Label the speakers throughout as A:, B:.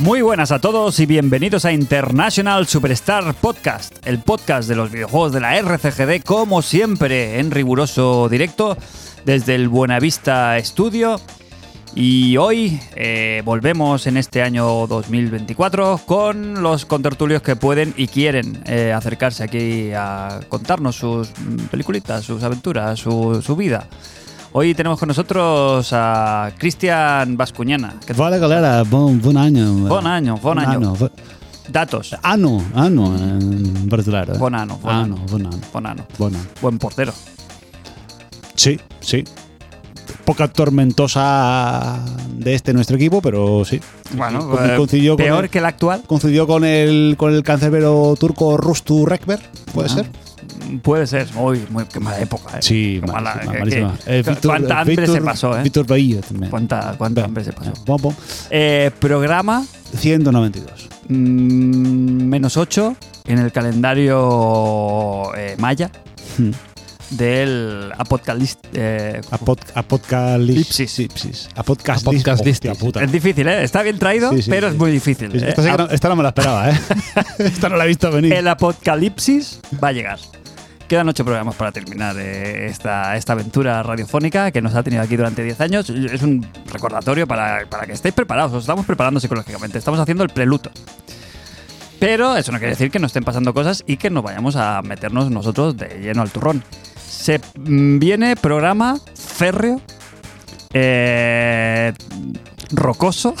A: Muy buenas a todos y bienvenidos a International Superstar Podcast, el podcast de los videojuegos de la RCGD, como siempre, en riguroso directo desde el Buenavista Studio. Y hoy eh, volvemos en este año 2024 con los contertulios que pueden y quieren eh, acercarse aquí a contarnos sus mm, peliculitas, sus aventuras, su, su vida. Hoy tenemos con nosotros a Cristian Bascuñana. ¿Qué
B: Fala galera, bom, bom año.
A: Bom año, bom año.
B: Ano,
A: Datos.
B: ano, ano en brasileiro.
A: Bom ano, bom
B: ano.
A: ano.
B: Bom ano.
A: Bonano.
B: Bom ano.
A: Buen portero.
B: Sí, sí. Poca tormentosa de este nuestro equipo, pero sí.
A: Bueno,
B: Con-
A: eh,
B: coincidió con
A: peor
B: el-
A: que el actual.
B: Coincidió con el, con el cancerbero turco Rustu Rekber, ¿puede
A: Ah.
B: ser?
A: Puede ser. Muy, muy, qué mala época. eh.
B: Sí,
A: Qué mala-
B: malísima,
A: que-
B: malísima.
A: que-
B: Eh, Víctor-
A: cuánta hambre
B: Víctor-
A: se pasó, ¿eh?
B: Víctor Bahía también.
A: Cuánta, cuánta hambre se pasó.
B: Bom, bom.
A: Eh, programa
B: 192.
A: mm, menos 8 en el calendario eh, maya
B: Hmm.
A: del eh, apocalipsis.
B: A, pod, a podcast.
A: Ipsis.
B: A podcast.
C: A podcastis.
B: Hostia puta.
A: es difícil, ¿eh? Está bien traído,
B: Sí, sí,
A: pero
B: sí.
A: es muy difícil.
B: Sí,
A: eh.
B: Esta, sí
C: ah,
B: que no, esta no me la esperaba, ¿eh? esta no la he visto venir.
A: El apocalipsis va a llegar. Quedan ocho programas para terminar eh, esta, esta aventura radiofónica que nos ha tenido aquí durante 10 años. Es un recordatorio para, para que estéis preparados. Os estamos preparando psicológicamente. Estamos haciendo el preluto. Pero eso no quiere decir que no estén pasando cosas y que nos vayamos a meternos nosotros de lleno al turrón. Se mm, viene programa férreo, eh, rocoso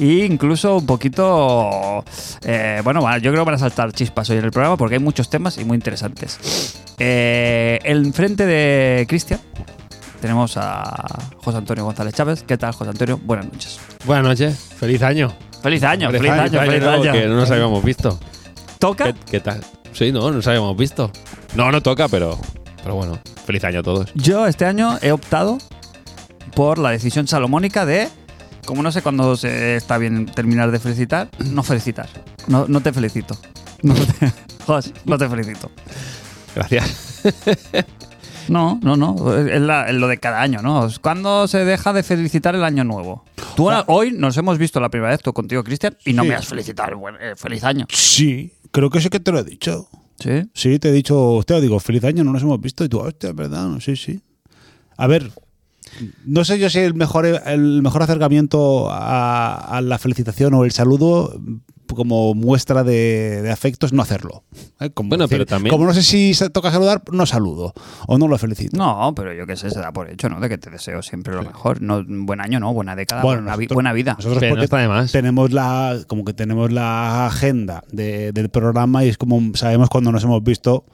A: e incluso un poquito... eh, bueno, va- yo creo que van a saltar chispas hoy en el programa porque hay muchos temas y muy interesantes. Eh, enfrente de Cristian tenemos a José Antonio González Chávez. ¿Qué tal, José Antonio? Buenas noches.
C: Buenas noches, feliz año.
A: Feliz año, feliz año, feliz
C: no,
A: año.
C: Que no nos habíamos visto.
A: Toca
C: ¿Qué, qué tal? Sí, no, no nos habíamos visto. No, no toca, pero, pero bueno, feliz año a todos.
A: Yo este año he optado por la decisión salomónica de, como no sé cuándo se está bien terminar de felicitar, no felicitar. No, no te felicito. No te, Jos, no te felicito.
C: Gracias.
A: No, no, no. Es, la- es lo de cada año, ¿no? Es Cuando se deja de felicitar el año nuevo? Tú ahora- hoy nos hemos visto la primera vez tú contigo, Cristian, y no
B: Ah. Sí.
A: me has felicitado. Buen- eh, feliz año.
B: Sí, creo que sí que te lo he dicho.
A: Sí.
B: Sí, te he dicho, hostia, digo, feliz año, no nos hemos visto. Y tú, hostia, ¿verdad? No, Sí, sí. A ver, no sé yo si el mejor, el mejor acercamiento a, a la felicitación o el saludo como muestra de, de afecto es no hacerlo. ¿eh? Como
C: Bueno, pero también-
B: Como no sé si se toca saludar, no saludo o no lo felicito.
A: No, pero yo qué sé, se da por hecho, ¿no? De que te deseo siempre lo mejor. No, buen año, ¿no? Buena década,
B: Bueno,
A: buena, vi-
B: nosotros-
A: buena vida.
B: Nosotros
C: Pero no
B: porque
C: está de más.
B: tenemos la como que tenemos la agenda de- del programa y es como sabemos cuando nos hemos visto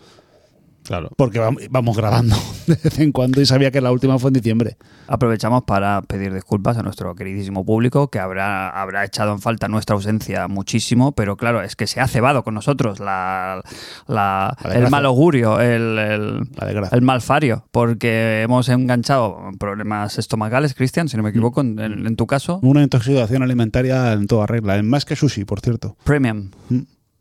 C: Claro.
B: porque vam- vamos, grabando de vez en cuando y sabía que la última fue en diciembre.
A: Aprovechamos para pedir disculpas a nuestro queridísimo público que habrá, habrá echado en falta nuestra ausencia muchísimo, pero claro, es que se ha cebado con nosotros la, la-
B: La
A: el
B: desgracia.
A: mal augurio, el, el,
B: La desgracia.
A: el malfario, porque hemos enganchado problemas estomacales, Cristian, si no me equivoco, en, en- en tu caso,
B: Una intoxicación alimentaria en toda regla, en más que sushi, por cierto.
A: premium.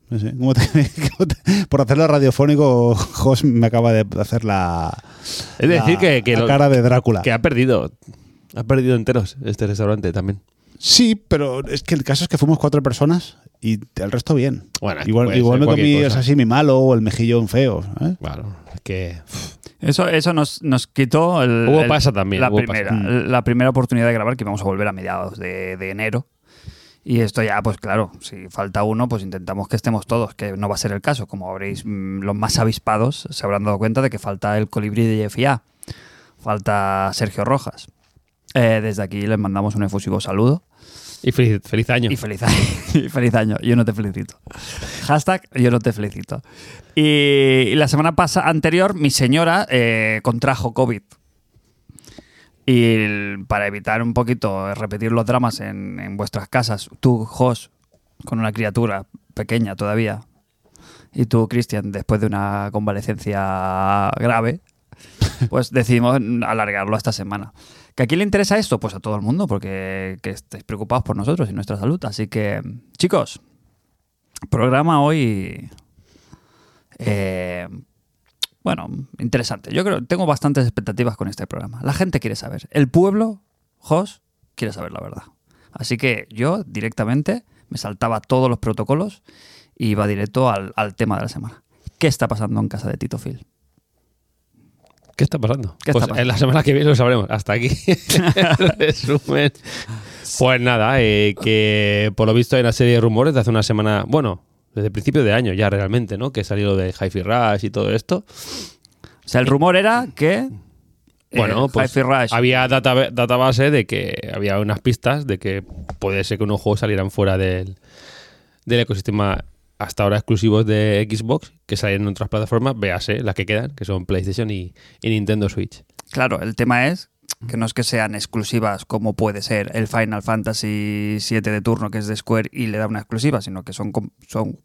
B: No sé, ¿cómo te- cómo te- por hacerlo radiofónico, Jos me acaba de hacer la,
C: Es
B: la-
C: decir, que, que,
B: la
C: lo-
B: cara de Drácula.
C: que ha perdido. Ha perdido enteros este restaurante también.
B: Sí, pero es que el caso es que fuimos cuatro personas y el resto bien.
C: Bueno,
B: igual
C: puede
B: igual
C: ser
B: me
C: cualquier
B: comí el
C: cosa.
B: sashimi malo o el mejillón feo. ¿eh?
C: Claro, es que.
A: Eso, eso nos, nos quitó el,
C: Hubo
A: el-
C: pasa también,
A: la,
C: hubo Mm.
A: primera,
B: pasa.
A: la primera oportunidad de grabar que íbamos a volver a mediados de, de enero. Y esto ya, pues claro, si falta uno, pues intentamos que estemos todos, que no va a ser el caso. Como habréis, mm, los más avispados se habrán dado cuenta de que falta el colibrí de FIA, falta Sergio Rojas. Eh, desde aquí les mandamos un efusivo saludo
C: Y feliz, feliz año.
A: y feliz año. y feliz año. Yo no te felicito. Hashtag yo no te felicito. Y la semana pasa, anterior, mi señora eh, contrajo COVID. Y el- para evitar un poquito eh, repetir los dramas en, en vuestras casas, tú, Jos, con una criatura pequeña todavía, y tú, Cristian, después de una convalecencia grave, pues decidimos alargarlo a esta semana. ¿Que a quién le interesa esto? Pues a todo el mundo, porque que estéis preocupados por nosotros y nuestra salud. Así que, chicos, programa hoy. eh, bueno, interesante. Yo creo, tengo bastantes expectativas con este programa. La gente quiere saber. El pueblo, Jos, quiere saber la verdad. Así que yo directamente me saltaba todos los protocolos y iba directo al, al tema de la semana. ¿Qué está pasando en casa de Tito Phil?
C: ¿Qué está pasando?
A: ¿Qué está
C: pues
A: pasando?
C: en la semana que viene lo sabremos. Hasta aquí. el resumen. Pues nada, eh, que por lo visto hay una serie de rumores de hace una semana. Bueno, desde el principio de año ya realmente, ¿no? Que salió lo de Hi-Fi Rush y todo esto.
A: O sea, el rumor era que. eh,
C: Bueno, pues
A: Hi-Fi Rush.
C: había data- database de que había unas pistas de que puede ser que unos juegos salieran fuera del, del ecosistema hasta ahora exclusivos de Xbox, que salieron en otras plataformas, véase las que quedan, que son PlayStation y, y Nintendo Switch.
A: Claro, el tema es que no es que sean exclusivas como puede ser el Final Fantasy VII de turno, que es de Square y le da una exclusiva, sino que son, com- son,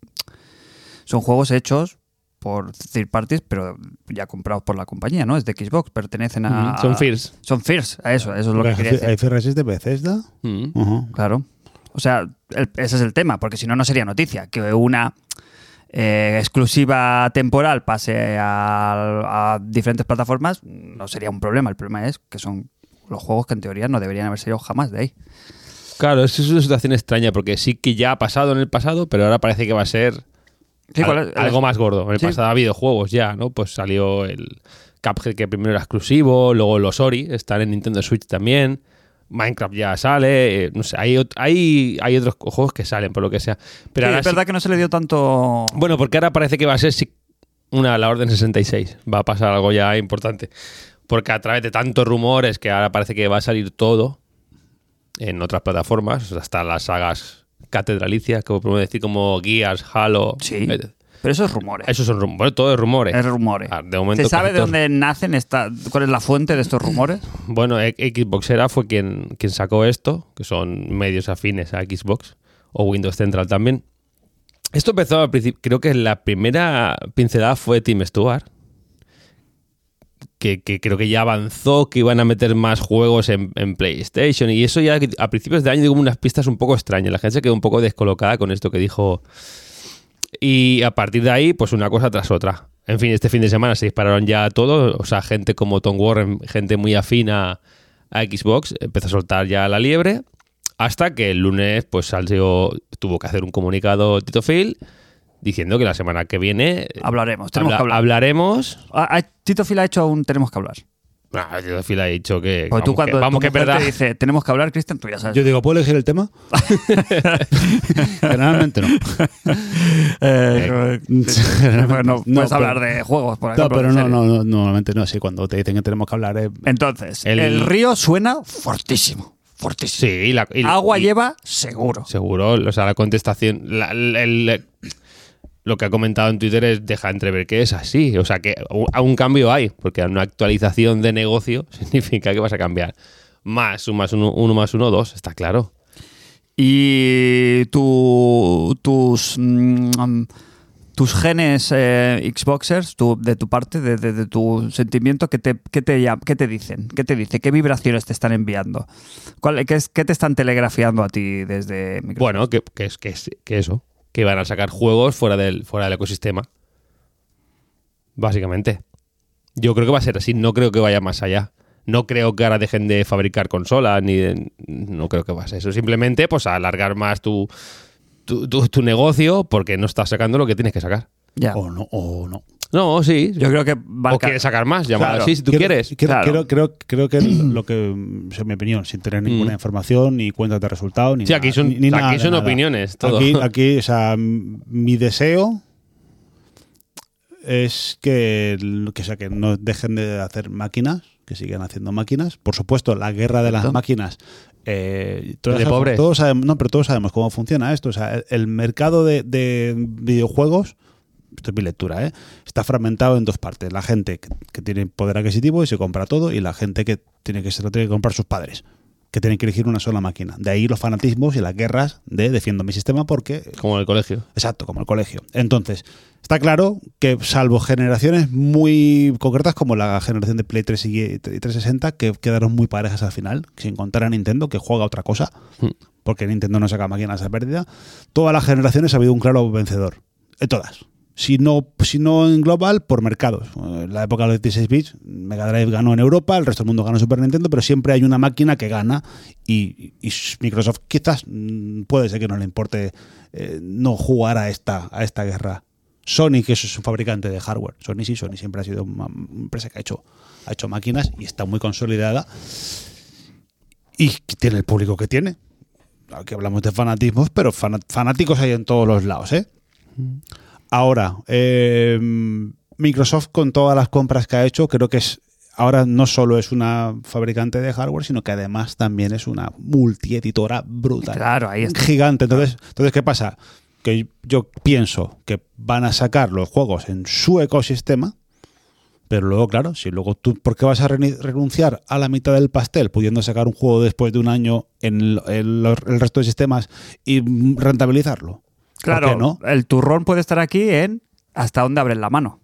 A: son juegos hechos por third parties, pero ya comprados por la compañía, ¿no? Es de Xbox, pertenecen a...
C: Ujú, Son fears.
A: Son First, a eso, eso es lo que quería
B: ¿Hay
A: decir.
B: FRS de Bethesda?
C: Ujú.
B: Ujú.
A: Claro. O sea, el- ese es el tema, porque si no, no sería noticia. Que una eh, exclusiva temporal pase a, a diferentes plataformas no sería un problema. El problema es que son los juegos que en teoría no deberían haber salido jamás de ahí.
C: Claro, es que es una situación extraña porque sí que ya ha pasado en el pasado, pero ahora parece que va a ser
A: Sí,
C: al-
A: ¿cuál es?
C: algo más gordo. En el
A: Sí.
C: pasado ha habido juegos ya, ¿no? Pues salió el Cuphead que primero era exclusivo, luego los Ori están en Nintendo Switch también, Minecraft ya sale, eh, no sé, hay, ot- hay, hay otros juegos que salen por lo que sea. Pero
A: Sí,
C: ahora
A: es
C: sí-
A: verdad que no se le dio tanto.
C: bueno, porque ahora parece que va a ser si- una la orden 66. Va a pasar algo ya importante. Porque a través de tantos rumores que ahora parece que va a salir todo en otras plataformas, hasta las sagas catedralicias, como podemos decir, como Gears, Halo.
A: Sí.
C: eh,
A: Pero esos rumores.
C: Esos son rumores, todo es rumores.
A: Es rumores.
C: Ah, de momento
A: ¿Se sabe
C: casi
A: de
C: todo-
A: dónde nacen? Esta, ¿Cuál es la fuente de estos rumores?
C: Bueno, e- Xboxera fue quien, quien sacó esto, que son medios afines a Xbox o Windows Central también. Esto empezó al principio, creo que la primera pincelada fue Tim Stewart, que, que creo que ya avanzó, que iban a meter más juegos en, en PlayStation y eso ya a principios de año dio como unas pistas un poco extrañas. La gente se quedó un poco descolocada con esto que dijo y a partir de ahí, pues una cosa tras otra. En fin, este fin de semana se dispararon ya todos. O sea, gente como Tom Warren, gente muy afina a Xbox, empezó a soltar ya la liebre. Hasta que el lunes, pues salió, tuvo que hacer un comunicado Tito Phil diciendo que la semana que viene eh,
A: Hablaremos, Ah, tenemos
C: habla-
A: que hablar.
C: hablaremos.
A: Ah, ah, Tito Fila ha hecho un tenemos que hablar.
C: Ah, Tito Phil ha dicho que.
A: Porque Pues tú cuando
C: que, vamos
A: tu
C: que es
A: mujer
C: verdad.
A: te dice tenemos que hablar, Cristian, tú ya sabes.
B: Yo digo, ¿puedo elegir el tema? Generalmente no.
A: Eh, bueno,
B: No,
A: puedes
B: pero-
A: hablar de juegos, por
B: No,
A: ejemplo.
B: pero
A: en
B: no,
A: serio.
B: no, no, normalmente no. Sí, cuando te dicen que tenemos que hablar eh, es...
A: Entonces, el,
C: El-
A: río suena fortísimo. Fortísimo.
C: Sí, y la, y-
A: Agua
C: y-
A: lleva seguro.
C: Seguro, o sea, la contestación, la- la- el- lo que ha comentado en Twitter es deja entrever que es así, o sea, que u- a un cambio hay, porque a una actualización de negocio significa que vas a cambiar. Más, un más uno, uno más uno, dos, está claro.
A: Y tu- tus mm, tus genes eh, Xboxers, tu- de tu parte, de, de- de tu sentimiento, ¿qué te, qué te llam- qué te dicen? ¿Qué te dice? ¿Qué vibraciones te están enviando? ¿Cuál, qué, es- qué te están telegrafiando a ti desde Microsoft?
C: Bueno, que, que, es- que, es- que eso, que van a sacar juegos fuera del, fuera del ecosistema. Básicamente. Yo creo que va a ser así, no creo que vaya más allá. No creo que ahora dejen de fabricar consolas, ni de- no creo que va a ser eso. Simplemente, pues, alargar más tu, tu, tu- tu negocio porque no estás sacando lo que tienes que sacar.
A: Ya.
B: O no, o no.
C: No, sí.
A: Yo creo que va
C: o quieres sacar más, llamada
A: Claro.
C: así si tú
B: Quiero-
C: quieres.
B: Quiero,
A: Claro.
B: quiero- creo, creo que lo que, mm, o sea, en mi opinión, sin tener ninguna
C: Mm.
B: información, ni cuentas de resultados, ni
C: Sí, aquí
B: nada-
C: son-
B: ni- ni
C: aquí
B: nada de
C: son
B: nada.
C: opiniones, todo.
B: Aquí, aquí, o sea, m- mi deseo es que, el- que, o sea, que no dejen de hacer máquinas, que sigan haciendo máquinas. Por supuesto, la guerra de las
A: Correcto.
B: máquinas. eh, todos
C: De
B: sabemos-
C: pobres.
B: todos sabemos- no, pero todos sabemos cómo funciona esto. O sea, el, el mercado de, de videojuegos esto es mi lectura, ¿eh? está fragmentado en dos partes. La gente que, que tiene poder adquisitivo y se compra todo y la gente que tiene que se lo tiene que comprar sus padres, que tienen que elegir una sola máquina. De ahí los fanatismos y las guerras de defiendo mi sistema porque...
C: Como en el colegio.
B: Exacto, como el colegio. Entonces, está claro que salvo generaciones muy concretas como la generación de Play 3 y 360, que quedaron muy parejas al final, sin contar a Nintendo, que juega otra cosa,
C: Mm.
B: porque Nintendo no saca máquinas a pérdida, eh, todas las generaciones ha habido un claro vencedor. En todas. si no, si no en global, por mercados. En la época de los 16 bits, Mega Drive ganó en Europa, el resto del mundo ganó Super Nintendo, pero siempre hay una máquina que gana y, y Microsoft quizás mm, puede ser que no le importe eh, no jugar a esta, a esta guerra. Sony, que es un fabricante de hardware. Sony sí, Sony siempre ha sido una empresa que ha hecho, ha hecho máquinas y está muy consolidada. Y tiene el público que tiene. Claro que hablamos de fanatismos, pero fana- fanáticos hay en todos los lados, ¿eh? Ahora, eh, Microsoft con todas las compras que ha hecho, creo que es ahora no solo es una fabricante de hardware, sino que además también es una multieditora brutal.
A: Claro, ahí está.
B: Gigante. Entonces, entonces, ¿qué pasa? Que yo pienso que van a sacar los juegos en su ecosistema, pero luego, claro, si luego tú, ¿por qué vas a reni- renunciar a la mitad del pastel pudiendo sacar un juego después de un año en el, en los- el resto de sistemas y mm, rentabilizarlo? ¿Por
A: Claro,
B: qué no?
A: el turrón puede estar aquí en hasta dónde abren la mano,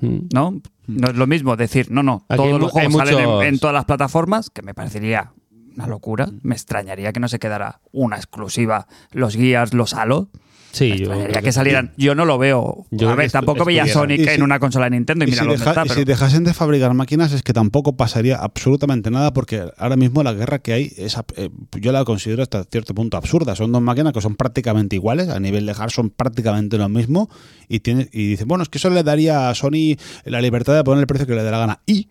C: Mm.
A: ¿no? No es lo mismo decir, no, no,
C: Aquí hay
A: todos
C: mu-
A: los juegos
C: hay
A: salen en-
C: muchos-
A: en, todas las plataformas, que me parecería una locura.
B: Mm.
A: Me extrañaría que no se quedara una exclusiva, los guías, los Halo.
C: Sí,
A: me
C: yo
A: extrañaría
C: creo
A: que salieran. Yo no lo veo.
C: Yo
A: a
C: creo que
A: ver,
C: esto-
A: tampoco veía
C: estuviera.
A: Sonic
B: Y si-
A: en una consola de Nintendo y,
B: Y
A: mira
B: si,
A: dónde
B: deja-
A: está,
B: y
A: pero
B: si dejasen de fabricar máquinas es que tampoco pasaría absolutamente nada porque ahora mismo la guerra que hay es, ab- eh, yo la considero hasta cierto punto absurda. Son dos máquinas que son prácticamente iguales, a nivel de hardware son prácticamente lo mismo y, tiene, y dicen, bueno, es que eso le daría a Sony la libertad de poner el precio que le dé la gana. Y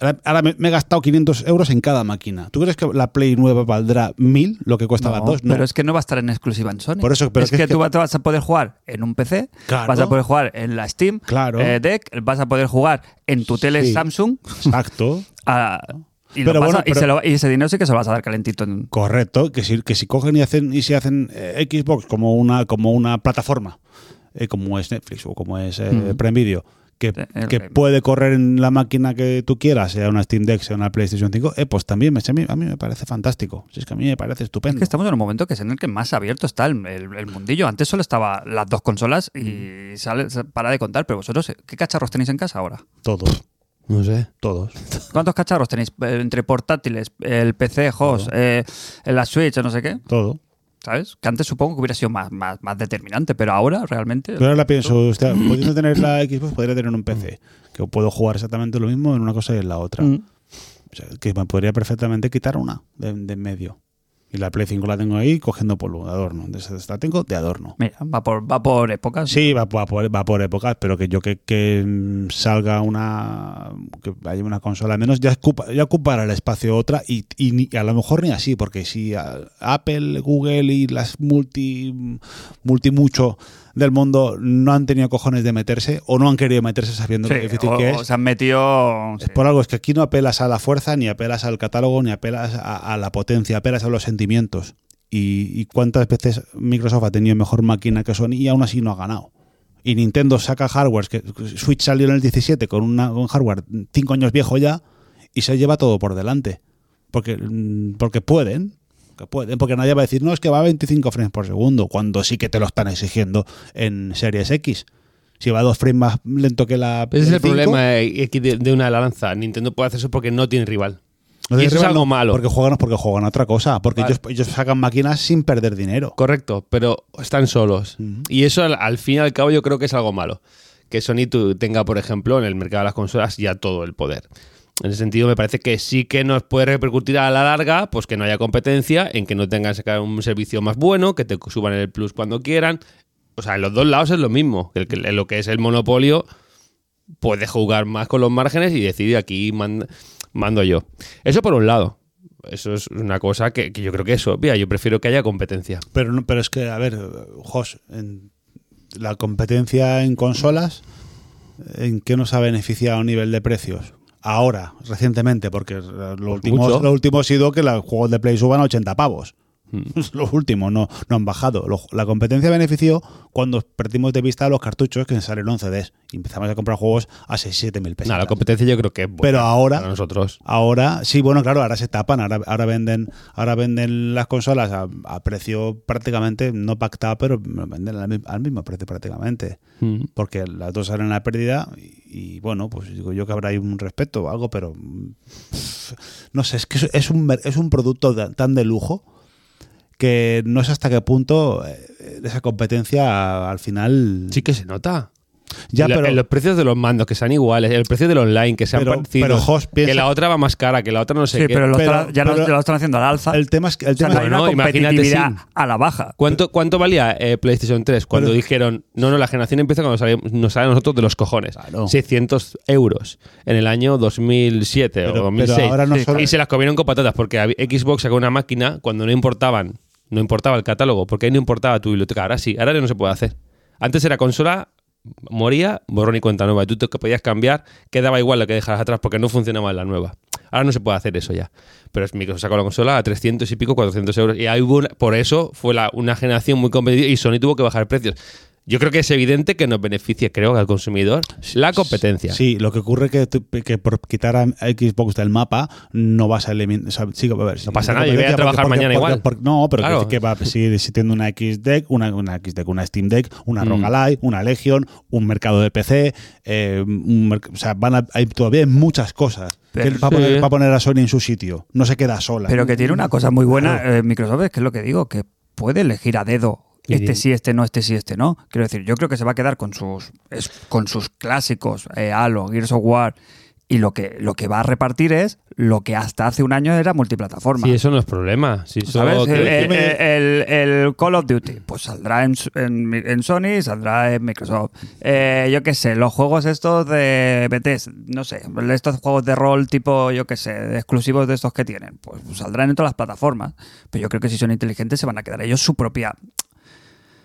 B: ahora, ahora me, me he gastado 500 euros en cada máquina. ¿Tú crees que la Play 9 valdrá 1000 lo que cuesta la 2?
A: pero es que no va a estar en exclusiva en Sony.
B: Por eso, pero
A: es
B: que
A: que,
B: es
A: tú
B: que-
A: vas- te vas a poder jugar en un PC,
B: Claro.
A: vas a poder jugar en la Steam
B: Claro.
A: eh, Deck, vas a poder jugar en tu tele
B: Sí.
A: Samsung.
B: Exacto.
A: a- Ah, y, lo
B: Pero
A: pasa-
B: bueno,
A: y,
B: pero-
A: se lo- y ese dinero sí que se lo vas a dar calentito. en-
B: Correcto, que si, que si cogen y hacen y si hacen eh, Xbox como una, como una plataforma, eh, como es Netflix o como es eh, Prime Video, que,
A: el
B: que
A: Prime.
B: puede correr en la máquina que tú quieras, sea una Steam Deck, sea una PlayStation 5, eh, pues también me, a, mí, a mí me parece fantástico. Si es que a mí me parece
A: Es
B: estupendo.
A: que estamos en un momento que es en el que más abierto está el, el- el mundillo. Antes solo estaba las dos consolas
B: Mm.
A: y sale, se- para de contar, pero vosotros, ¿qué cacharros tenéis en casa ahora?
B: Todos,
C: No sé.
B: todos.
A: ¿Cuántos cacharros tenéis eh, entre portátiles, el PC, host, eh, la Switch, no sé qué?
B: Todo.
A: ¿Sabes? Que antes supongo que hubiera sido más, más, más determinante, pero ahora realmente.
B: Yo ahora la pienso, hostia, pudiendo tener la Xbox, podría tener un PC, que puedo jugar exactamente lo mismo en una cosa y en la otra.
A: Mm.
B: O sea, que me podría perfectamente quitar una de, de en medio. Y la Play 5 la tengo ahí cogiendo polvo de adorno. Entonces, la tengo de adorno.
A: Mira, va por, va por épocas.
B: Sí, va, va por, va por épocas, pero que yo que, que, mm, salga una. que haya una consola al menos, ya, ocupa- ya ocupará el espacio otra y, y ni- a lo mejor ni así, porque si a- Apple, Google y las multi. multi mucho del mundo no han tenido cojones de meterse o no han querido meterse sabiendo
A: Sí,
B: lo difícil
A: o-
B: que es.
A: o se han metido.
B: Es por algo, es que aquí no apelas a la fuerza, ni apelas al catálogo, ni apelas a, a la potencia, apelas a los sentimientos. Y, y cuántas veces Microsoft ha tenido mejor máquina que Sony y aún así no ha ganado. Y Nintendo saca hardware, que Switch salió en el 17 con una- un hardware 5 años viejo ya y se lleva todo por delante. Porque, mm, porque pueden, que pueden, porque nadie va a decir, no, es que va a 25 frames por segundo, cuando sí que te lo están exigiendo en Series X. Si va dos frames más lento que la...
C: Ese es el
B: Play 5,
C: problema eh, aquí de, de una lanza. Nintendo puede hacer eso porque no tiene rival.
B: No
C: Y
B: te
C: eso es
B: rival,
C: algo
B: no,
C: malo.
B: Porque juegan, porque juegan a otra cosa. Porque
C: Vale.
B: ellos, ellos sacan máquinas sin perder dinero.
C: Correcto, pero están solos. Y eso al, al fin y al cabo yo creo que es algo malo. Que Sony tu- tenga, por ejemplo, en el mercado de las consolas ya todo el poder. En ese sentido, me parece que sí que nos puede repercutir a la larga, pues que no haya competencia, en que no tengan que sacar un servicio más bueno, que te suban el plus cuando quieran. O sea, en los dos lados es lo mismo. El, que- lo que es el monopolio puede jugar más con los márgenes y decir aquí mand- mando yo. Eso por un lado. Eso es una cosa que, que yo creo que es obvia. Yo prefiero que haya competencia.
B: Pero, no- pero es que, a ver, Jos, en- la competencia en consolas, ¿en qué nos ha beneficiado a nivel de precios? Ahora, recientemente, porque lo último,
C: Pues mucho.
B: lo último ha sido que los juegos de Play suban a 80 pavos.
C: Hmm.
B: Es Lo último, no, no han bajado. Lo- la competencia benefició cuando perdimos de vista los cartuchos que salieron en CDs y empezamos a comprar juegos a 6-7 mil pesos.
C: No, la competencia yo creo que es buena
B: Pero ahora-
C: para nosotros.
B: Ahora, sí, bueno, claro, ahora se tapan, ahora, ahora venden, ahora venden las consolas a, a precio prácticamente, no pactado, pero venden al, mi- al mismo precio prácticamente.
A: Mm.
B: Porque las dos salen a la pérdida y, y, bueno, pues digo yo que habrá ahí un respeto o algo, pero mm, no sé, es que es- es un, mer- es un producto da- tan de lujo que no sé hasta qué punto eh, esa competencia al final.
C: Sí que se nota.
B: ya,
C: Lo-
B: pero.
C: en los precios de los mandos que sean iguales, el precio del online que se han
B: Pero-
C: parecido,
B: pero, Jos, piensa-
C: que la otra va más cara, que la otra no sé
A: Sí,
C: qué.
A: pero, lo
B: pero-
A: está- ya, lo,
B: pero-
A: ya lo están haciendo al alza.
B: el tema es que. El
A: o sea, no
B: tema es-
A: hay
C: Bueno,
A: una
C: imagínate
A: competitividad
C: sin-
A: a la baja.
C: ¿Cuánto, ¿Cuánto valía eh, PlayStation 3 cuando
B: Pero-
C: dijeron, no, no, la generación empieza cuando sale- nos sale a nosotros de los cojones?
B: Claro.
C: 600 euros en el año 2007
B: pero-
C: o 2006.
B: pero ahora no
A: Sí,
B: solo-
C: Y se las comieron con patatas porque hab- Xbox sacó una máquina cuando no importaban, no importaba el catálogo, porque ahí no importaba tu biblioteca. Ahora sí, ahora no se puede hacer. Antes era consola, moría, borrón y cuenta nueva. Y Tú te que podías cambiar, quedaba igual lo que dejaras atrás porque no funcionaba la nueva. Ahora no se puede hacer eso ya. Pero es Microsoft sacó la consola a 300 y pico, 400 euros. Y ahí hubo una- por eso fue la, una generación muy competitiva y Sony tuvo que bajar precios. Yo creo que es evidente que nos beneficia, creo, al consumidor la competencia.
B: Sí, lo que ocurre que, tú- que por quitar a Xbox del mapa no vas a eliminar. o sea, sí, a ver, sí,
C: pasa
B: la
C: nada, yo voy a
B: competencia,
C: trabajar mañana igual.
B: no, pero
C: Claro.
B: que, que va a seguir existiendo una X Deck, una, una X Deck, una Steam Deck, una
C: Mm.
B: Rogalite, una Legion, un mercado de PC. eh, un merc- o sea, van a, hay todavía muchas cosas que
A: Pero-
B: va, a poner,
C: Sí.
B: va a poner a Sony en su sitio. No se queda sola.
A: Pero que tiene una cosa muy buena eh, Microsoft, es que es lo que digo, que puede elegir a dedo.
C: Y-
A: Este sí, este no, este sí, este no. Quiero decir, yo creo que se va a quedar con sus, es- con sus clásicos, eh, Halo, Gears of War, y lo que, lo que va a repartir es lo que hasta hace un año era multiplataforma.
C: Sí, eso no es problema. Sí, eso-
A: ¿Sabes?
B: eh,
C: que-
A: El,
C: que-
A: el- el- el Call of Duty, pues saldrá en, su- en, mi- en Sony, saldrá en Microsoft. Eh, yo qué sé, los juegos estos de BTS, no sé, estos juegos de rol tipo, yo qué sé, de exclusivos de estos que tienen, pues saldrán en todas las plataformas. Pero yo creo que si son inteligentes se van a quedar ellos su propia...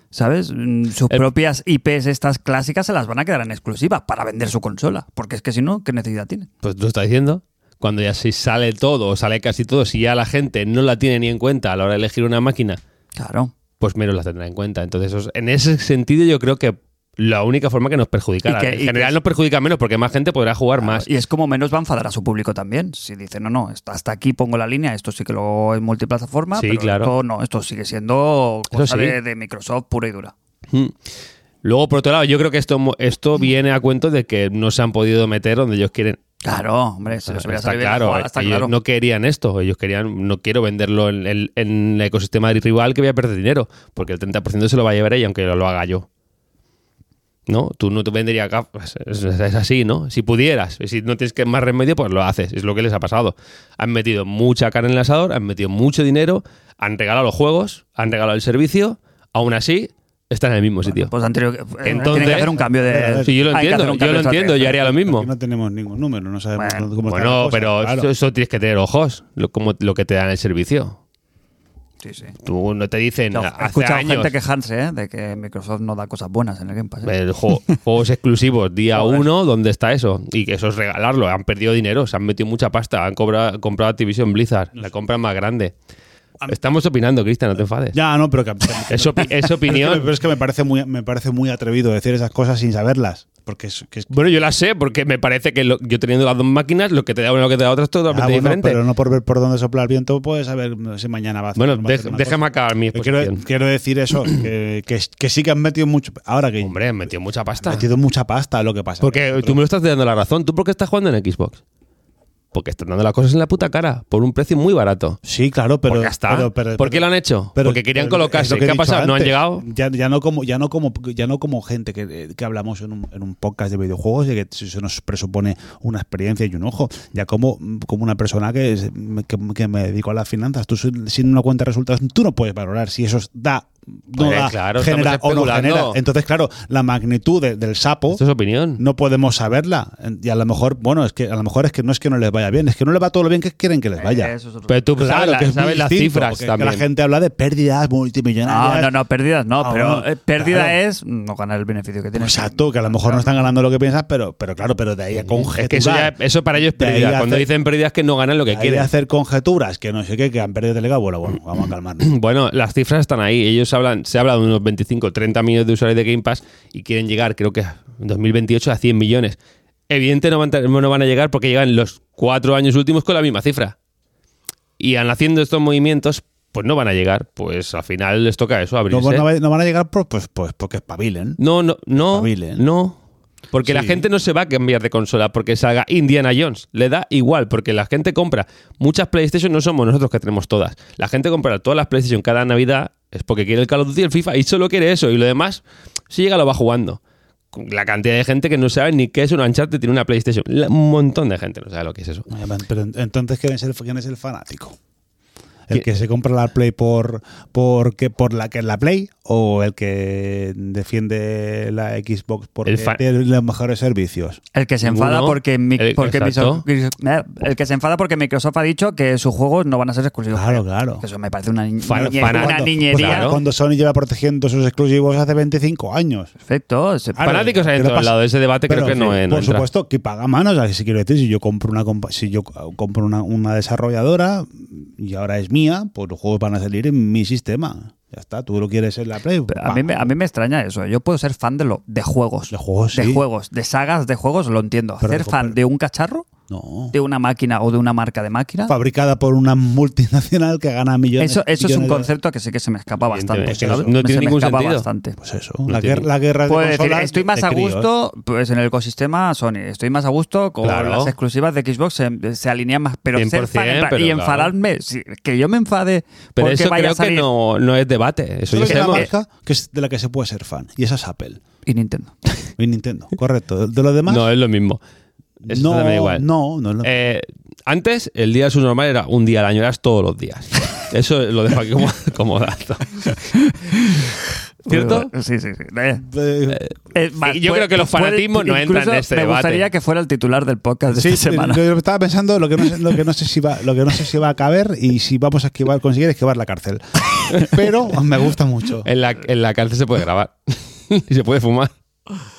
A: ¿Sabes? Mm, Sus
C: El-
A: propias IPs estas clásicas se las van a quedar en exclusivas para vender su consola. Porque es que si no, ¿qué necesidad tiene?
C: Pues tú estás diciendo. Cuando ya se sale todo, o sale casi todo, si ya la gente no la tiene ni en cuenta a la hora de elegir una máquina,
A: Claro.
C: pues menos la tendrá en cuenta. Entonces, eso es- en ese sentido, yo creo que la única forma que nos perjudicará.
A: Y que-
C: en
A: y
C: general
A: que-
C: nos perjudica menos porque más gente podrá jugar
A: Claro,
C: más.
A: Y es como menos va a enfadar a su público también. Si dice, no, no, hasta hasta aquí pongo la línea, esto sí que lo es multiplataforma,
C: Sí,
A: pero
C: claro.
A: esto no, esto sigue siendo cosa
C: sí.
A: de, de Microsoft pura y dura.
C: Mm. Luego, por otro lado, yo creo que esto, mo- esto viene a cuento de que no se han podido meter donde ellos quieren.
A: Claro, hombre, se les hubiera
C: Está
A: salido bien la
C: claro,
A: jugada, está
C: ellos
A: claro.
C: no querían esto, ellos querían, no quiero venderlo en el, en el ecosistema del rival que voy a perder dinero, porque el 30% se lo va a llevar ella aunque lo, lo haga yo. ¿No? Tú no te venderías gafas, es, es- es así, ¿no? Si pudieras, y si no tienes que más remedio, pues lo haces, es lo que les ha pasado. Han metido mucha carne en el asador, han metido mucho dinero, han regalado los juegos, han regalado el servicio, aún así están en el mismo sitio.
A: Pues anterior, eh, tienen que
C: Entonces-
A: hacer un cambio de.
C: Sí, yo lo
A: pues, hay que hacer
C: entiendo,
A: un
C: yo
A: cambio
C: lo
A: de
C: entiendo, yo
A: estrategia.
C: haría lo mismo.
B: Aquí no tenemos ningún número, no sabemos
A: Bueno.
B: cómo está la
C: Bueno,
B: cosa,
C: pero
B: claro.
C: eso, eso tienes que tener ojos, lo, como lo que te dan el servicio.
A: Sí, sí.
C: Tú no te dicen
A: No, he
C: hace
A: escuchado
C: años, Pues,
A: gente quejarse ¿eh? de que Microsoft no da cosas buenas en el Game Pass. ¿eh?
C: el juego- juegos exclusivos, día
A: Joder.
C: uno, ¿dónde está eso? Y que eso es regalarlo. Han perdido dinero, se han metido mucha pasta, han cobrado, comprado Activision Blizzard, la compra más grande. Estamos opinando, Cristian, no te enfades.
B: Ya, no, pero que,
C: Es, opi- es
B: Pero es que,
C: opinión.
B: pero es que me parece muy me parece muy atrevido decir esas cosas sin saberlas porque es, que es-
C: Bueno, yo la sé, porque me parece que lo- yo teniendo las dos máquinas, lo que te da una y lo que te da otra es totalmente
B: Ah, bueno,
C: diferente.
B: pero no por ver por dónde sopla el viento puedes saber si mañana va a hacer-
C: bueno,
B: va a hacer
C: dej-
B: una
C: déjame acabar mi
B: cosa. Que quiero,
C: exposición.
B: quiero decir eso que, que, que sí que han metido mucho ahora que
C: Hombre, han metido mucha
B: han
C: pasta.
B: metido mucha pasta lo que pasa
C: Porque tú me lo estás dando la razón. ¿Tú por qué estás jugando en Xbox? Porque están dando las cosas en la puta cara, por un precio muy barato.
B: sí claro pero
C: Porque ya está.
B: pero- pero-
C: ¿Por qué lo han hecho?
B: pero-
C: Porque querían
B: pero es lo que
C: colocarse.
B: he
C: ¿Qué ha
B: dicho
C: pasado? ¿No han
B: antes.
C: llegado?
B: ya, ya no como ya no como ya no como gente que, que hablamos en un, en un podcast de videojuegos y que se nos presupone una experiencia y un ojo ya como, como una persona que, es- que, que me dedico a las finanzas tú sin sin una cuenta de resultados tú no puedes valorar si eso es- da no
C: Hombre,
B: da,
C: claro, estamos
B: genera o no
C: especulando.
B: genera entonces claro la magnitud de- del sapo
C: Esto es opinión.
B: no podemos saberla y a lo mejor bueno es que a lo mejor es que no es que no les vaya bien es que no les va todo lo bien que quieren que les
C: Eh,
B: vaya
A: Eso es otro-
C: Pero tú sabes, la-
B: que es muy
C: sabes las
B: distinto,
C: cifras
B: porque
C: también.
B: Que la gente habla de pérdidas multimillonarias.
A: No, no, no, pérdidas no,
B: Ah,
A: pero
B: bueno,
A: eh, pérdida
B: claro.
A: es no ganar el beneficio que tienes.
B: Exacto, que a lo mejor no están ganando lo que piensas, pero, pero claro, pero de ahí a conjeturar.
C: Es que eso, ya- eso para ellos es
B: De ahí
C: pérdida.
B: a
C: Cuando
B: hacer-
C: dicen pérdidas que no ganan lo
B: de
C: que
B: ahí a
C: quieren. Mm.
B: hacer conjeturas, que no sé qué, que han perdido Telega, bueno, bueno, vamos a calmarnos.
C: Bueno, las cifras están ahí. Ellos hablan, se habla de unos 25, 30 millones de usuarios de Game Pass y quieren llegar, creo que en 2028, a 100 millones. Evidente no van, a- no van a llegar porque llegan los cuatro años últimos con la misma cifra. Y al haciendo estos movimientos, pues no van a llegar. Pues al final les toca eso,
B: No,
C: abrirse.
B: no va- no van a llegar por- pues, pues porque pues, espabilen.
C: No, no, no.
B: Espabilen.
C: No. Porque la
B: Sí.
C: gente no se va a cambiar de consola porque salga Indiana Jones. Le da igual, porque la gente compra muchas PlayStation, no somos nosotros que tenemos todas. La gente compra todas las PlayStation cada Navidad es porque quiere el Call of Duty y el FIFA y solo quiere eso. Y lo demás, si llega, lo va jugando. La cantidad de gente que no sabe ni qué es un Uncharted tiene una PlayStation. La- un montón de gente no sabe lo que es eso.
B: Oye, man, Pero en- entonces, ¿quién es el, quién es el fanático? ¿El
C: ¿Qui-
B: que se compra la Play por, por, que- por la que es la Play? ¿O el que defiende la Xbox porque
C: El fa-
B: tiene los mejores servicios?
A: El que se enfada
C: Ninguno.
A: porque, mi-
C: El-
A: porque
C: exacto.
A: Microsoft, eh, el que se enfada porque Microsoft ha dicho que sus juegos no van a ser exclusivos.
C: eh,
B: Claro, claro.
A: Eso me parece una, niñe-
C: Fan-
A: niñe-
C: fanático.
A: una
B: Cuando-
A: niñería.
B: pues,
C: Claro.
B: Cuando Sony lleva protegiendo sus exclusivos hace 25 años.
A: Perfecto. se-
B: Claro,
C: Fanáticos hay en
B: pero
C: todos
B: pasa-
C: lados. Ese debate creo
B: Pero,
C: que
B: en
C: no
B: fin,
C: es.
B: Por supuesto, que paga manos. O sea, si quiero decir, si yo compro una compa- si yo eh, compro una, una desarrolladora y ahora es mía, pues los juegos van a salir en mi sistema. Ya está, tú lo quieres en la Play.
A: A mí, me, a mí me extraña eso. Yo puedo ser fan de, lo, de juegos.
B: De juegos,
A: De
B: sí.
A: juegos, de sagas, de juegos, lo entiendo.
B: Pero
A: ser
B: de
A: fan
B: comprar-
A: de un cacharro,
B: No.
A: de una máquina o de una marca de máquina,
B: Fabricada por una multinacional que gana millones.
A: eso, eso es un
B: millones de-
A: concepto que sí que se me escapa bastante.
C: Evidentemente,
A: ¿sabes?
C: no
A: Me-
C: tiene
A: se me
C: ningún
A: escapa
C: sentido.
A: bastante.
B: Pues eso, la,
C: tiene-
B: guerra, la guerra de
A: Puedo decir,
B: consolas
A: estoy
B: de-
A: más
B: de
A: a
B: críos.
A: gusto pues en el ecosistema Sony. Estoy más a gusto con
C: Claro.
A: las exclusivas de Xbox, em, se, se alinean más. Pero, ser
C: 100%,
A: fan en plan-
C: pero
A: y
C: claro.
A: enfadarme, sí, que yo me enfade
C: Pero
A: porque
C: eso
A: vaya a
C: creo que
A: salir.
C: no, no es debate. Eso
B: Solo hay
C: ya
B: una
C: sabemos.
B: marca que es de la que se puede ser fan, y esa es Apple
A: Y Nintendo.
B: y Nintendo, correcto. De, de lo demás,
C: No es lo mismo. Eso
B: no,
C: también igual.
B: no, no es lo-
C: Eh, antes, el día subnormal era un día al año, eras todos los días. Eso lo dejo aquí como, como dato. ¿Cierto?
A: Sí, sí, sí. Eh,
B: Eh,
A: eh, va,
C: yo creo que los fanatismos no
A: incluso
C: entran en este
A: Me gustaría
C: debate.
A: que fuera el titular del podcast de
B: Sí,
A: esta semana.
B: Yo estaba pensando lo que, no sé, lo que no sé si va, lo que no sé si va a caber y si vamos a esquivar, conseguir esquivar la cárcel. Pero me gusta mucho.
A: Eh.
C: En la, en la cárcel se puede grabar. y se puede fumar.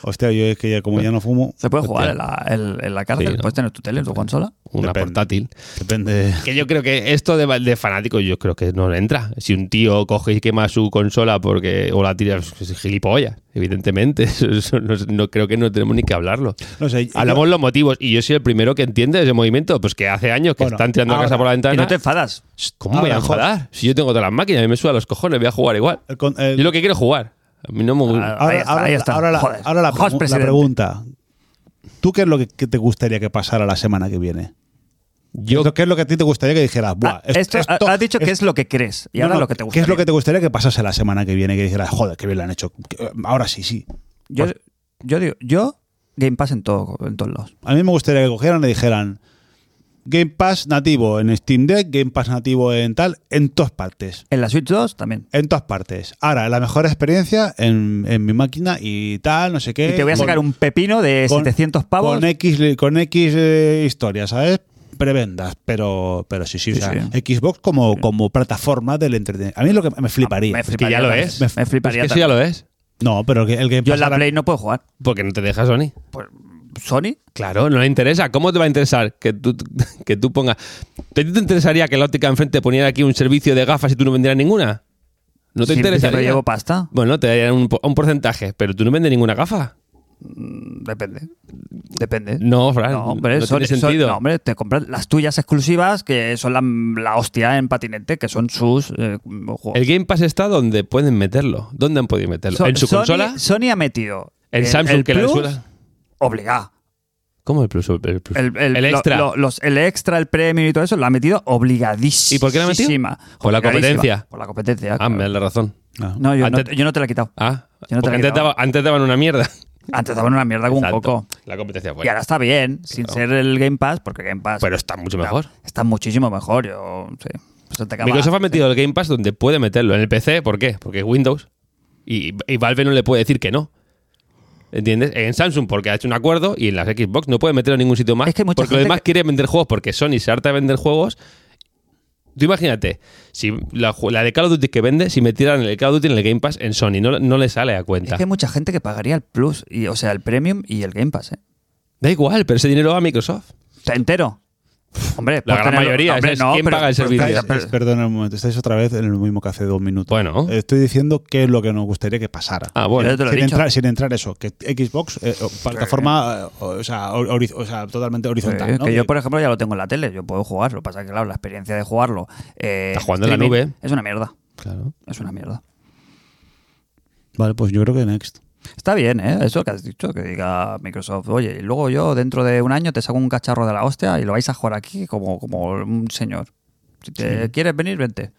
B: Hostia, yo es que ya como ya no fumo,
A: Se puede jugar en la, en- en la cárcel.
C: Sí, ¿no?
A: Puedes tener tu tele, tu consola.
C: Una
B: Depende.
C: portátil.
B: depende.
C: Que yo creo que esto de, de fanático, yo creo que no le entra. Si un tío coge y quema su consola porque o la tira, es gilipollas, evidentemente. Eso, eso no, no- creo que no tenemos ni que hablarlo.
B: No sé, yo-
C: Hablamos los motivos y yo soy el primero que entiende ese movimiento, pues que hace años que
B: Bueno,
C: están tirando la
B: ahora,
C: casa por la ventana.
A: Y no te enfadas.
C: ¿Cómo me voy a
B: Ahora,
C: enfadar? Si yo tengo todas las máquinas, a mí me suda los cojones, voy a jugar igual.
B: el con- el-
C: Yo lo que quiero es jugar. A mí no
A: Ah,
C: me gusta.
A: ahí
B: ahora,
A: está,
B: ahora-
A: ahí está.
B: ahora la,
A: Joder.
B: ahora la,
A: Joder,
B: pregu- la
A: presidente.
B: pregunta. ¿Tú qué es lo que, que te gustaría que pasara la semana que viene?
C: Yo,
B: ¿Qué es lo que a ti te gustaría que dijeras? Buah,
A: Ah, esto, has dicho que es lo que crees y
B: no,
A: ahora
B: no,
A: lo que te gusta.
B: ¿Qué es lo que te gustaría que pasase la semana que viene? Que dijeras, joder, qué bien lo han hecho. Que- eh, Ahora sí, sí.
A: Yo, yo digo, yo Game Pass en, todo, en todos lados.
B: A mí me gustaría que cogieran y dijeran Game Pass nativo en Steam Deck, Game Pass nativo en tal, en todas partes.
A: En la Switch 2 también.
B: En todas partes. Ahora, la mejor experiencia en, en mi máquina y tal, no sé qué.
A: Y
C: Eh,
A: te voy a sacar un pepino de
B: con-
A: 700 pavos. Ah,
B: Con X, li- con X eh, historia, ¿sabes? Prevendas, pero, pero sí, sí, o
A: Sí,
B: sea,
A: sí.
B: Xbox como, como plataforma del entretenimiento. A mí lo que me fliparía.
A: me fliparía.
C: ya lo
A: también.
C: es.
A: Me,
B: Es
C: es que
A: fliparía.
C: eso ya
A: también.
C: lo es.
B: No, pero que el Game Pass.
A: Yo en la
B: ahora-
A: Play no puedo jugar.
C: Porque no te deja Sony.
A: Pues, Sony,
C: Claro, no le interesa. ¿Cómo te va a interesar que tú, que tú pongas. ¿Te, te interesaría que la óptica enfrente poniera aquí un servicio de gafas y tú no vendieras ninguna? ¿No te
A: si-
C: interesa?
A: si me llevo pasta,
C: Bueno, te darían un, po- un porcentaje, pero tú no vendes ninguna gafa.
A: depende. Depende.
C: No, Fran.
A: No, hombre,
C: no
A: Sony-
C: tiene
A: Sony-
C: sentido.
A: no, hombre, te compras las tuyas exclusivas, que son la, la hostia en patinete, que son sus eh, juegos.
C: el Game Pass está donde pueden meterlo. ¿Dónde han podido meterlo?
A: So-
C: ¿En su
A: Sony-
C: consola?
A: Sony ha metido.
C: ¿En Samsung que la
A: Plus,
C: suela?
A: Obligado.
C: ¿Cómo el plus? El, plus?
A: El, el-
C: El
A: lo-
C: extra.
A: lo- los, el extra, el premio y todo eso, lo ha metido obligadísima.
C: ¿Y por qué lo ha metido? Por la
A: Obligadísima.
C: competencia.
A: Por la competencia.
C: Ah, me das la razón.
B: Ah.
A: No, yo,
C: Antes-
A: no, yo no te la he quitado.
C: Ah,
A: Yo no te
C: porque
A: la he
C: antes,
A: quitado.
C: daba- antes daban una mierda.
A: Antes daban una mierda con un
C: Exacto.
A: coco.
C: La competencia
A: Y
C: fuera.
A: ahora está bien, sin ser el Game Pass, porque Game Pass
C: Pero está mucho mejor.
A: está muchísimo mejor. Yo, sí. Eso te acaba-
C: Microsoft ha metido el Game Pass donde puede meterlo. En el PC, ¿por qué? Porque es Windows. Y, y Valve no le puede decir que no. ¿Entiendes? En Samsung porque ha hecho un acuerdo y en las Xbox no puede meterlo en ningún sitio más.
A: Es que hay mucha
C: porque
A: gente
C: los demás
A: que-
C: quieren vender juegos porque Sony se harta de vender juegos. Tú imagínate, si la, ju- la de Call of Duty que vende, si metieran el Call of Duty en el Game Pass en Sony, no, no le sale a cuenta.
A: Es que hay mucha gente que pagaría el Plus, y, o sea, el Premium y el Game Pass, ¿eh?
C: Da igual, pero ese dinero va a Microsoft.
A: O sea, entero. Hombre, por
C: La gran
A: tener-
C: mayoría,
A: hombre,
C: es- ¿quién paga el servicio?
B: Estáis-
A: pero- pero-
B: es- perdona un momento, estáis otra vez en lo mismo que hace dos minutos.
C: Bueno.
B: Estoy diciendo qué es lo que nos gustaría que pasara.
C: Ah, bueno.
A: Yo te lo he
B: sin,
A: dicho.
B: entrar, sin entrar eso, que Xbox, eh, o plataforma, eh, o, sea, o- horiz- o sea, totalmente horizontal.
A: Sí,
B: ¿no?
A: Que yo, por ejemplo, ya lo tengo en la tele, yo puedo jugar. Lo que pasa es que, claro, la experiencia de jugarlo. eh,
C: Está jugando en la
A: streaming
C: nube.
A: Es una mierda.
C: Claro.
A: Es una mierda.
B: Vale, pues yo creo que Next.
A: Está bien, ¿eh? Eso que has dicho, que diga Microsoft, oye, y luego yo dentro de un año te saco un cacharro de la hostia y lo vais a jugar aquí como, como un señor. Si te quieres venir, vente.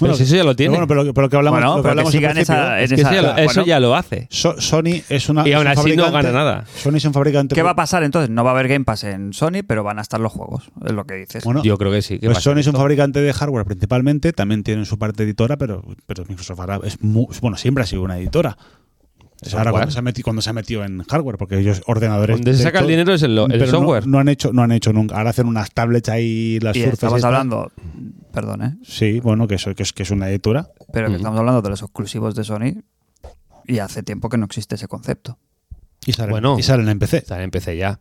C: Pero si eso ya lo
B: Pero
C: tiene.
B: bueno, pero, pero que hablamos,
A: Bueno, pero
B: lo que
A: que
B: hablamos en
A: sigan
B: principio,
A: esa-
B: es
A: en
C: Que
A: esa-
C: eso ya lo-
A: bueno.
C: eso ya lo hace.
B: So- Sony es una.
C: Y
B: es
C: aún
B: un
C: así no
B: fabricante-
C: gana nada.
B: Sony es un fabricante.
A: ¿Qué va a pasar entonces? No va a haber Game Pass en Sony, pero van a estar los juegos, es lo que dices.
B: Bueno,
C: Yo creo que sí. que
B: pues
C: pasa.
B: Sony es un fabricante de hardware principalmente. También tienen su parte editora, pero, pero Microsoft ahora es muy, bueno, siempre ha sido una editora. Es ahora
C: Software.
B: cuando se, ha meti- cuando se ha metido en hardware, porque ellos ordenadores.
C: Donde se
B: de
C: saca el
B: todo-
C: dinero es el, lo- el
B: pero no-
C: software.
B: No, han hecho, no han hecho nunca. Ahora hacen unas tablets ahí, las
A: y
B: surfaces.
A: estamos hablando, perdón, ¿eh?
B: Sí, bueno, que, eso, que, es, que es una editora.
A: pero que
C: Ujú.
A: estamos hablando de los exclusivos de Sony y hace tiempo que no existe ese concepto.
B: Y salen,
C: Bueno.
B: y salen en PC.
C: Está, empecé ya.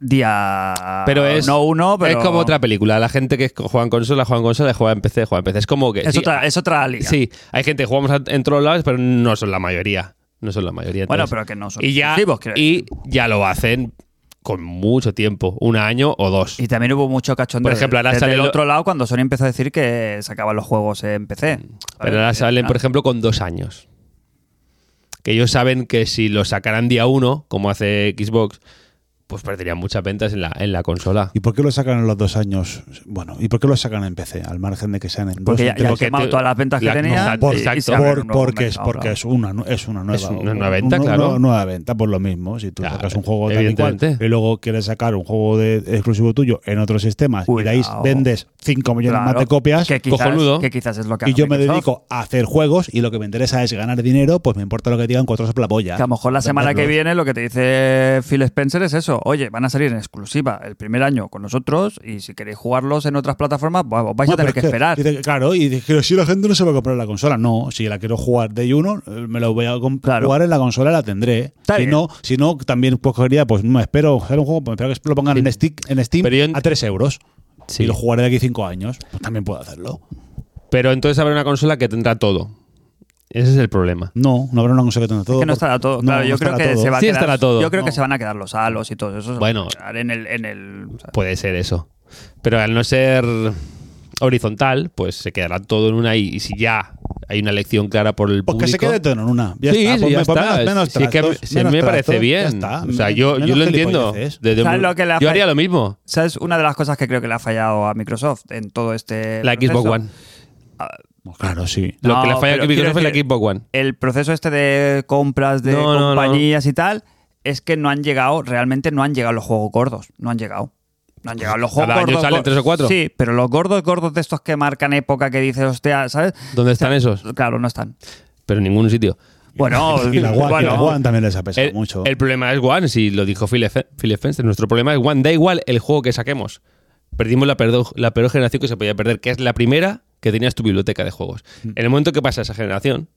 A: Día
C: Pero es,
A: Ah, no uno, pero
C: es como otra película. La gente que juega en consola, juega en consola, juega en PC, juega en PC. Es como que.
A: es
C: sí,
A: otra es otra liga.
C: sí, hay gente que jugamos a- en todos lados, pero no son la mayoría. No son la mayoría.
A: Bueno,
C: entonces-
A: pero que no son
C: y ya,
A: exclusivos, quiero
C: y ya lo hacen con mucho tiempo, un año o dos.
A: Y también hubo mucho cachondeo.
C: Por ejemplo, ahora
A: desde
C: sale
A: el
C: lo-
A: otro lado cuando Sony empezó a decir que sacaban los juegos en Ah. PC.
C: Mm. Pero
B: eh,
C: ahora
B: ah.
C: salen, por ejemplo, con dos años. Que ellos saben que si lo sacaran día uno, como hace Xbox, pues perderían muchas ventas en la, en la consola.
B: ¿Y por qué lo sacan en los dos años? Bueno, ¿y por qué lo sacan en PC? Al margen de que sean en dos
A: Porque
B: o
A: ya,
B: tres
A: ya han
C: porque
A: quemado
C: te-
A: todas las ventas que
C: la-
A: tenían.
C: no,
A: y- y se
C: exacto.
A: abre un
B: Por,
A: nuevo
B: porque es,
A: mercado,
B: porque
A: claro.
B: es una, nu- es una nueva
C: Es una nueva venta,
B: una
C: claro.
B: nueva venta, por lo mismo. Si tú
C: Claro,
B: sacas un juego tal y cual,
C: evidentemente.
B: y luego quieres sacar un juego de, exclusivo tuyo en otros sistemas y de ahí
A: Cuidado.
B: vendes 5 millones
A: Claro,
B: más de copias
A: que quizás,
C: cojonudo.
A: que quizás es lo que
B: y
A: hace
B: yo me
A: Microsoft.
B: dedico a hacer juegos y lo que me interesa es ganar dinero, pues me importa lo que digan cuatro soplapoyas.
A: Que a lo mejor la semana que viene lo que te dice Phil Spencer es eso. Oye, van a salir en exclusiva el primer año con nosotros y si queréis jugarlos en otras plataformas, pues, os vais
B: No,
A: a tener
B: pero
A: que
B: es que-
A: esperar.
B: dice que, claro, y dice que si la gente no se va a comprar la consola. No, si la quiero jugar de uno, eh, me la voy a comp-
A: Claro.
B: jugar en la consola, la tendré.
A: Está
B: si
A: bien.
B: no, si no, también pues, cogería, pues no, espero sale un juego, pues, espero que lo pongan en, Steam- en Steam
C: Pero yo en-
B: a 3 euros.
C: Sí.
B: Y lo jugaré de aquí 5 años. Pues también puedo hacerlo.
C: Pero entonces habrá una consola que tendrá todo. Ese es el problema.
B: No, no habrá una consola que tenga todo.
A: que no
B: porque-
A: estará todo.
B: no,
A: claro,
B: no
A: yo creo
B: estará
A: que
B: todo.
A: se va a
C: Sí
A: quedar-
C: estará todo.
A: Yo creo que
B: No.
A: se van a quedar los halos y todo eso. se va a
C: Bueno.
A: quedar en el, en el o sea,
C: Puede ser eso. Pero al no ser horizontal, pues se quedará todo en una. Y, y si ya hay una elección clara por el
B: Pues
C: público.
B: que se quede todo en una. Ya
C: sí,
B: está, pues ponme-
C: sí, ya
B: ponme
C: está.
B: menos- menos
C: Si es que
B: trastos,
C: si
B: menos
C: me parece
B: trastos, ya
C: bien.
B: está.
C: O sea, yo, yo
B: Menos
C: lo entiendo.
B: gilipolleces.
C: Desde
A: ¿Sabes
C: un-
A: lo que le
C: yo
A: hace-
C: haría lo mismo.
A: ¿Sabes? Una de las cosas que creo que le ha fallado a Microsoft en todo este.
C: La Xbox
A: proceso,
C: One.
B: Claro, sí.
C: lo que le
A: No, pero
C: falla a Microsoft es
A: quiero
C: la
A: decir-
C: Xbox One.
A: El proceso este de compras de
C: No, no, no.
A: compañías y tal es que no han llegado, realmente no han llegado los juegos gordos. No han llegado. No han llegado los juegos
C: Pues, Cada año
A: gordos.
C: salen
A: gor-
C: tres o cuatro.
A: Sí, pero los gordos, gordos de estos que marcan época que dices, hostia, ¿sabes?
C: ¿Dónde están esos?
A: Claro, no están.
C: Pero en ningún sitio.
A: Bueno,
B: Y la One, y
A: bueno,
B: la One también les ha pesado
C: El,
B: mucho.
C: el problema es One, si lo dijo Phil, Efe- Phil Spencer. Nuestro problema es One. Da igual el juego que saquemos. Perdimos la, perdo- la peor generación que se podía perder, que es la primera que tenías tu biblioteca de juegos. En el momento que pasa esa generación,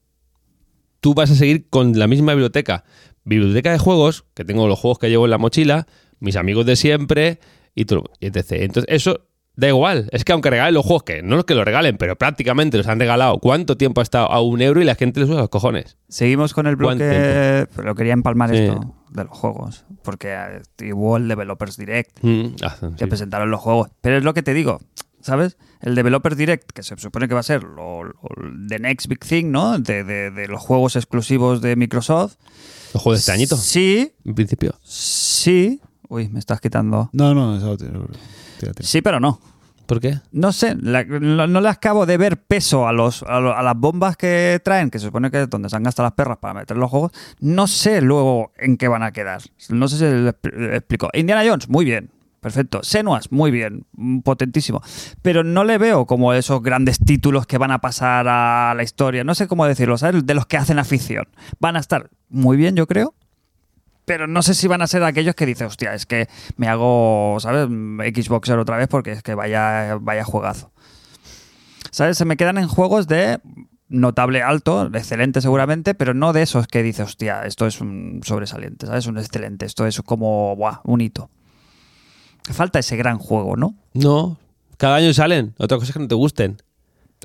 C: tú vas a seguir con la misma biblioteca. Biblioteca de juegos, que tengo los juegos que llevo en la mochila, mis amigos de siempre, y todo, y etc. Entonces, eso da igual. Es que aunque regalen los juegos, que no los que los regalen, pero prácticamente los han regalado. ¿Cuánto tiempo ha estado a un euro y la gente les usa los cojones?
A: Seguimos con el
C: ¿Cuánto
A: bloque. Pero quería empalmar
C: Sí.
A: esto de los juegos. Porque eh, hubo el Developers Direct
C: Mm, ah,
A: que
C: sí.
A: presentaron los juegos. Pero es lo que te digo, ¿sabes? El Developer Direct, que se supone que va a ser lo, lo- the next big thing, ¿no? De, de- de los juegos exclusivos de Microsoft.
C: Los juegos de este añito.
A: Sí,
C: En principio.
A: sí. Uy, me estás quitando.
B: No, no, eso tira, tira, tira.
A: Sí, pero no.
C: ¿Por qué?
A: No sé, la- no, no le acabo de ver peso a, los, a, lo- a las bombas que traen, que se supone que es donde se han gastado las perras para meter los juegos. No sé luego en qué van a quedar. No sé si le expl- le explico. Indiana Jones, muy bien. Perfecto. Senuas, muy bien. mm, Potentísimo. Pero no le veo como esos grandes títulos que van a pasar a la historia. No sé cómo decirlo, ¿sabes? De los que hacen afición. Van a estar muy bien, yo creo. Pero no sé si van a ser aquellos que dicen, hostia, es que me hago, ¿sabes? Xboxer otra vez porque es que vaya, vaya juegazo. ¿Sabes? Se me quedan en juegos de notable alto, excelente seguramente, pero no de esos que dice, hostia, esto es un sobresaliente, ¿sabes? Un excelente, esto es como, buah, un hito. Falta ese gran juego, ¿no?
C: No. Cada año salen. Otra cosa es que no te gusten.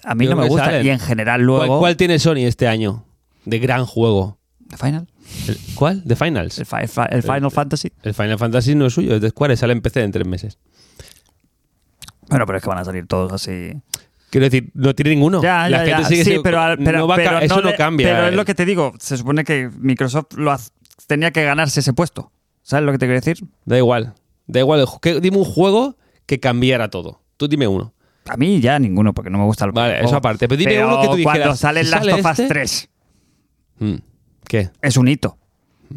A: A mí
C: Yo
A: no me
C: creo que
A: gusta.
C: salen.
A: Y en general
C: ¿Cuál,
A: luego...
C: cuál tiene Sony este año? De gran juego.
A: ¿El Final?
C: ¿El- ¿Cuál? ¿De Finals?
A: El, fi- el fi- el Final Fantasy?
C: El Final Fantasy no es suyo, es de Square, sale en PC en tres meses.
A: Bueno, pero es que van a salir todos así.
C: Quiero decir, no tiene ninguno.
A: Ya,
C: La
A: ya,
C: gente
A: ya. Sí,
C: sigue siendo-
A: pero, al- pero-
C: no va a ca-
A: pero
C: eso no,
A: le-
C: cambia. eh.
A: Pero es lo que te digo. Se supone que Microsoft lo haz- tenía que ganarse ese puesto. ¿Sabes lo que te quiero decir?
C: Da igual. Da igual. ¿Qué- Dime un juego que cambiara todo. Tú dime uno.
A: A mí ya ninguno, porque no me gusta el
C: Vale,
A: videojuego.
C: eso aparte. Pero dime
A: Pero
C: uno que tú dijeras,
A: cuando sale
C: si
A: Last
C: sale
A: of Us
C: este-
A: 3,
C: Mm. ¿Qué?
A: es un hito.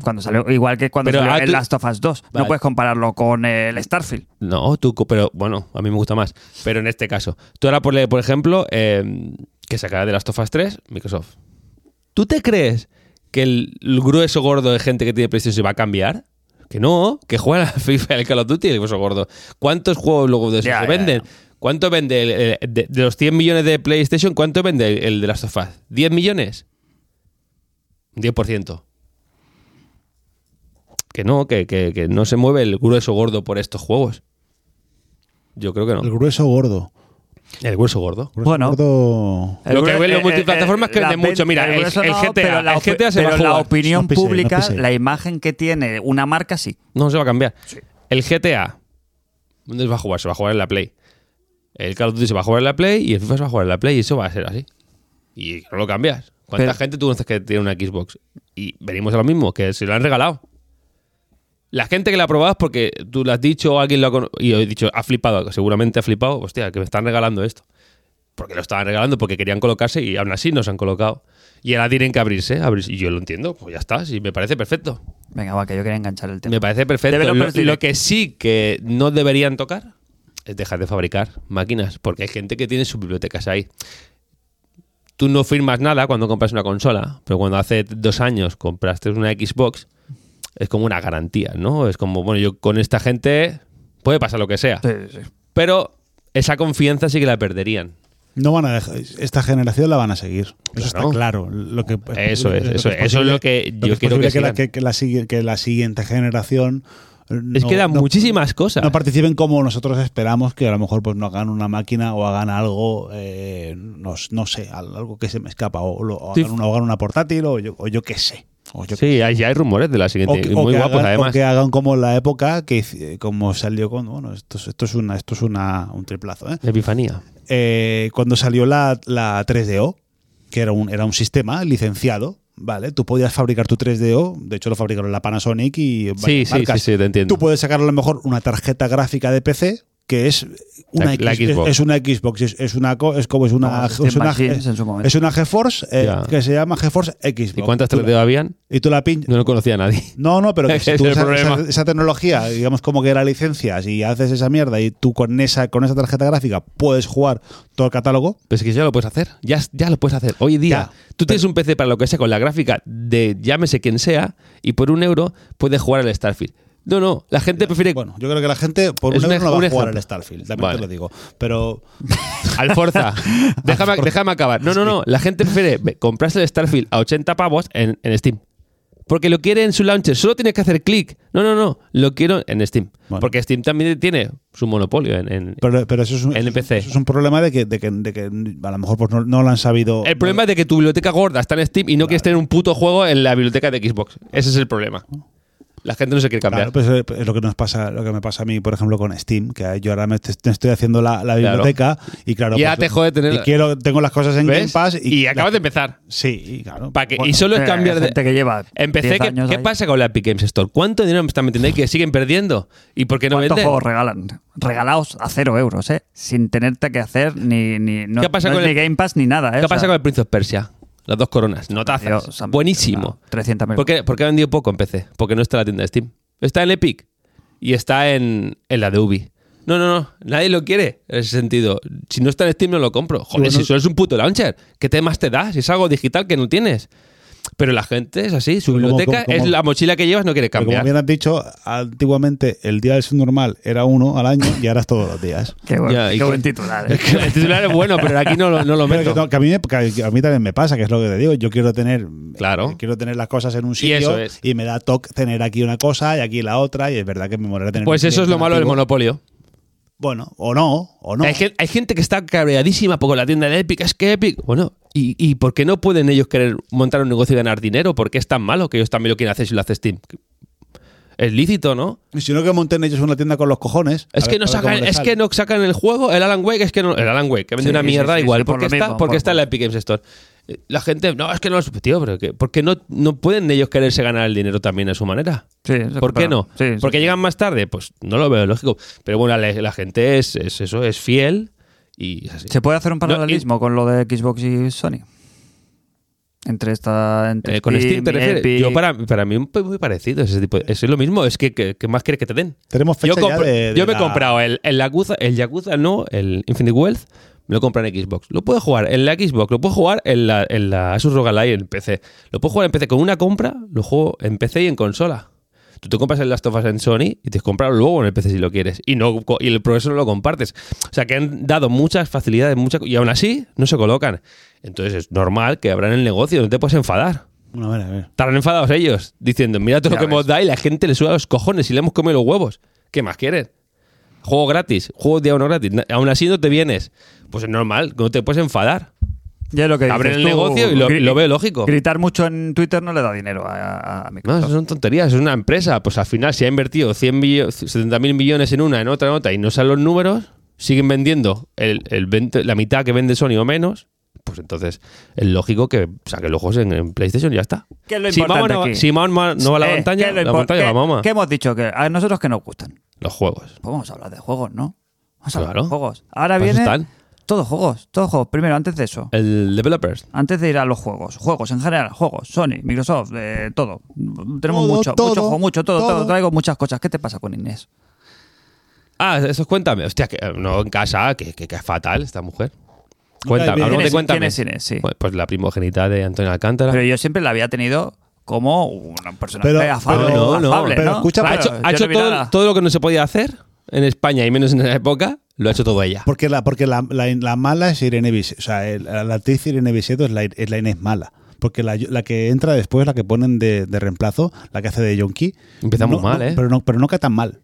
A: Cuando salió, igual que cuando
C: Pero,
A: salió
C: ah,
A: el
C: tú-
A: Last of Us 2.
C: Vale.
A: No puedes compararlo con el Starfield.
C: No, tú, co- pero bueno, a mí me gusta más. Pero en este caso, tú ahora ponle, por ejemplo, eh, que sacará de las Tofas 3 Microsoft. ¿Tú te crees que el, el grueso gordo de gente que tiene PlayStation se va a cambiar? Que no, que juegan al FIFA y al Call of Duty, el grueso gordo. ¿Cuántos juegos luego de eso
A: Ya,
C: se
A: ya,
C: venden? ¿Cuánto vende el- el- de, de los 100 millones de PlayStation? ¿Cuánto vende el, el de las Tofas? ¿10 millones? 10%. Que no, que, que- que no se mueve el grueso gordo por estos juegos. Yo creo que
B: El
C: no.
B: grueso gordo.
C: El grueso gordo.
B: Grueso
A: Bueno.
B: gordo-
C: Lo que
A: grueso-
C: ven los multiplataformas que
A: la
C: venden mucho.
A: ven-
C: Mira, el-
A: grueso
C: el GTA,
A: pero la,
C: el
A: opi-
C: GTA se va a
A: pero la
C: jugar.
A: opinión
B: No pise, no
A: pública,
B: pise.
A: la imagen que tiene una marca, sí.
C: No se va a cambiar. El GTA. ¿Dónde se va a jugar? Se va a jugar en la Play. El Call of Duty se va a jugar en la Play y el FIFA se va a jugar en la Play y eso va a ser así. Y no lo cambias. ¿Cuánta
A: Pero-
C: gente tú conoces que tiene una Xbox? Y venimos a lo mismo, que se lo han regalado. La gente que la ha probado es porque tú lo has dicho o alguien lo ha cono- y he dicho, ha flipado, seguramente ha flipado, hostia, que me están regalando esto. Porque lo estaban regalando, porque querían colocarse y aún así no se han colocado. Y ahora tienen que abrirse, abrirse. Y yo lo entiendo, pues ya está, sí, me parece perfecto.
A: Venga, va, que yo quería enganchar el tema.
C: Me parece perfecto. Lo,
A: Developers Direct.
C: lo que sí que no deberían tocar es dejar de fabricar máquinas, porque hay gente que tiene sus bibliotecas ahí. Tú no firmas nada cuando compras una consola, pero cuando hace dos años compraste una Xbox, es como una garantía, ¿no? Es como, bueno, yo con esta gente puede pasar lo que sea,
A: Sí, sí, sí.
C: pero esa confianza sí que la perderían.
B: No van a dejar, esta generación la van a seguir. Eso
C: Claro.
B: está claro. Lo que,
C: Eso es,
B: lo que
C: eso es. Eso es lo que yo
B: es
C: quiero que
B: posible la,
C: sigan.
B: que, que la, sigue- que la siguiente generación. eh,
C: es
B: no-
C: que dan
B: no-
C: muchísimas cosas.
B: No participen como nosotros esperamos, que a lo mejor pues no hagan una máquina o hagan algo, eh, no, no sé, al- algo que se me escapa, o, lo- o
C: Sí.
B: hagan, una, o hagan una portátil, o yo, o yo qué sé. O yo qué
C: sí, hay- ya hay rumores de la
B: o
C: siguiente.
B: que,
C: y
B: o
C: muy
B: que
C: guapos,
B: hagan, o
C: además.
B: que hagan como la época que hici- como salió con bueno esto, es- esto es una esto es una un triplazo ¿eh?
C: Epifanía.
B: Eh, cuando salió la, la 3DO que era un era un sistema licenciado vale tú podías fabricar tu 3DO de hecho lo fabricaron la Panasonic y
C: Sí,
B: varias
C: sí, sí,
B: marcas.
C: sí, te entiendo.
B: tú puedes sacar a lo mejor una tarjeta gráfica de PC que es una
C: La- la
B: X- es-
C: Xbox.
B: Es, una Xbox es, es una co- es como es una
C: Ah,
A: Como
B: es
A: System
B: una,
A: Machines en su momento.
B: es una GeForce eh,
C: Ya.
B: que se llama GeForce Xbox
C: ¿Y cuántas
B: Tú la-
C: 3D habían?
B: y tú la pinchas
C: No lo conocía a nadie.
B: no, no, pero que
C: Ese
B: si tú
C: es el
B: esa,
C: problema.
B: esa- esa tecnología, digamos como que era licencias y haces esa mierda y tú con esa con esa tarjeta gráfica puedes jugar todo el catálogo.
C: Pero es que ya lo puedes hacer. Ya, ya lo puedes hacer. Hoy en día,
B: Ya,
C: tú tienes un PC para lo que sea, con la gráfica de llámese quien sea, y por un euro puedes jugar al Starfield. No, no, la gente prefiere
B: Bueno, yo creo que la gente por
C: Es
B: un
C: un
B: euro no
C: ej-
B: va
C: un
B: a jugar
C: ejemplo.
B: al Starfield, también
C: Vale.
B: te lo digo. Pero
C: al Forza. déjame, déjame acabar. No, no, no. La gente prefiere ve- comprarse el Starfield a 80 pavos en, en Steam. Porque lo quiere en su launcher. Solo tienes que hacer clic. No, no, no. Lo quiero en Steam.
B: Bueno.
C: Porque Steam también tiene su monopolio en, en-
B: pero, pero eso es un,
C: NPC.
B: eso es un problema de que, de que, de que a lo mejor pues no, no lo han sabido.
C: El problema es de que tu biblioteca gorda está en Steam y no quieres tener un puto juego en la biblioteca de Xbox. Ese es el problema. La gente no se quiere cambiar.
B: Claro, pues eh, es lo que nos pasa, lo que me pasa a mí, por ejemplo, con Steam, que yo ahora me est- me estoy haciendo la, la
C: Claro.
B: biblioteca y claro, pues,
C: Y ya te jode tener-
B: y quiero tengo las cosas en Game
C: ¿Ves?
B: Pass
C: y, acabas de
B: la-
C: empezar.
B: sí, y claro.
C: Pa' que-
B: bueno.
C: y solo es
A: Eh,
C: cambiar de.
A: gente que lleva
C: Empecé.
A: 10
C: que-
A: años
C: ¿Qué
A: ahí.
C: pasa con la Epic Games Store? ¿Cuánto dinero me están metiendo ahí que siguen perdiendo? ¿Y por qué no
A: ¿Cuántos
C: venden?
A: juegos regalan? Regalaos a cero euros, ¿eh? Sin tenerte que hacer ni, ni, no,
C: ¿Qué pasa
A: no
C: con
A: es
C: el-
A: ni Game Pass ni nada, ¿eh?
C: ¿Qué
A: O sea,
C: pasa con el Prince of Persia? Las dos coronas. Notazas.
A: Dios, han-
C: Buenísimo.
A: no, 300.000.
C: ¿Por qué, por qué ha vendido poco en PC? Porque no está en la tienda de Steam. Está en Epic. Y está en, en la de Ubi. No, no, no. Nadie lo quiere en ese sentido. Si no está en Steam, no lo compro. Joder,
B: Bueno.
C: si solo es un puto launcher, ¿qué te más te das? Si es algo digital que no tienes. Pero la gente es así. Su
B: Pero como-
C: biblioteca
B: como- como-
C: es la mochila que llevas, no quiere
B: Pero
C: cambiar.
B: Como bien has dicho, antiguamente el día del subnormal era uno al año y ahora es todos los días.
A: Qué buen,
C: Ya, y
A: qué
C: que-
A: buen titular, ¿eh?
C: Es que el titular es bueno, pero aquí no lo, no lo
B: Pero
C: meto.
B: que no, que a, mí me- que a mí también me pasa, que es lo que te digo. Yo quiero tener,
C: Claro.
B: eh, quiero tener las cosas en un sitio
C: eso es.
B: y me da toque tener aquí una cosa y aquí la otra y es verdad que me molaría tener.
C: Pues
B: un
C: eso es
B: cliente
C: lo malo del
B: nativo.
C: monopolio.
B: Bueno, o no, o no.
C: Hay, gen- hay gente que está cabreadísima por- con la tienda de Epic. Es que Epic. Bueno, ¿y, ¿y por qué no pueden ellos querer montar un negocio y ganar dinero? ¿Por qué es tan malo que ellos también lo quieren hacer si lo hace Steam? es lícito, ¿no?
B: Y si no, que monten ellos una tienda con los cojones.
C: Es
B: A ver-
C: que, no
B: a ver
C: sacan,
B: cómo les
C: es
B: sale.
C: que no sacan el juego, el Alan Wake, es que no, el Alan Wake, que
A: Sí,
C: vende una
A: sí,
C: mierda
A: sí, sí,
C: igual,
A: por
C: porque,
A: lo
C: está,
A: mismo,
C: porque
A: por-
C: está en la Epic Games Store. Eh, La gente, no, es que no es, tío, pero que, ¿por qué no, no pueden ellos quererse ganar el dinero también a su manera?
A: Sí, eso
C: ¿Por
A: está
C: qué
A: claro.
C: no?
A: Sí, sí.
C: ¿Porque llegan más tarde? Pues no lo veo lógico. Pero bueno, la, la gente es, es eso, es fiel y es así.
A: ¿Se puede hacer un
C: No, y-
A: paralelismo con lo de Xbox y Sony? Entre esta. Entre
C: Eh, con Steam, te refieres.
A: Epic.
C: Yo para, para mí es muy parecido ese tipo. de- es lo mismo, es que, que- que más quieres que te den.
B: Tenemos fecha
C: Yo,
B: ya
C: compro-
B: de, de
C: yo me he
B: la-
C: comprado el, el Yakuza, el Yakuza no, el Infinite Wealth, me lo compro en Xbox. Lo puedo jugar en la Xbox, lo puedo jugar en la, en la Asus ROG Ally, en PC. Lo puedo jugar en PC con una compra, lo juego en PC y en consola. Tú te compras el Last of Us en Sony y te compras luego en el PC si lo quieres. Y, no, co- y el progreso no lo compartes. O sea, que han dado muchas facilidades muchas, co- y aún así no se colocan. Entonces es normal que abran el negocio, no te puedes enfadar.
B: Bueno, a ver, a ver.
C: Estarán enfadados ellos, diciendo, mira todo
A: Ya
C: lo que
A: ves.
C: hemos dado y la gente le suda los cojones y le hemos comido los huevos. ¿Qué más quieren? Juego gratis, juego de uno gratis. Na- Aún así no te vienes. Pues es normal, no te puedes enfadar.
A: Ya es lo que
C: Abren
A: dices
C: el
A: tú,
C: negocio y lo,
A: gri-
C: y lo veo lógico.
A: Gritar mucho en Twitter no le da dinero a, a- a
C: No,
A: Microsoft.
C: eso son tonterías, es una empresa. Pues al final, si ha invertido 100 millo- 70 mil millones en una, en otra, en otra, y no salen los números, siguen vendiendo el, el 20 la mitad que vende Sony o menos, pues entonces es lógico que saque los juegos en, en PlayStation y ya está.
A: ¿Qué es lo
C: si
A: importante
C: Mao no, va-
A: aquí?
C: si Mao no va- no va a la
A: Eh, ¿qué
C: montaña,
A: es lo
C: la
A: impor-
C: montaña va
A: qué-
C: a Mama.
A: ¿Qué hemos dicho? Que a nosotros que nos gustan.
C: Los juegos.
A: Pues vamos a hablar de juegos, ¿no? Vamos a hablar
C: Claro.
A: de juegos. Ahora
C: Para eso
A: viene.
C: están.
A: Todos juegos, todos juegos. Primero, antes de eso.
C: El developers.
A: Antes de ir a los juegos, juegos en general, juegos, Sony, Microsoft, eh, todo. Tenemos
B: Todo,
A: mucho,
B: todo,
A: mucho juego, mucho, todo, todo,
B: todo.
A: Traigo muchas cosas. ¿Qué te pasa con Inés?
C: Ah, eso cuéntame. Hostia, que, eh, no en casa, que, que, que es fatal esta mujer. Cuéntame,
B: bien.
C: hablamos
A: ¿Quién
C: de
A: es,
C: cuéntame.
A: quién es Inés? Sí.
C: Bueno, Pues la primogenita de Antonio Alcántara.
A: Pero yo siempre la había tenido como una persona
B: Pero-
A: afable,
C: pero- no, no.
A: afable,
B: Pero
A: ¿no?
B: escucha,
C: ha
A: Claro,
B: pero-
C: hecho,
A: yo
C: ha
A: no
C: hecho
A: vi
C: todo,
A: nada.
C: todo lo que no se podía hacer en España y menos en esa época, lo ha hecho todo ella.
B: Porque la, porque la, la, la mala es Irene Biseto. O sea, el- la actriz Irene Biseto es la, es la Inés mala. Porque la, la que entra después, la que ponen de, de reemplazo, la que hace de Yonki.
C: Empezamos
B: no-
C: mal,
B: no-
C: ¿eh?
B: Pero no, pero no cae tan mal.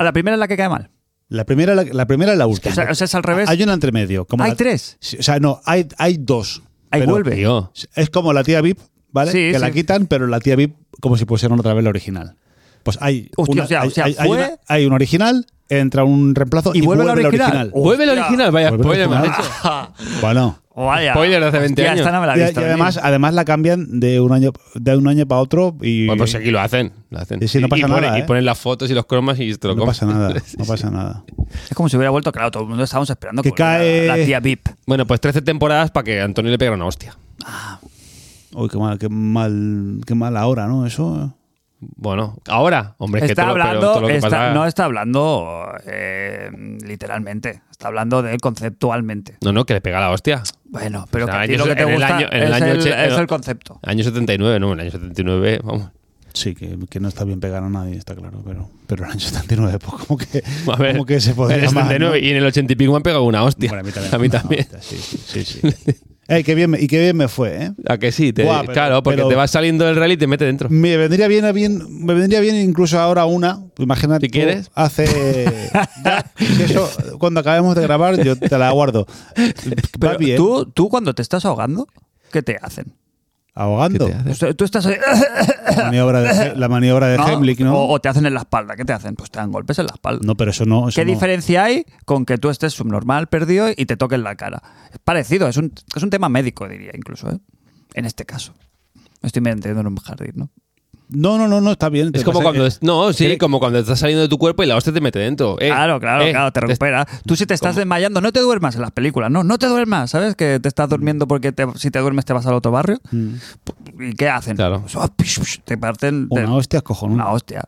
A: A la primera es la que cae mal.
B: La primera, la, la primera es la última.
A: O sea, o sea, es al revés.
B: Hay un entremedio. Como
A: Hay
B: la-
A: tres.
B: Sí, O sea, no, hay, hay dos.
A: Ahí
B: Pero
A: vuelve.
C: Tío,
B: Es como la tía VIP, ¿vale?
A: Sí,
B: que
A: sí.
B: la quitan, pero la tía VIP como si pusieran otra vez la original. Pues hay,
A: Hostia, o sea,
B: hay,
A: o sea,
B: hay- hay
A: fue-
B: una- hay un original, entra un reemplazo y, vuelve, la original.
A: Hostia.
C: vuelve el original, vaya
B: Vuelve
C: spoiler,
B: el
C: me has
B: original.
C: hecho.
A: Oh.
B: Bueno.
A: Vaya.
C: Spoiler de hace 20
A: Hostia,
C: años.
A: esta no me la he
B: Y,
A: visto
B: y
A: venir.
B: además, además la cambian de un año de un año para otro y
C: Bueno, pues aquí lo hacen. Lo hacen.
B: Y si no pasa
C: ponen-
B: nada,
C: y
B: ¿eh?
C: ponen las fotos y los cromas y te lo
B: no
C: comes.
B: pasa nada, no pasa nada.
A: Es como si hubiera vuelto, claro, todo el mundo estábamos esperando
B: Que
A: volviera
B: cae-
A: la tía VIP.
C: Bueno, pues 13 temporadas para que Antonio le pegara una hostia.
B: Uy, qué mal, qué mal, qué mal ahora, ¿no? Eso.
C: Bueno, ahora, hombre, Pues es que
A: está
C: todo lo- pero
A: hablando,
C: todo lo que
A: está-
C: pasa-
A: no está hablando eh, literalmente, está hablando de conceptualmente.
C: no, no, que le pega la hostia.
A: Bueno, pero
C: O sea,
A: que a ti
C: años-
A: lo que te
C: en el
A: gusta
C: año- en el
A: es,
C: año eh,
A: el,
C: ochen-
A: es
C: en-
A: el concepto.
C: Año 79, no, en el año 79, vamos.
B: Sí, que, que no está bien pegar a nadie, está claro, pero, pero el año 79, pues como que,
C: A ver,
B: como que se
C: en
B: podría
C: el
B: más, ¿no?
C: 79 y en el 80 y pico me han pegado una hostia.
B: Bueno,
C: a mí también.
B: No, sí, sí, sí. sí. Ey, qué bien me- y qué bien me fue, ¿eh?
C: A que sí, te-
B: Buah, pero-
C: claro, porque
B: pero-
C: te vas saliendo del rally y te mete dentro.
B: Me vendría bien, a bien, me vendría bien incluso ahora una. Imagínate,
C: Si
B: tú,
C: quieres.
B: hace ya, si eso, cuando acabemos de grabar yo te la guardo. ¿eh? Va
A: Pero
B: bien.
A: tú, tú cuando te estás ahogando, ¿qué te hacen?
B: ahogando
C: ¿Qué te hace?
A: O sea, tú estás ahí,
B: la maniobra de, la maniobra de
A: ¿no?
B: Heimlich, ¿no?
A: O, o te hacen en la espalda, ¿qué te hacen? Pues te dan golpes en la espalda.
B: No, pero eso no. eso
A: ¿Qué
B: no.
A: diferencia hay con que tú estés subnormal, perdido y te toquen la cara? Es parecido, es un, es un tema médico, diría incluso, ¿eh? en este caso. Me estoy metiendo en un jardín, ¿no?
B: No, no, no, no, está bien.
C: Es como cuando. es- no, sí, como cuando estás saliendo de tu cuerpo y la hostia te mete dentro. Eh,
A: claro, claro,
C: eh,
A: claro, te
C: es-
A: recuperas. Tú si te estás desmayando, no te duermas en las películas, no, no te duermas, ¿sabes? Que te
B: Mm.
A: estás durmiendo porque te- si te duermes te vas al otro barrio. ¿Y qué hacen?
C: Claro.
A: Pues, ah, pish, pish, te parten te-
B: Una hostia, cojonuda.
A: una hostia.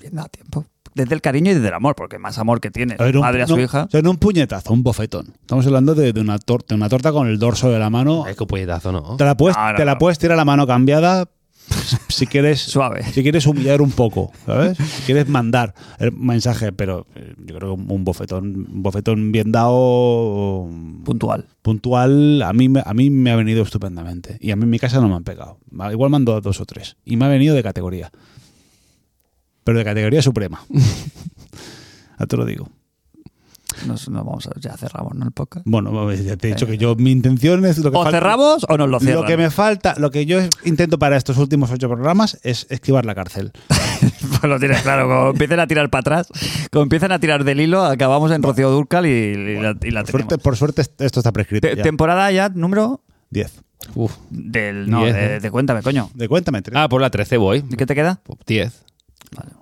A: Bien, da tiempo. Desde el cariño y desde el amor, porque más amor que tiene
B: A ver, un-
A: madre a su
B: no,
A: hija.
B: O sea, no un puñetazo, un bofetón. Estamos hablando de, de una torta, una torta con el dorso de la mano.
C: Ay, qué puñetazo, ¿no?
B: Te la puedes,
A: No, no,
B: te la
A: no.
B: puedes tirar la mano cambiada pues, si quieres.
A: Suave.
B: Si quieres humillar un poco, ¿sabes? Si quieres mandar el mensaje, pero eh, yo creo que un bofetón, un bofetón bien dado,
A: Puntual.
B: puntual, a mí, me- a mí me ha venido estupendamente. Y a mí en mi casa no me han pegado. Igual me han dado dos o tres. Y me ha venido de categoría. Pero de categoría suprema. ya te lo digo.
A: Nos, nos vamos a, ya cerramos, ¿no? El podcast.
B: Bueno, ya te he dicho que yo, mi intención es lo que
A: O
B: falta-
A: cerramos o nos lo cierran.
B: Lo que me falta, lo que yo intento para estos últimos ocho programas es esquivar la cárcel.
A: Pues lo tienes claro. Como empiecen a tirar para atrás, como empiezan a tirar del hilo, acabamos en Rocío Durcal y, y la, y la
B: Por suerte,
A: tenemos.
B: por suerte esto está prescrito.
A: Te- temporada ya, número
B: 10.
C: Uf.
A: del. No,
C: Diez,
A: de,
C: ¿eh?
A: de cuéntame, coño.
B: De cuéntame, tres.
C: Ah, por la 13 voy.
A: ¿Y ¿Qué te queda?
C: 10.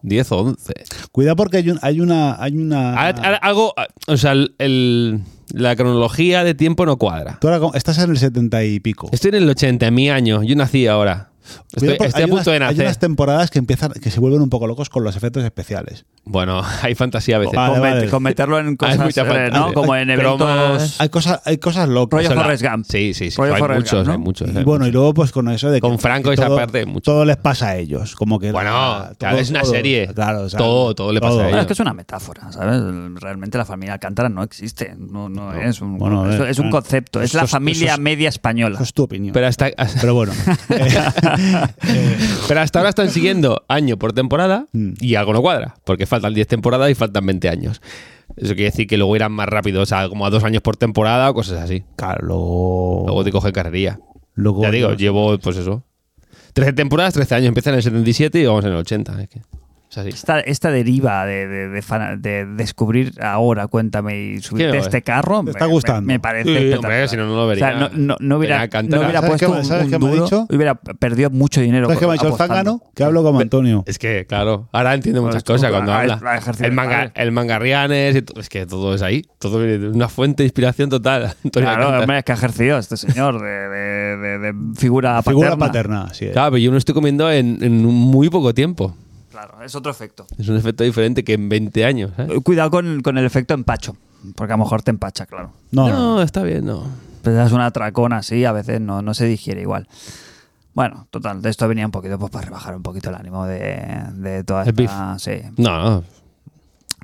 C: 10 o 11.
B: Cuidado porque hay, un- hay una. Hay una
C: Ahora- ahora algo. ah, O sea, el- el- la cronología de tiempo no cuadra.
B: Tú ahora como- estás en el 70 y pico.
C: Estoy en el 80, mi año. Yo nací ahora. Estoy,
B: Cuidado porque hay
C: estoy a punto
B: unas-
C: de
B: Hay unas
C: nacer.
B: temporadas que empiezan, que se vuelven un poco locos con los efectos especiales.
C: Bueno, hay fantasía a veces.
B: Vale,
A: con, met-
B: vale.
A: con meterlo en cosas,
C: mucha
A: eh,
C: falta.
A: ¿no? Como en eventos.
C: Bromas.
B: Hay cosas, hay cosas locas.
A: Rollo
C: Son la-
A: Forrest Gump.
C: Sí, sí, sí.
A: Rollo
C: hay,
A: Forrest
C: muchos,
A: Gump, ¿no?
C: hay muchos,
B: Y
C: hay
B: bueno, y
C: muchos.
B: luego pues con eso de que-
C: Con Franco
B: que
C: esa
B: todo-
C: parte, mucho.
B: Todo les pasa a ellos, como que
C: Bueno,
B: ah,
C: claro, es una serie.
B: Claro, o sea,
C: Todo- todo le pasa a
A: Bueno,
C: ellos.
A: es que es una metáfora, ¿sabes? Realmente la familia Alcántara no existe. No, no, es un,
B: Bueno,
A: es,
B: eh,
A: es un
B: eh,
A: concepto. Es
B: eso
A: la
B: es-
A: familia
B: eso es-
A: media española.
B: Eso es tu opinión.
C: Pero hasta,
B: Pero bueno.
C: pero hasta ahora están siguiendo año por temporada
A: Mm.
C: y algo no cuadra, porque faltan 10 temporadas y faltan 20 años. Eso quiere decir que luego irán más rápido, o sea, como a dos años por temporada o cosas así.
B: Carlos.
C: Luego te coge carrería.
B: Luego-
C: ya digo, llevo, pues eso. 13 temporadas, 13 años. Empiezan en el 77 y vamos en el 80. Es que es así.
A: Esta, esta deriva de, de- de fana- de descubrir ahora, cuéntame, y subirte
C: Sí,
A: a este carro, me,
B: está gustando.
A: me, me parece
C: Sí, hombre,
A: espectacular.
C: si no, no lo vería.
A: O sea, no, no- no
C: Venga,
A: hubiera,
C: Alcántara.
A: no hubiera
B: ¿Sabes qué
A: puesto
B: me-
A: un-
B: sabes
A: un
B: qué me ha
A: duro,
B: dicho?
A: hubiera perdido mucho dinero.
B: ¿Sabes qué me ha dicho el
A: apostando.
B: zángano? Que hablo como Antonio.
C: Es que, claro, ahora entiendo
A: Pues,
C: muchas cosas cuando
A: ah,
C: habla.
A: es- ah, ejercicio
C: El,
A: de
C: manga,
A: padre.
C: el mangarrianes, y to- es que todo es ahí. Todo viene de una fuente de inspiración total.
A: Claro,
C: Antonio Alcántara.
A: hombre, es que ha ejercido este señor de, de- de- de figura paterna.
B: Figura paterna, sí.
C: Claro, pero yo me lo estoy comiendo en, en un muy poco tiempo.
A: Claro, es otro efecto.
C: Es un efecto diferente que en 20 años. ¿sabes?
A: Eh, Cuidado con, con el efecto empacho, porque a lo mejor te empacha, claro.
B: No, no,
C: no, está bien, no.
A: Te das una pues atracón así, a veces no, no se digiere igual. Bueno, total, de esto venía un poquito pues, para rebajar un poquito el ánimo de, de toda
C: El
A: esta... Sí.
C: No, no.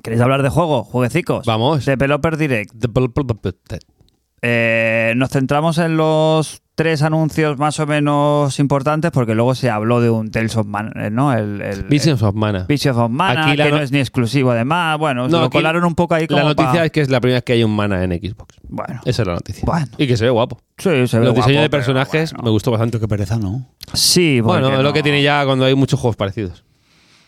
A: ¿Queréis hablar de juego? Jueguecicos.
C: Vamos.
A: Developer Direct.
C: Sí,
A: Eh, nos centramos en los tres anuncios más o menos importantes, porque luego se habló de un Tales of Man, eh, ¿no? El, el,
C: Visions of Mana.
A: el Visions of Mana,
C: Aquí la
A: que no...
C: no-
A: es ni exclusivo además. Bueno,
C: No,
A: lo
C: aquí
A: colaron un poco ahí como
C: La noticia
A: pa-
C: es que es la primera vez que hay un Mana en Xbox.
A: Bueno,
C: Esa es la noticia.
A: Bueno.
C: Y que se ve guapo.
A: sí, se ve
C: Los
A: guapo,
C: diseños de
A: pero
C: personajes
A: bueno.
C: me gustó bastante.
B: tanto que pereza, ¿no?
A: Sí,
C: Bueno,
A: porque
C: es lo
A: no-
C: que tiene ya cuando hay muchos juegos parecidos.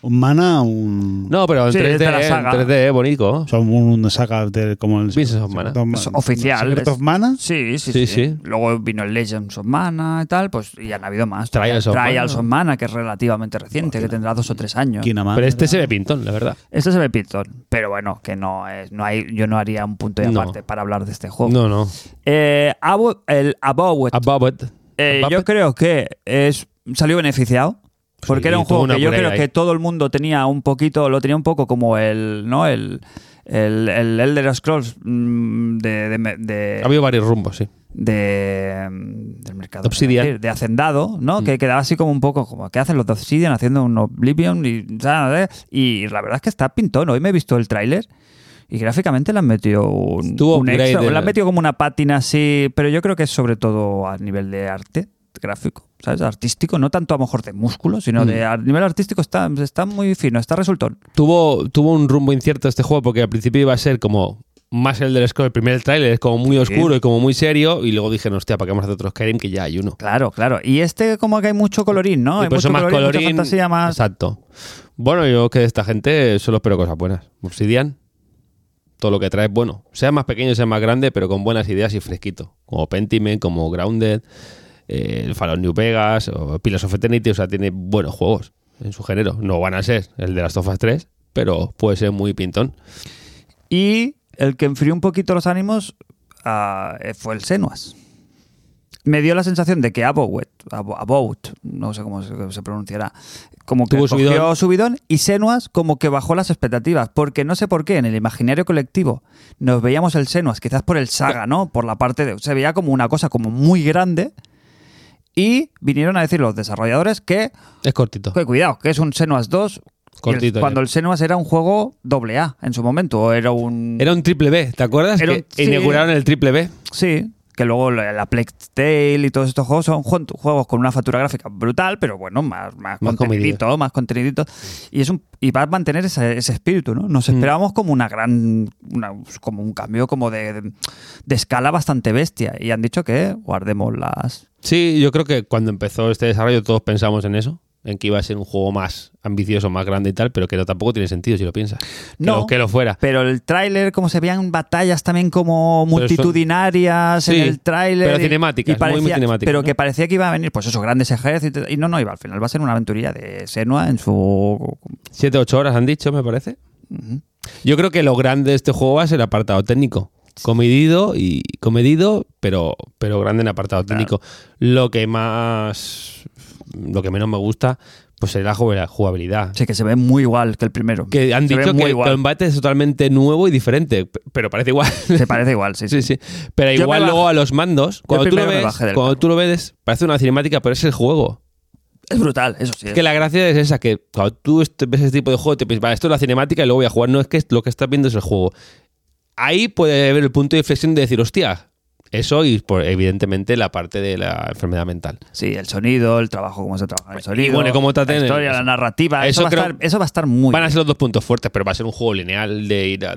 B: Un mana, un.
C: No, pero en
A: Sí, es
C: 3D,
A: de la
C: en
A: saga.
C: 3D, bonito.
B: O sea, un, un saga de- como el.
C: Princess of Mana.
A: Es oficial,
B: Secret
A: es-
B: of Mana.
A: Sí sí, sí,
C: Sí, sí.
A: Luego vino el Legends of Mana y tal, pues y han habido más.
C: Trials of
A: Trials
C: Mana.
A: of Mana, que es relativamente reciente, que tendrá dos o tres años.
B: Kinamana.
C: Pero este se ve pintón, la verdad.
A: Este se ve Pitón, pero bueno, que no es, no hay, yo no haría un punto de
C: No.
A: aparte para hablar de este juego.
C: No, no.
A: Eh, Abo- el Abowet,
C: Above it.
A: eh,
C: Above
A: yo
C: it.
A: creo que es, salió beneficiado. Porque
C: Sí,
A: era un
C: tuvo
A: juego
C: una
A: que yo
C: purera
A: creo que
C: ahí.
A: todo el mundo tenía un poquito, lo tenía un poco como el, ¿no? El, el, el Elder Scrolls mm, de, de- de-
C: Ha habido varios rumbos, sí.
A: de, mm, del mercado
C: Obsidian.
A: es
C: Mm.
A: decir, de hacendado no que quedaba así como un poco como que hacen los de Obsidian haciendo un Oblivion y, ¿sabes? y la verdad es que está pintón hoy me he visto el tráiler y gráficamente le han metido un,
C: Tuvo
A: un
C: upgrade
A: extra,
C: en
A: le han
C: el-
A: metido como una pátina así pero yo creo que es sobre todo a nivel de arte gráfico ¿sabes? artístico no tanto a lo mejor de músculo
C: Mm.
A: sino de a nivel artístico está, está muy fino está resultón
C: Tuvo, tuvo un rumbo incierto este juego porque al principio iba a ser como más el del Score, el primer tráiler es como muy oscuro y como muy serio y luego dije, no, hostia, ¿para qué vamos a hacer otro Skyrim que ya hay uno?
A: claro claro y este como que hay mucho colorín no hay
C: Y por eso
A: mucho
C: pues más
A: mucha
C: colorín,
A: fantasía más
C: Exacto. Bueno, yo que de esta gente solo espero cosas buenas. Obsidian, todo lo que trae es bueno. Sea más pequeño, sea más grande, pero con buenas ideas y fresquito. Como Pentiment, como Grounded, eh, el Fallout New Vegas, o Pillars of Eternity, o sea, tiene buenos juegos en su género. No van a ser el de las Tofas 3, pero puede ser muy pintón.
A: Y el que enfrió un poquito los ánimos ah, eh, fue el Senuas. Me dio la sensación de que Abowet, Abo- About, no sé cómo se, se pronunciará, como que
C: Tuvo
A: cogió
C: subidón.
A: subidón y Senuas como que bajó las expectativas, porque no sé por qué en el imaginario colectivo nos veíamos el Senuas, quizás por el saga, ¿no? Por la parte de... Se veía como una cosa como muy grande y vinieron a decir los desarrolladores que
C: Es cortito.
A: que cuidado, que es un Senuas 2. y el-
C: Cortito,
A: cuando
C: ya.
A: el Senuas era un juego doble A en su momento, o era un...
C: Era un triple B, ¿te acuerdas?
A: Era
C: que e
A: un- sí.
C: inauguraron el triple B.
A: Sí, que luego la, la Plague Tale y todos estos juegos son jun- juegos con una factura gráfica brutal, pero bueno, más, más,
C: Más
A: contenidito, más contenidito. Y es un y va a mantener ese, ese espíritu, ¿no?
C: Mm.
A: Nos esperábamos como una gran una- como un cambio como de, de, de escala bastante bestia. Y han dicho que guardemos las.
C: Sí, yo creo que cuando empezó este desarrollo todos pensamos en eso. en que iba a ser un juego más ambicioso, más grande y tal, pero que no, tampoco tiene sentido si lo piensas. Que
A: No.
C: lo- que lo fuera.
A: Pero el tráiler, como se veían batallas también como multitudinarias
C: Sí,
A: en el tráiler.
C: pero
A: y-
C: cinemáticas,
A: y
C: muy, muy cinemáticas,
A: Pero
C: ¿no?
A: que parecía que iba a venir, pues esos grandes ejércitos. Y no, no iba al final. Va a ser una aventurilla de Senua en su.
C: Siete, ocho horas han dicho, me parece. Yo creo que lo grande de este juego va a ser el apartado técnico. Comedido y comedido, pero, pero grande en apartado técnico. Lo que más. Lo que menos me gusta, pues es la jugabil- jugabilidad.
A: Sí, que se ve muy igual que el primero.
C: Que han
A: Se ve
C: dicho
A: muy
C: que el
A: igual.
C: combate es totalmente nuevo y diferente, p- pero parece igual.
A: Se parece igual, sí. sí.
C: Sí, sí. Pero
A: Yo
C: igual
A: me
C: luego
A: baj-
C: a los mandos, cuando, tú lo,
A: primero me
C: ves,
A: bajé del
C: cuando
A: carro.
C: tú lo ves, parece una cinemática, pero es el juego.
A: Es brutal, eso sí.
C: Es que la gracia es esa, que cuando tú este- ves ese tipo de juego, te piensas, vale, esto es la cinemática y luego voy a jugar. No es que lo que estás viendo es el juego. Ahí puede haber el punto de inflexión de decir, hostia, eso y por, evidentemente la parte de la enfermedad mental.
A: Sí, el sonido, el trabajo, cómo se trabaja el sonido.
C: bueno, ¿cómo te
A: la
C: hacen?
A: historia, la narrativa.
C: Eso
A: Eso, va
C: creo-
A: a estar, eso va a estar muy.
C: Van a
A: bien.
C: ser los dos puntos fuertes, pero va a ser un juego lineal de ir a-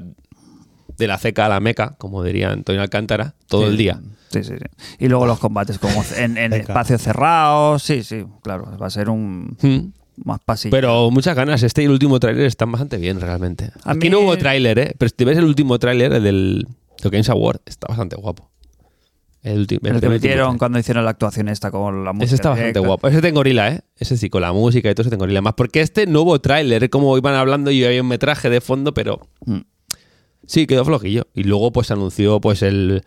C: de la ceca a la meca, como diría Antonio Alcántara, todo el día.
A: Sí, sí, sí. Y luego los combates como en, en
B: Venga.
A: espacios cerrados. Sí, sí, claro. Va a ser un.
C: Mm.
A: Más pasillo.
C: Pero muchas ganas. Este y el último tráiler están bastante bien, realmente.
A: A
C: Aquí
A: mí-
C: no hubo tráiler, ¿eh? Pero si te ves el último tráiler, el del The Games Award, está bastante guapo. El, ulti-
A: El que
C: penúltimo
A: metieron
C: tráiler.
A: cuando hicieron la actuación esta con la música.
C: Ese está bastante
A: directa.
C: guapo. Ese tengo gorila, ¿eh? Ese sí, con la música y todo eso tengo gorila. Más porque este no hubo tráiler, como iban hablando y había un metraje de fondo, pero...
A: Mm.
C: Sí, quedó flojillo. Y luego pues anunció pues el...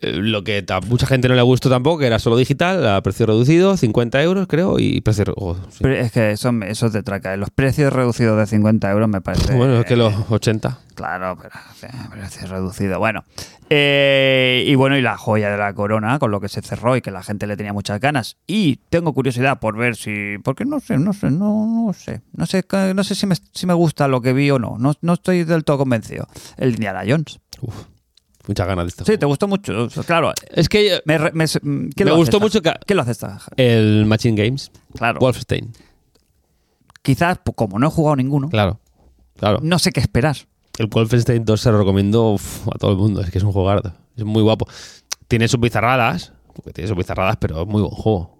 C: eh, Lo que a mucha gente no le gustó tampoco, que era solo digital, a precio reducido, 50 euros creo, y precio... re- oh, sí.
A: Pero es que eso, me- eso te traca. eh. Los precios reducidos de 50 euros me parece.
C: Bueno, es que los 80.
A: Claro, pero eh, precio reducido. Bueno. Eh, y bueno, y la joya de la corona, con lo que se cerró y que la gente le tenía muchas ganas. Y tengo curiosidad por ver si. Porque no sé, no sé, no, no sé. No sé, ca- no sé si me, si me gusta lo que vi o no. No, no estoy del todo convencido. El Indiana Jones.
C: Uf, muchas ganas de esto.
A: Sí, te gustó mucho. Claro.
C: Es que eh,
A: Me, re- me- mm, ¿qué
C: Me
A: lo hace
C: gustó
A: esta-
C: mucho que-
A: ¿Qué lo hace esta?
C: el Machine Games,
A: Claro.
C: Wolfenstein,
A: quizás, pues, como no he jugado ninguno,
C: claro. Claro.
A: no sé qué esperar.
C: El Wolfenstein 2 se lo recomiendo uf, a todo el mundo, es que es un jugardo. Es muy guapo. Tiene sus bizarradas, porque tiene sus bizarradas, pero es muy buen juego.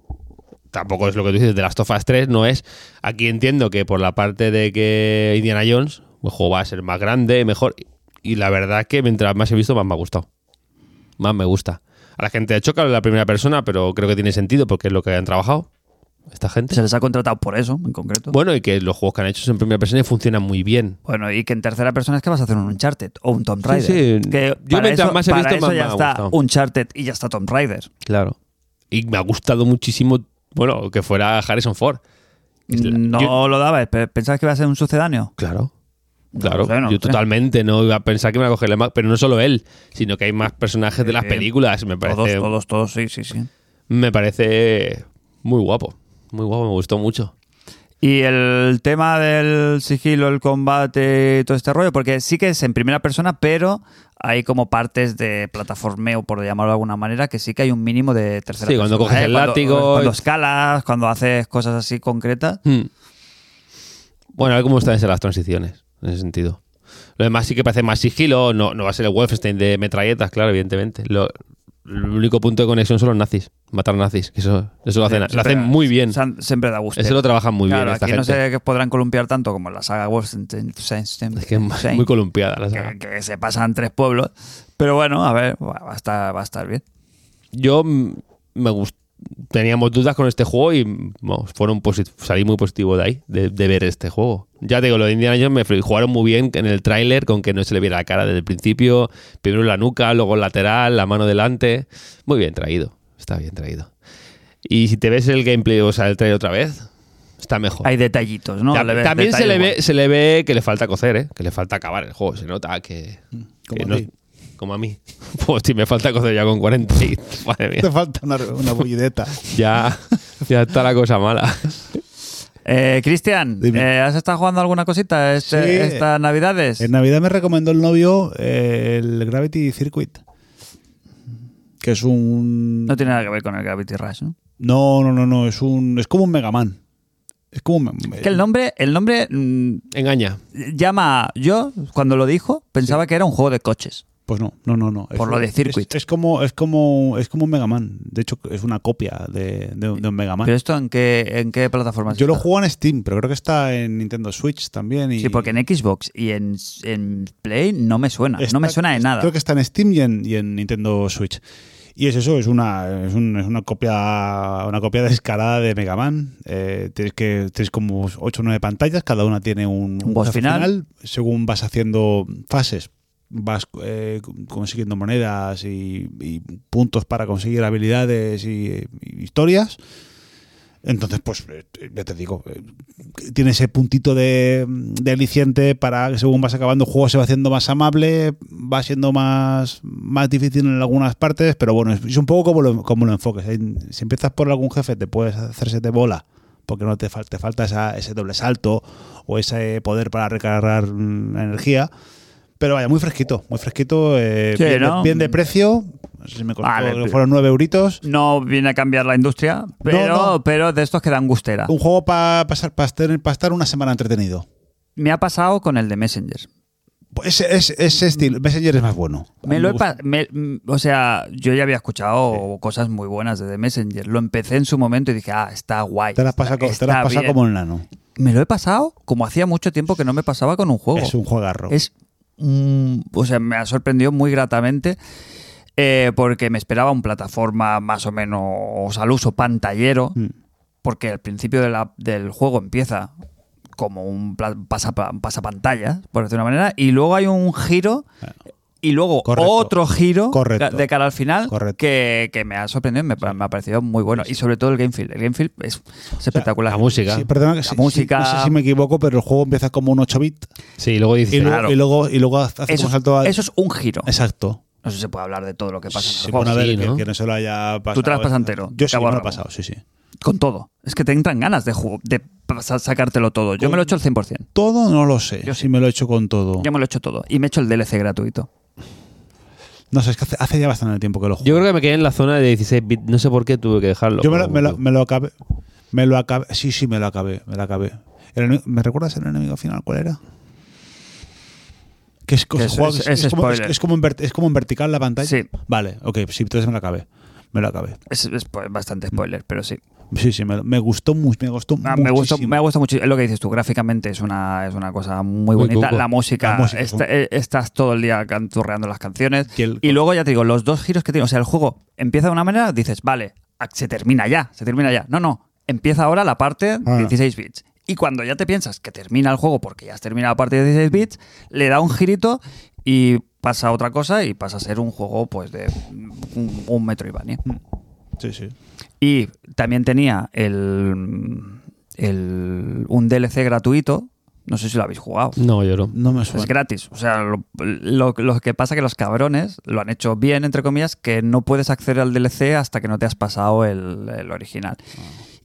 C: Tampoco es lo que tú dices de Last of Us 3, no es. Aquí entiendo que por la parte de que Indiana Jones, el juego va a ser más grande, mejor. Y la verdad que mientras más he visto, más me ha gustado. Más me gusta. A la gente le choca la primera persona, pero creo que tiene sentido porque es lo que han trabajado esta gente.
A: Se les ha contratado por eso, en concreto. Bueno,
C: Bueno, y que los juegos que han hecho en primera persona y funcionan muy bien.
A: y que en tercera persona es que vas a hacer un Uncharted o un Tomb Raider.
C: Sí, sí.
A: Que
C: Yo
A: para
C: mientras
A: eso,
C: más he
A: para
C: visto,
A: eso
C: más me
A: ya
C: ha
A: está
C: gustado.
A: Uncharted y ya está Tomb Raider.
C: Claro. Y me ha gustado muchísimo, bueno, que fuera Harrison Ford. Es la-
A: No
C: Este, yo-
A: lo daba, ¿eh? pe- pensabas que iba a ser un sucedáneo.
C: Claro. Claro,
A: No sé, no
C: yo
A: sé.
C: totalmente no iba a pensar que me iba a coger la ma- pero no solo él, sino que hay más personajes de las
A: Eh,
C: películas, me
A: Todos,
C: parece
A: todos, todos, sí, sí, sí.
C: me parece muy guapo, muy guapo, me gustó mucho.
A: Y el tema del sigilo, el combate, todo este rollo, porque sí que es en primera persona, pero hay como partes de plataformeo, por llamarlo de alguna manera, que sí que hay un mínimo de tercera
C: Sí, cuando
A: persona, ¿eh?
C: coges el
A: Cuando-
C: látigo.
A: Cuando escalas, cuando haces cosas así concretas.
C: Hmm. Bueno, a ver cómo están esas las transiciones, en ese sentido. Lo demás sí que parece más sigilo, no, no va a ser el Wolfenstein de metralletas, claro, evidentemente. Lo, el único punto de conexión son los nazis, matar nazis, que eso, eso lo hacen, lo
A: Siempre-
C: hacen muy bien.
A: san- Siempre da gusto.
C: Eso lo trabajan muy
A: Pues Claro,
C: bien esta
A: aquí
C: gente.
A: no sé que podrán columpiar tanto como en la saga Wolfenstein.
C: Es que es muy-
A: sí,
C: muy columpiada la saga.
A: que, que se pasan tres pueblos. Pero bueno, a ver, va va a estar, va a estar bien.
C: Yo mm, me gust- Teníamos dudas con este juego y mm, vamos, fueron posi- salí muy positivo de ahí, de, de ver este juego. Ya te digo, lo de Indiana Jones me fl- jugaron muy bien en el tráiler, con que no se le viera la cara desde el principio. Primero la nuca, luego el lateral, la mano delante. Muy bien traído, está bien traído. Y si te ves el gameplay, o sea, el tráiler otra vez, está mejor.
A: Hay detallitos, ¿no?
C: Ta-
A: Le ves
C: también se
A: detalles
C: le,
A: guapos.
C: ve, se le ve que le falta cocer, ¿eh? que le falta acabar el juego. Se nota que.
B: Como
C: que
B: a
C: Eh, no-
B: ti.
C: como a mí. Pues si me falta cocer ya con 40. y- madre mía.
B: Te falta una, una bullideta.
C: Ya, ya está la cosa mala.
A: Eh, Cristian,
B: Dime.
A: eh, ¿has estado jugando alguna cosita este-
B: Sí. Eh,
A: estas navidades?
B: En Navidad me recomendó el novio eh, el Gravity Circuit. Que es un.
A: No tiene nada que ver con el Gravity Rush, ¿no?
B: No, no, no, no. Es un. Es como un Mega Man. Es como un Mega Man.
A: Es que el nombre, el nombre mm,
C: Engaña.
A: llama. Yo, cuando lo dijo, pensaba que era un juego de coches.
B: Pues no, no, no, no. Es
A: Por lo
B: un-
A: de
B: es-
A: Circuit.
B: Es, como, es como, es como un Mega Man. De hecho, es una copia de, de- de un Mega Man.
A: ¿Pero esto en qué, en qué plataforma
B: Yo lo juego en Steam, pero creo que está en Nintendo Switch también. Y
A: Sí, porque en Xbox y en, en Play no me suena.
B: está-
A: no me suena de nada.
B: Creo que está en Steam y en, y en Nintendo Switch. Y es eso, es una, es un- es una copia, una copia descarada de Mega Man. Eh, tienes que, tienes como 8 o 9 pantallas, cada una tiene un,
A: Un boss
B: jefe
A: final.
B: Según vas haciendo fases, vas eh, consiguiendo monedas y, y puntos para conseguir habilidades y- y historias. Entonces, pues, eh, ya te digo, eh, tiene ese puntito de, de aliciente para que según vas acabando el juego se va haciendo más amable, va siendo más, más difícil en algunas partes, pero bueno, es, es un poco como lo, como lo enfoques. Hay- Si empiezas por algún jefe, te puedes hacerse de bola, porque no te, fal- te falta esa- ese doble salto o ese poder para recargar mm, energía. Pero vaya, muy fresquito, muy fresquito, eh,
A: Sí,
B: bien, de-
A: ¿no?
B: bien de precio. No sé si me costó,
A: Vale,
B: creo que
A: pero-
B: fueron 9 euritos.
A: No viene a cambiar la industria, pero,
B: no. Uh.
A: pero de estos que dan gustera.
B: Un juego para pasar, pa estar- pa estar una semana entretenido.
A: Me ha pasado con el de Messenger.
B: Pues ese, ese- ese estilo, Messenger es más bueno.
A: Mm. Me lo he
B: gusta.
A: pa- me- mm, o sea, yo ya había escuchado cosas muy buenas de The Messenger. Lo empecé en su momento y dije, ah, está guay.
B: Te las pasa,
A: está-
B: co- te las
A: está
B: pasa
A: bien".
B: como el nano.
A: Me lo he pasado como hacía mucho tiempo que no me pasaba con un juego.
B: Es un juegarro.
A: Oh. Es un- o sea, me ha sorprendido muy gratamente eh, porque me esperaba un plataforma más o menos al uso pantallero,
B: Mm.
A: porque al principio de la- del juego empieza como un pla- pasapa- un pasapantalla, por decirlo de una manera, y luego hay un giro y luego
B: Ah. Correcto.
A: otro giro
B: Correcto.
A: ca- de cara al final
B: Correcto.
A: que, que me ha sorprendido, me, me ha parecido muy bueno. Y sobre todo el game feel. El game feel es, es espectacular.
C: La música.
B: Sí, perdona que sí, sí,
A: música-
B: no sé si me equivoco, pero el juego empieza como un 8 bit
C: Sí, luego
B: y,
C: dice.
B: luego-
A: Claro.
B: y luego y luego hace
A: Eso,
B: un salto a...
A: eso es un giro.
B: Exacto.
A: No sé si se puede hablar de todo lo que pasa en el
B: Sí,
A: juego.
B: bueno, a ver,
C: Sí,
B: que-
C: ¿no?
B: Que, no se lo haya pasado.
A: te lo has pasado entero,
B: Yo sí,
A: cabo
B: me lo he
A: rabo.
B: pasado, sí, sí.
A: con todo. Es que te entran ganas de, ju- de pasar- sacártelo todo. Yo me lo he hecho al 100%.
B: Todo no lo sé.
A: Yo
B: Yo
A: sí.
B: sí me lo he hecho con todo.
A: Yo me lo he hecho todo. Y me he hecho el DLC gratuito.
B: No sé, es que hace, hace ya bastante tiempo que lo juego.
C: "Ah, Yo creo que me quedé en la zona de 16 bits. No sé por qué tuve que dejarlo.
B: Yo me lo, me lo- me lo acabé. Me lo acabé. Sí, sí, me lo acabé. Me lo acabé. El enemi- ¿Me recuerdas el enemigo final? ¿Cuál era? Que es,
A: Que es-
B: juego-
A: es-
B: es-
A: es
B: es como, es-
A: spoiler.
B: es como en vert- es como en vertical la pantalla.
A: Sí.
B: Vale, ok, sí, entonces me lo acabé. Me lo acabé.
A: Es, es po- bastante spoiler, pero sí.
B: Sí, sí, me, me gustó mucho. Me gustó
A: Ah, me, gusta,
B: muchísimo.
A: me gusta mucho. Es lo que dices tú. Gráficamente es una, es una cosa muy,
C: Muy
A: bonita.
C: cuco.
A: La música.
B: La música,
A: esta- eh, estás todo el día canturreando las canciones.
B: Y el-
A: Y luego ya te digo, los dos giros que tiene. O sea, el juego empieza de una manera, dices, vale, ah, se termina ya, se termina ya. No, no. Empieza ahora la parte
B: Ah.
A: 16 bits. Y cuando ya te piensas que termina el juego porque ya has terminado la parte de 16 bits, le da un girito y pasa otra cosa y pasa a ser un juego pues de un, un Metroidvania.
B: Sí, sí.
A: Y también tenía el, el- un DLC gratuito. No sé si lo habéis jugado.
C: No, yo no.
B: No me
A: Es
B: suena.
A: gratis. O sea, lo, lo- lo que pasa que los cabrones lo han hecho bien, entre comillas, que no puedes acceder al DLC hasta que no te has pasado el, el original.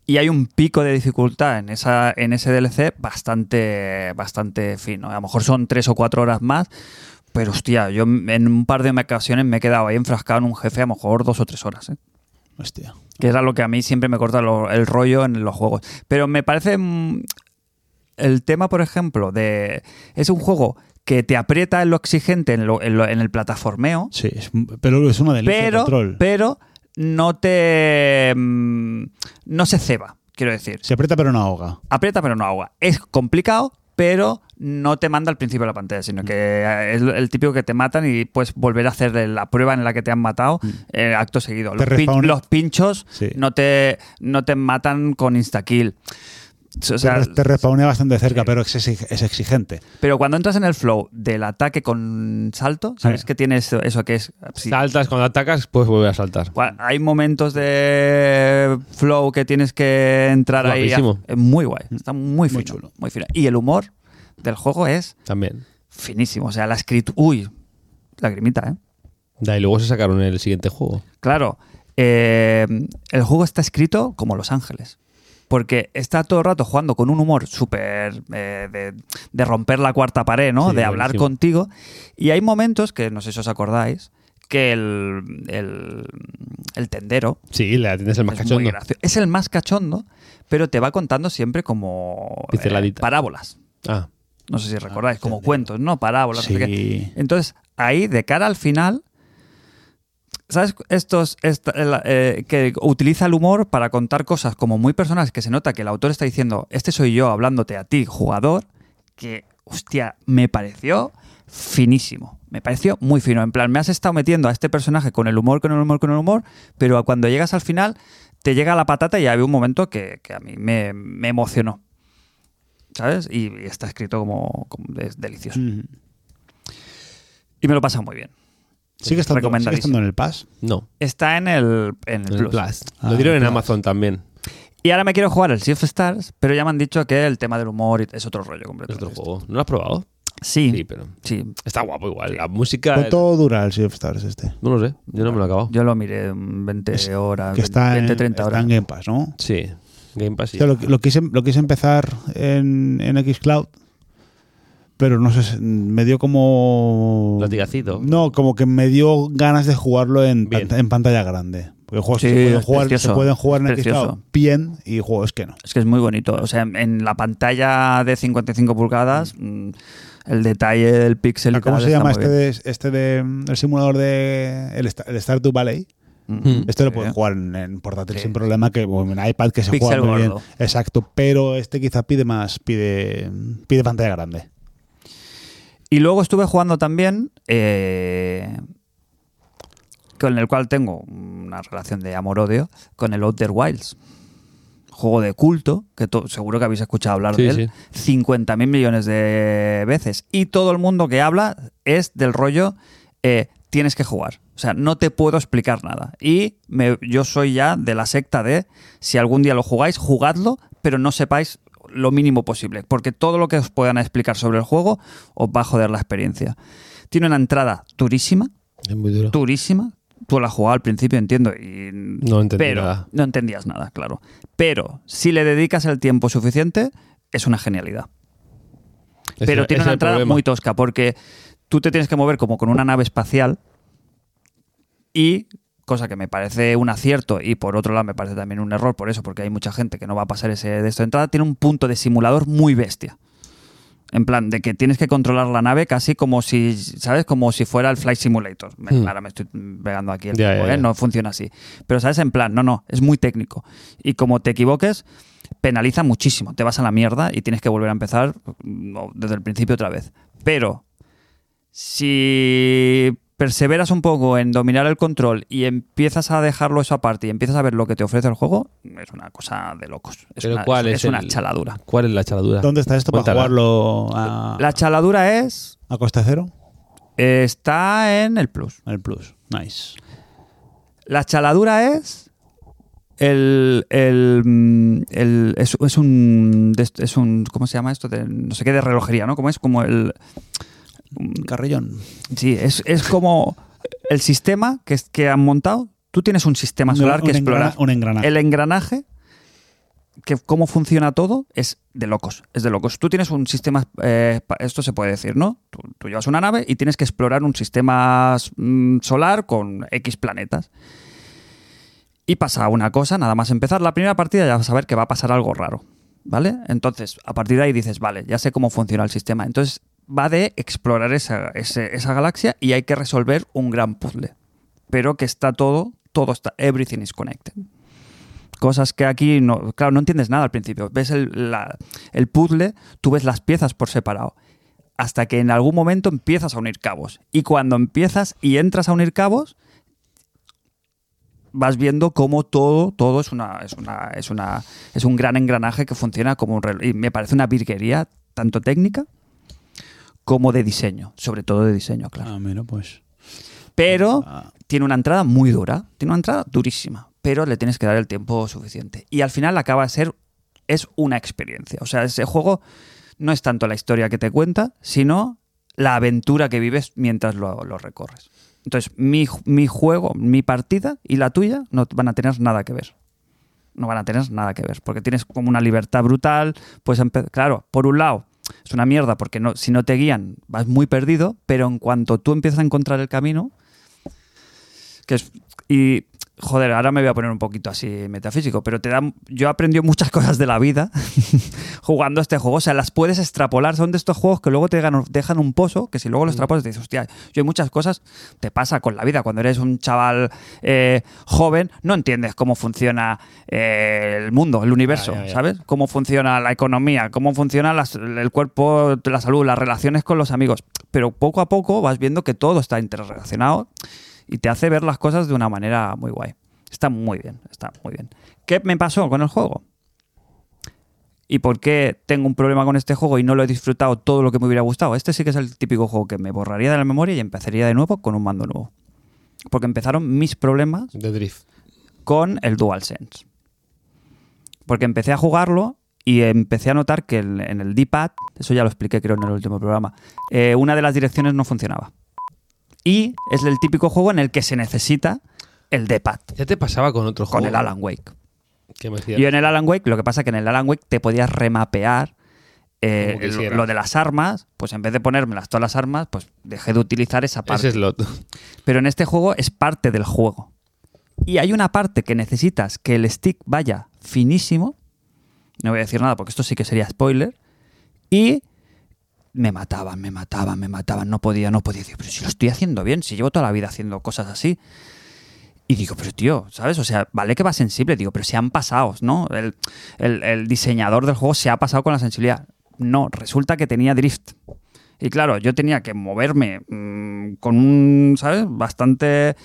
A: Y hay un pico de dificultad en, esa, en ese DLC bastante, bastante fino. A lo mejor son tres o cuatro horas más, pero hostia, yo en un par de ocasiones me he quedado ahí enfrascado en un jefe a lo mejor dos o tres horas. ¿eh?
B: Hostia.
A: que era lo que a mí siempre me corta lo- el rollo en los juegos. Pero me parece mm, el tema, por ejemplo, de es un juego que te aprieta en lo exigente, en, lo- en lo- en el plataformeo,
B: Sí, es un- pero es una delicia de
A: pero,
B: control.
A: pero no te mm, no se ceba, quiero decir.
B: Se aprieta pero no ahoga.
A: Aprieta pero no ahoga. Es complicado, pero no te manda al principio de la pantalla, sino que es el típico que te matan y puedes volver a hacer la prueba en la que te han matado eh, acto seguido. Los,
B: Mm. Te
A: pin-
B: respawna.
A: los pinchos
B: Sí.
A: no, te, no te matan con instakill. O
B: Te
A: sea,
B: re- te respawnea bastante cerca, pero es exig- es exigente.
A: pero cuando entras en el flow del ataque con salto, ¿sabes
B: Sí.
A: que tienes eso, eso que es? Sí.
C: Saltas, cuando atacas, puedes volver a saltar.
A: Cua- Hay momentos de flow que tienes que entrar
C: Guapísimo.
A: ahí. Es muy guay. Está muy fino.
B: Mm. Muy
A: Muy,
B: chulo.
A: fino. Y el humor del juego es
C: También.
A: finísimo. O sea, la escritura. Uy, lagrimita, ¿eh?
C: Da, y luego se sacaron el siguiente juego.
A: Claro. eh, el juego está escrito como Los Ángeles. Porque está todo el rato jugando con un humor súper eh, de, de romper la cuarta pared, ¿no?
C: Sí,
A: de hablar
C: buenísimo.
A: contigo. Y hay momentos que, no sé si os acordáis, que el, el, el tendero,
C: Sí, la tienes el más
A: es, muy
C: cachondo.
A: gracio- es el más cachondo, pero te va contando siempre como eh,
C: Pinceladitas.
A: parábolas.
C: Ah,
A: No sé si recordáis, como cuentos, ¿no? Parábolas. no sé qué.
B: Sí.
A: Entonces, ahí, de cara al final, ¿sabes? Estos esta- el- eh, que utiliza el humor para contar cosas como muy personales que se nota que el autor está diciendo, este soy yo hablándote a ti, jugador, que, hostia, me pareció finísimo. Me pareció muy fino. En plan, me has estado metiendo a este personaje con el humor, con el humor, con el humor, pero cuando llegas al final te llega la patata y había un momento que, que a mí me, me emocionó. ¿Sabes? Y, y está escrito como, como- es delicioso.
B: Ujú.
A: Y me lo pasa muy bien.
B: Sigue estando,
A: Recomendadísimo.
B: sigue estando en el Pass.
C: No.
A: Está en el, en el
C: en
A: Plus.
C: el Plus.
B: Ah,
C: Lo dieron
B: el
C: en
B: Plus.
C: Amazon también.
A: Y ahora me quiero jugar el Sea of Stars, pero ya me han dicho que el tema del humor es otro rollo
C: Es
A: completamente.
C: otro juego. ¿No lo has probado?
A: Sí,
C: Sí,
A: sí,
C: pero. Está guapo igual. La música.
B: ¿Cuánto dura el Sea of Stars este?
C: No lo sé. Yo no me lo he acabado.
A: Yo lo miré mm, 20
B: Oh. Es-
A: horas,
B: Que está,
A: 20,
B: en,
A: 30
B: está
A: horas.
B: en Game Pass, ¿no?
C: Sí. Game Pass. sí.
B: O sea, lo, lo quise, lo quise empezar en, en Xcloud, pero no sé, me dio como...
C: Latigacito.
B: No, como que me dio ganas de jugarlo en,
C: Bien.
B: pant- en pantalla grande. Porque juegos que
A: Sí,
B: se pueden
A: es
B: jugar, se
A: precioso,
B: pueden jugar en
A: es precioso.
B: Xcloud bien y juegos que no.
A: Es que es muy bonito. O sea, en- en la pantalla de 55 pulgadas, mm, el detalle del pixel y
B: ¿Cómo
A: tal
B: se
A: está
B: llama
A: muy
B: este
A: bien.
B: de, este de el simulador de el, Star- el Stardew Valley?
A: Mm,
B: Este lo
A: sí.
B: puedes jugar en, en portátil
A: Sí.
B: sin problema, que bueno, en iPad que se
A: Pixel
B: juega muy bien.
A: gordo.
B: Exacto, pero este quizá pide más, pide, pide pantalla grande.
A: Y luego estuve jugando también, eh, con el cual tengo una relación de amor-odio, con el Outer Wilds. Juego de culto, que to- seguro que habéis escuchado hablar
C: Sí,
A: de él 50.000 millones de veces. Y todo el mundo que habla es del rollo, eh, tienes que jugar. O sea, no te puedo explicar nada. Y me- yo soy ya de la secta de, si algún día lo jugáis, jugadlo, pero no sepáis lo mínimo posible, porque todo lo que os puedan explicar sobre el juego os va a joder la experiencia. Tiene una entrada durísima,
C: Es muy duro.
A: durísima. Tú la has jugado al principio, entiendo. Y
C: No entendí
A: pero,
C: nada.
A: No entendías nada, claro. Pero si le dedicas el tiempo suficiente, es una genialidad.
C: Ese-
A: pero tiene una
C: ese es el
A: entrada
C: problema.
A: muy tosca porque tú te tienes que mover como con una nave espacial y cosa que me parece un acierto y por otro lado me parece también un error por eso porque hay mucha gente que no va a pasar ese de esto de entrada tiene un punto de simulador muy bestia en plan de que tienes que controlar la nave casi como si sabes como si fuera el flight simulator Me-
C: Hmm.
A: ahora me estoy pegando aquí el
C: Ya,
A: tiempo,
C: ya,
A: ¿eh?
C: ya.
A: no funciona así pero sabes en plan no no es muy técnico y como te equivoques penaliza muchísimo. Te vas a la mierda y tienes que volver a empezar mm, desde el principio otra vez. Pero si perseveras un poco en dominar el control y empiezas a dejarlo eso aparte y empiezas a ver lo que te ofrece el juego, es una cosa de locos. Es,
C: ¿Pero
A: una,
C: cuál es
A: una
C: el-
A: chaladura.
C: ¿Cuál es la chaladura?
B: ¿Dónde está esto
C: Cuéntala.
B: para jugarlo
C: Ah.
B: a,
A: La chaladura es...
B: a coste cero?
A: Está en el plus.
B: El Plus. Nice.
A: La chaladura es... El, el, mm, el- es, es un de est- es un cómo se llama esto de, no sé qué de relojería no como es como el
B: Carrillón.
A: Sí, es, es como el sistema que, es- que han montado. Tú tienes un sistema solar que explorar.
B: Un engranaje.
A: El engranaje, que cómo funciona todo, es de locos. Es de locos. Tú tienes un sistema, eh, pa- esto se puede decir, ¿no? Tú, tú llevas una nave y tienes que explorar un sistema mm, solar con X planetas. Y pasa una cosa, nada más empezar la primera partida ya vas a ver que va a pasar algo raro, ¿vale? Entonces, a partir de ahí dices, vale, ya sé cómo funciona el sistema. Entonces, va de explorar esa, ese- esa galaxia y hay que resolver un gran puzzle. Pero que está todo, todo está, everything is connected. Cosas que aquí, no, claro, no entiendes nada al principio. Ves el, la- el puzzle, tú ves las piezas por separado. Hasta que en algún momento empiezas a unir cabos. Y cuando empiezas y entras a unir cabos, vas viendo cómo todo, todo es una, es una, es una, es un gran engranaje que funciona como un reloj. Y me parece una virguería tanto técnica como de diseño, sobre todo de diseño, claro.
B: Ah, mira, pues.
A: Pero
B: Ah,
A: tiene una entrada muy dura, tiene una entrada durísima, pero le tienes que dar el tiempo suficiente. Y al final acaba de ser, es una experiencia. O sea, ese juego no es tanto la historia que te cuenta, sino la aventura que vives mientras lo, lo recorres. Entonces, mi, ju- mi juego, mi partida y la tuya no van a tener nada que ver. No van a tener nada que ver, porque tienes como una libertad brutal. Pues empe- claro, por un lado, es una mierda, porque no, si no te guían, vas muy perdido, pero en cuanto tú empiezas a encontrar el camino, que es y joder ahora me voy a poner un poquito así metafísico pero te da yo aprendí muchas cosas de la vida jugando este juego. O sea, las puedes extrapolar. Son de estos juegos que luego te dejan, dejan un pozo, que si luego
C: Mm.
A: los extrapolas te dices, hostia, yo hay muchas cosas, te pasa con la vida. Cuando eres un chaval eh, joven, no entiendes cómo funciona eh, el mundo, el universo,
C: Ya, ya, ya.
A: ¿sabes? Cómo funciona la economía, cómo funciona las- el cuerpo, la salud, las relaciones con los amigos. Pero poco a poco vas viendo que todo está interrelacionado y te hace ver las cosas de una manera muy guay. Está muy bien, está muy bien. ¿Qué me pasó con el juego? ¿Y por qué tengo un problema con este juego y no lo he disfrutado todo lo que me hubiera gustado? Este sí que es el típico juego que me borraría de la memoria y empezaría de nuevo con un mando nuevo. Porque empezaron mis problemas
C: De Drift.
A: con el DualSense. Porque empecé a jugarlo y empecé a notar que el- en el D-pad, eso ya lo expliqué creo en el último programa, eh, una de las direcciones no funcionaba. Y es el típico juego en el que se necesita el D-pad,
C: Ya te pasaba con otro
A: con
C: juego.
A: el Alan Wake.
C: Que me decía-
A: Y en el Alan Wake, lo que pasa es que en el Alan Wake te podías remapear eh,
C: Como
A: el-
C: quisieras.
A: lo de las armas, pues en vez de ponérmelas todas las armas, pues dejé de utilizar esa parte
C: Ese slot.
A: pero en este juego es parte del juego. Y hay una parte que necesitas que el stick vaya finísimo. No voy a decir nada porque esto sí que sería spoiler. Y me mataban, me mataban, me mataban. No podía, no podía. Digo, pero si lo estoy haciendo bien, si llevo toda la vida haciendo cosas así. Y digo, pero tío, ¿sabes? O sea, vale que va sensible. Digo, pero se han pasado, ¿no? El, el- el diseñador del juego se ha pasado con la sensibilidad. No, resulta que tenía drift. Y claro, yo tenía que moverme mm, con un, ¿sabes? Bastante...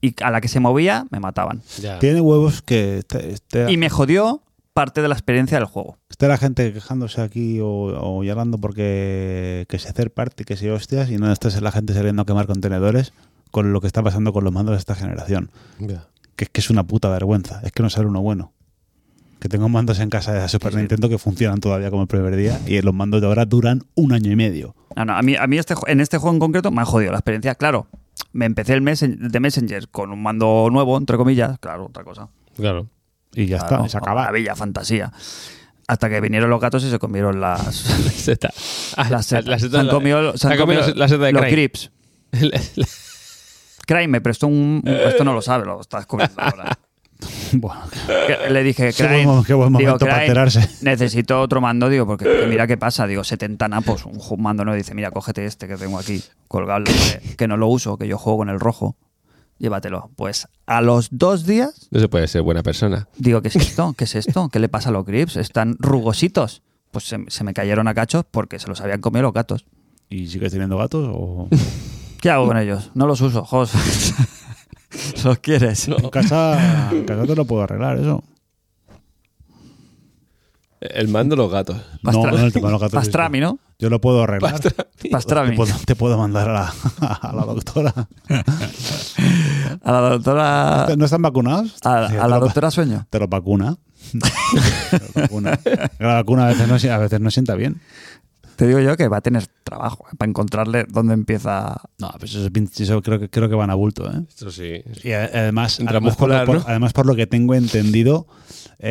A: Y a la que se movía, me mataban.
C: Ya.
B: Tiene huevos que esté, esté-
A: Y me jodió parte de la experiencia del juego.
B: esté la gente quejándose aquí o, o llorando porque que se hacer parte, que se hostias y no estés la gente saliendo a quemar contenedores con lo que está pasando con los mandos de esta generación.
C: Ya.
B: Que es que es una puta vergüenza. Es que no sale uno bueno. Que tengo mandos en casa de la Super
A: Sí, sí.
B: Nintendo que funcionan todavía como el primer día y los mandos de ahora duran un año y medio.
A: No, no, a mí, a mí este, ju- en este juego en concreto me ha jodido la experiencia. Claro, me empecé el messen- de Messenger con un mando nuevo, entre comillas. Claro, otra cosa.
C: Claro.
B: Y ya
A: Claro,
B: está, se
A: una
B: acaba.
A: Maravilla, fantasía. Hasta que vinieron los gatos y se comieron las...
C: Zeta. Ah,
A: las setas.
C: la
A: se han comido, se han
C: la- comido
A: comido
C: la seta de
A: los
C: Crane.
A: crips.
C: La- la-
A: Crane me prestó un... un- Esto no lo sabe, lo estás descubriendo ahora.
B: Bueno,
A: Que- Le dije,
B: Qué
A: Crane,
B: buen mo- qué buen
A: digo,
B: momento para
A: "Crane,
B: enterarse".
A: Necesito otro mando, digo, porque que mira qué pasa, digo, 70 napos, un ju- mando no dice, mira, cógete este que tengo aquí, colgado, en la pared, que no lo uso, que yo juego con el rojo, llévatelo. Pues a los dos días,
C: No se puede ser buena persona.
A: digo, ¿qué es esto? ¿Qué es esto? ¿Qué le pasa a los crips? Están rugositos. Pues se, se me cayeron a cachos porque se los habían comido los gatos.
B: ¿Y sigues teniendo gatos? O...
A: ¿Qué hago con ellos? No los uso, jos. ¿Los quieres?
B: en, casa, en casa te lo puedo arreglar, eso.
C: El mando los gatos.
B: No, no, el tema de los gatos.
A: Pastrami, ¿no?
B: Yo lo puedo arreglar. Te
A: Pastrami.
B: puedo, te puedo mandar a la, a la doctora.
A: A la doctora...
B: ¿No están vacunados?
A: A,
B: Sí,
A: a la
B: te lo-
A: doctora sueño.
B: Te lo vacuna. Te lo vacuna. La vacuna a veces no, si- a veces no sienta bien.
A: Te digo yo que va a tener trabajo ¿eh? para encontrarle dónde empieza.
B: No, pero eso, es bien- eso creo, que, creo que van a bulto. ¿eh?
C: Esto sí.
B: Y a- además, además por,
C: Intramuscular,
B: lo, por-
C: ¿no?
B: además por lo que tengo entendido,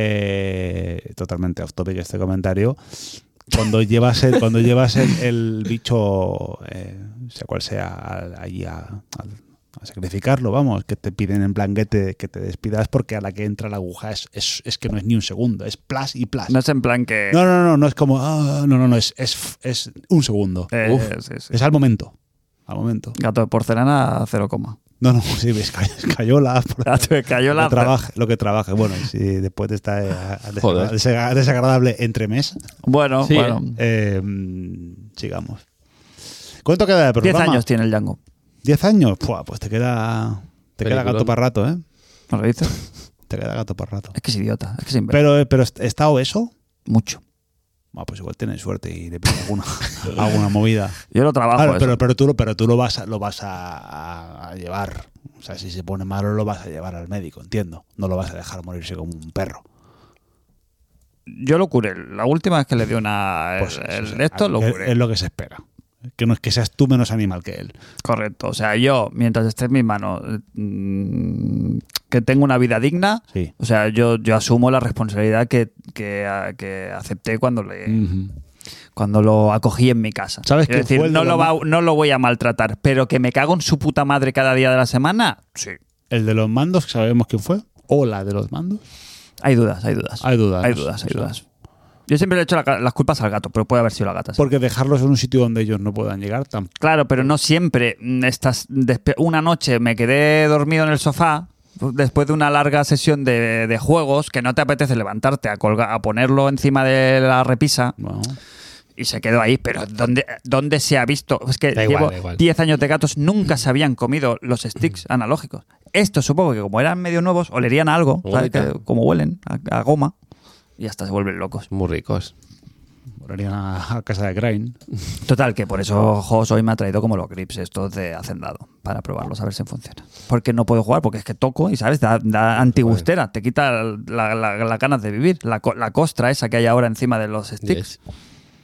B: eh, totalmente off topic este comentario, cuando llevas el, cuando llevas el, el bicho, eh, sea cual sea, al- allí a, al- a sacrificarlo, vamos, que te piden en plan que te, que te despidas porque a la que entra la aguja es, es, es que no es ni un segundo, es plas y plas.
A: No
B: No,
A: es en plan que.
B: no, no, no, no es como, ah, no, no, no, es, es, es un segundo.
A: Eh,
C: Uf.
A: sí, sí.
B: Es al momento. Al momento.
A: Gato de porcelana, cero coma. Ah,
B: No, no, sí, es ca- es cayola. por-
A: Gato de
B: lo
A: cayola.
B: que trabaje, lo que trabaje. Bueno, y si después de esta eh, desagra-
C: Joder.
B: desagra- desagradable entremés,
A: Bueno,
C: Sí,
A: bueno.
B: eh, mm, sigamos. ¿Cuánto queda de
A: Diez
B: programa?
A: años tiene el Django.
B: ¿Diez años? Buah, pues te queda, te queda
C: Peliculón.
B: gato para rato, ¿eh?
A: ¿No lo dices?
B: Te queda gato para rato.
A: Es que es idiota. Es que se inventa
B: Pero, eh, pero ¿está obeso?
A: mucho.
B: Ah, pues igual tienes suerte y le pide alguna, alguna movida.
A: Yo lo trabajo.
B: Claro,
A: eso.
B: pero, pero tú, lo- pero tú lo vas, a, lo vas a, a- a llevar. O sea, si se pone malo, lo vas a llevar al médico, entiendo. No lo vas a dejar morirse como un perro.
A: Yo lo curé. La última vez que le di una.
B: Pues
A: el-
B: eso
A: el-
B: es-
A: esto lo
B: es-
A: curé.
B: Es lo que se espera. Que no es que seas tú menos animal que él.
A: Correcto. O sea, yo, mientras esté en mis manos, mm, que tengo una vida digna.
B: Sí.
A: O sea, yo, yo asumo la responsabilidad que, que, a- que acepté cuando le,
B: Eh,
A: cuando lo acogí en mi casa.
B: ¿Sabes
A: Quiero
B: quién fue
A: decir,
B: el
A: no
B: de
A: lo,
B: los
A: va- no lo voy a maltratar, pero que me cago en su puta madre cada día de la semana. Sí.
B: El de los mandos, sabemos quién fue. O la de los mandos.
A: Hay dudas, hay dudas.
B: Hay dudas.
A: Hay dudas, hay dudas. Yo siempre le he hecho la- las culpas al gato, pero puede haber sido la gata. sí.
B: Porque dejarlos en un sitio donde ellos no puedan llegar tampoco.
A: Claro, pero no siempre. Mm, Estás despe- una noche me quedé dormido en el sofá pues, después de una larga sesión de, de juegos que no te apetece levantarte a, colga- a ponerlo encima de la repisa
B: Bueno,
A: y se quedó ahí. Pero ¿dónde, dónde se ha visto? Es que
C: Da igual,
A: llevo
C: da igual.
A: 10 años de gatos, nunca se habían comido los sticks analógicos. Estos supongo que como eran medio nuevos, olerían a algo, ¿sabes?
C: Gomita.
A: Que- como huelen, a, a goma, y hasta se vuelven locos.
C: Muy ricos.
B: volarían a, a casa de Crane.
A: Total, que por eso Jos hoy me ha traído como los grips estos de Hacendado, para probarlos a ver si funciona. Porque no puedo jugar, porque es que toco y, ¿sabes? Da, da antigustera, te quita la- la- las ganas de vivir. La, co- la costra esa que hay ahora encima de los sticks.
C: Yes.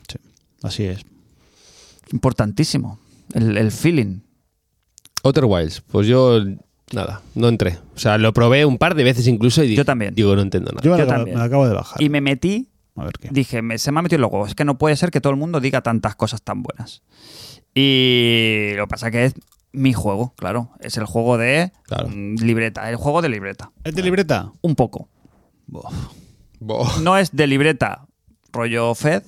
B: Sí, así es.
A: Importantísimo. El, el feeling.
C: Outer Wilds, pues yo nada, no entré. O sea, lo probé un par de veces incluso y dije,
A: Yo también.
C: digo, no entiendo nada.
B: Yo, me,
A: Yo
B: la acabo,
A: también.
B: me la acabo de bajar.
A: Y me metí,
B: A ver qué.
A: dije, me, se me ha metido en los huevos. Es que no puede ser que todo el mundo diga tantas cosas tan buenas. Y lo que pasa que es mi juego, claro. Es el juego de
C: Claro.
A: mm, libreta, el juego de libreta.
B: ¿Es de libreta?
A: Un poco.
C: Boh.
A: no es de libreta rollo Fed,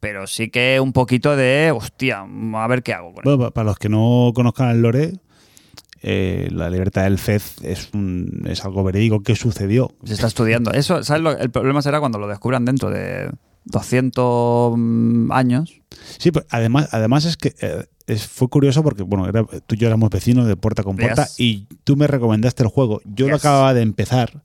A: pero sí que un poquito de, hostia, a ver qué hago con
B: Bueno, pa- para los que no conozcan el lore, eh, la libertad del Fez es, un, es algo verídico que sucedió.
A: esto. Se está estudiando. Eso, ¿sabes? lo- el problema será cuando lo descubran dentro de 200 mm, años.
B: Sí, pero además, además es que eh, es- fue curioso porque, bueno, era, tú y yo éramos vecinos de puerta con puerta
A: Yes.
B: y tú me recomendaste el juego. Yo lo
A: Yes.
B: acababa de empezar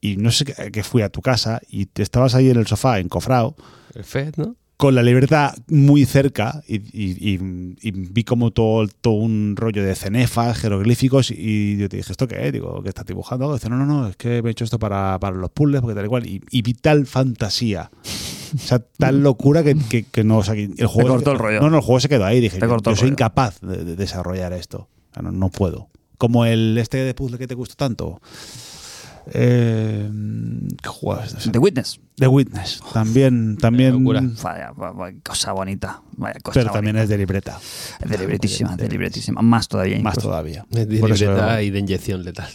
B: y no sé qué, que fui a tu casa y te estabas ahí en el sofá, encofrado,
C: El Fed, ¿no?
B: con la libertad muy cerca y, y- y- y vi como todo, todo un rollo de cenefas, jeroglíficos y yo te dije, ¿esto qué es? Digo, ¿qué estás dibujando? algo?". Dice, no, no, no, es que me he hecho esto para, para los puzzles, porque tal y cual. Y, y vi tal fantasía. O sea, tal locura que, que, que no, o sea, que el juego...
A: cortó el rollo.
B: No, no, el juego se quedó ahí. Dije,
A: Te
B: yo,
A: cortó
B: yo
A: el
B: soy
A: rollo.
B: incapaz de, de desarrollar esto. O sea, no, no puedo. Como el este de puzzle que te gusta tanto. Eh, ¿Qué juegas?
A: The Witness.
B: The Witness. También, también...
C: locura.
A: Vaya, va- vaya cosa bonita. Vaya cosa
B: Pero también es de libreta.
A: bonita. de libretísima, de libretísima. Más todavía.
B: Más
A: incluso.
B: todavía.
C: De
B: Por eso
C: libreta y de inyección letal.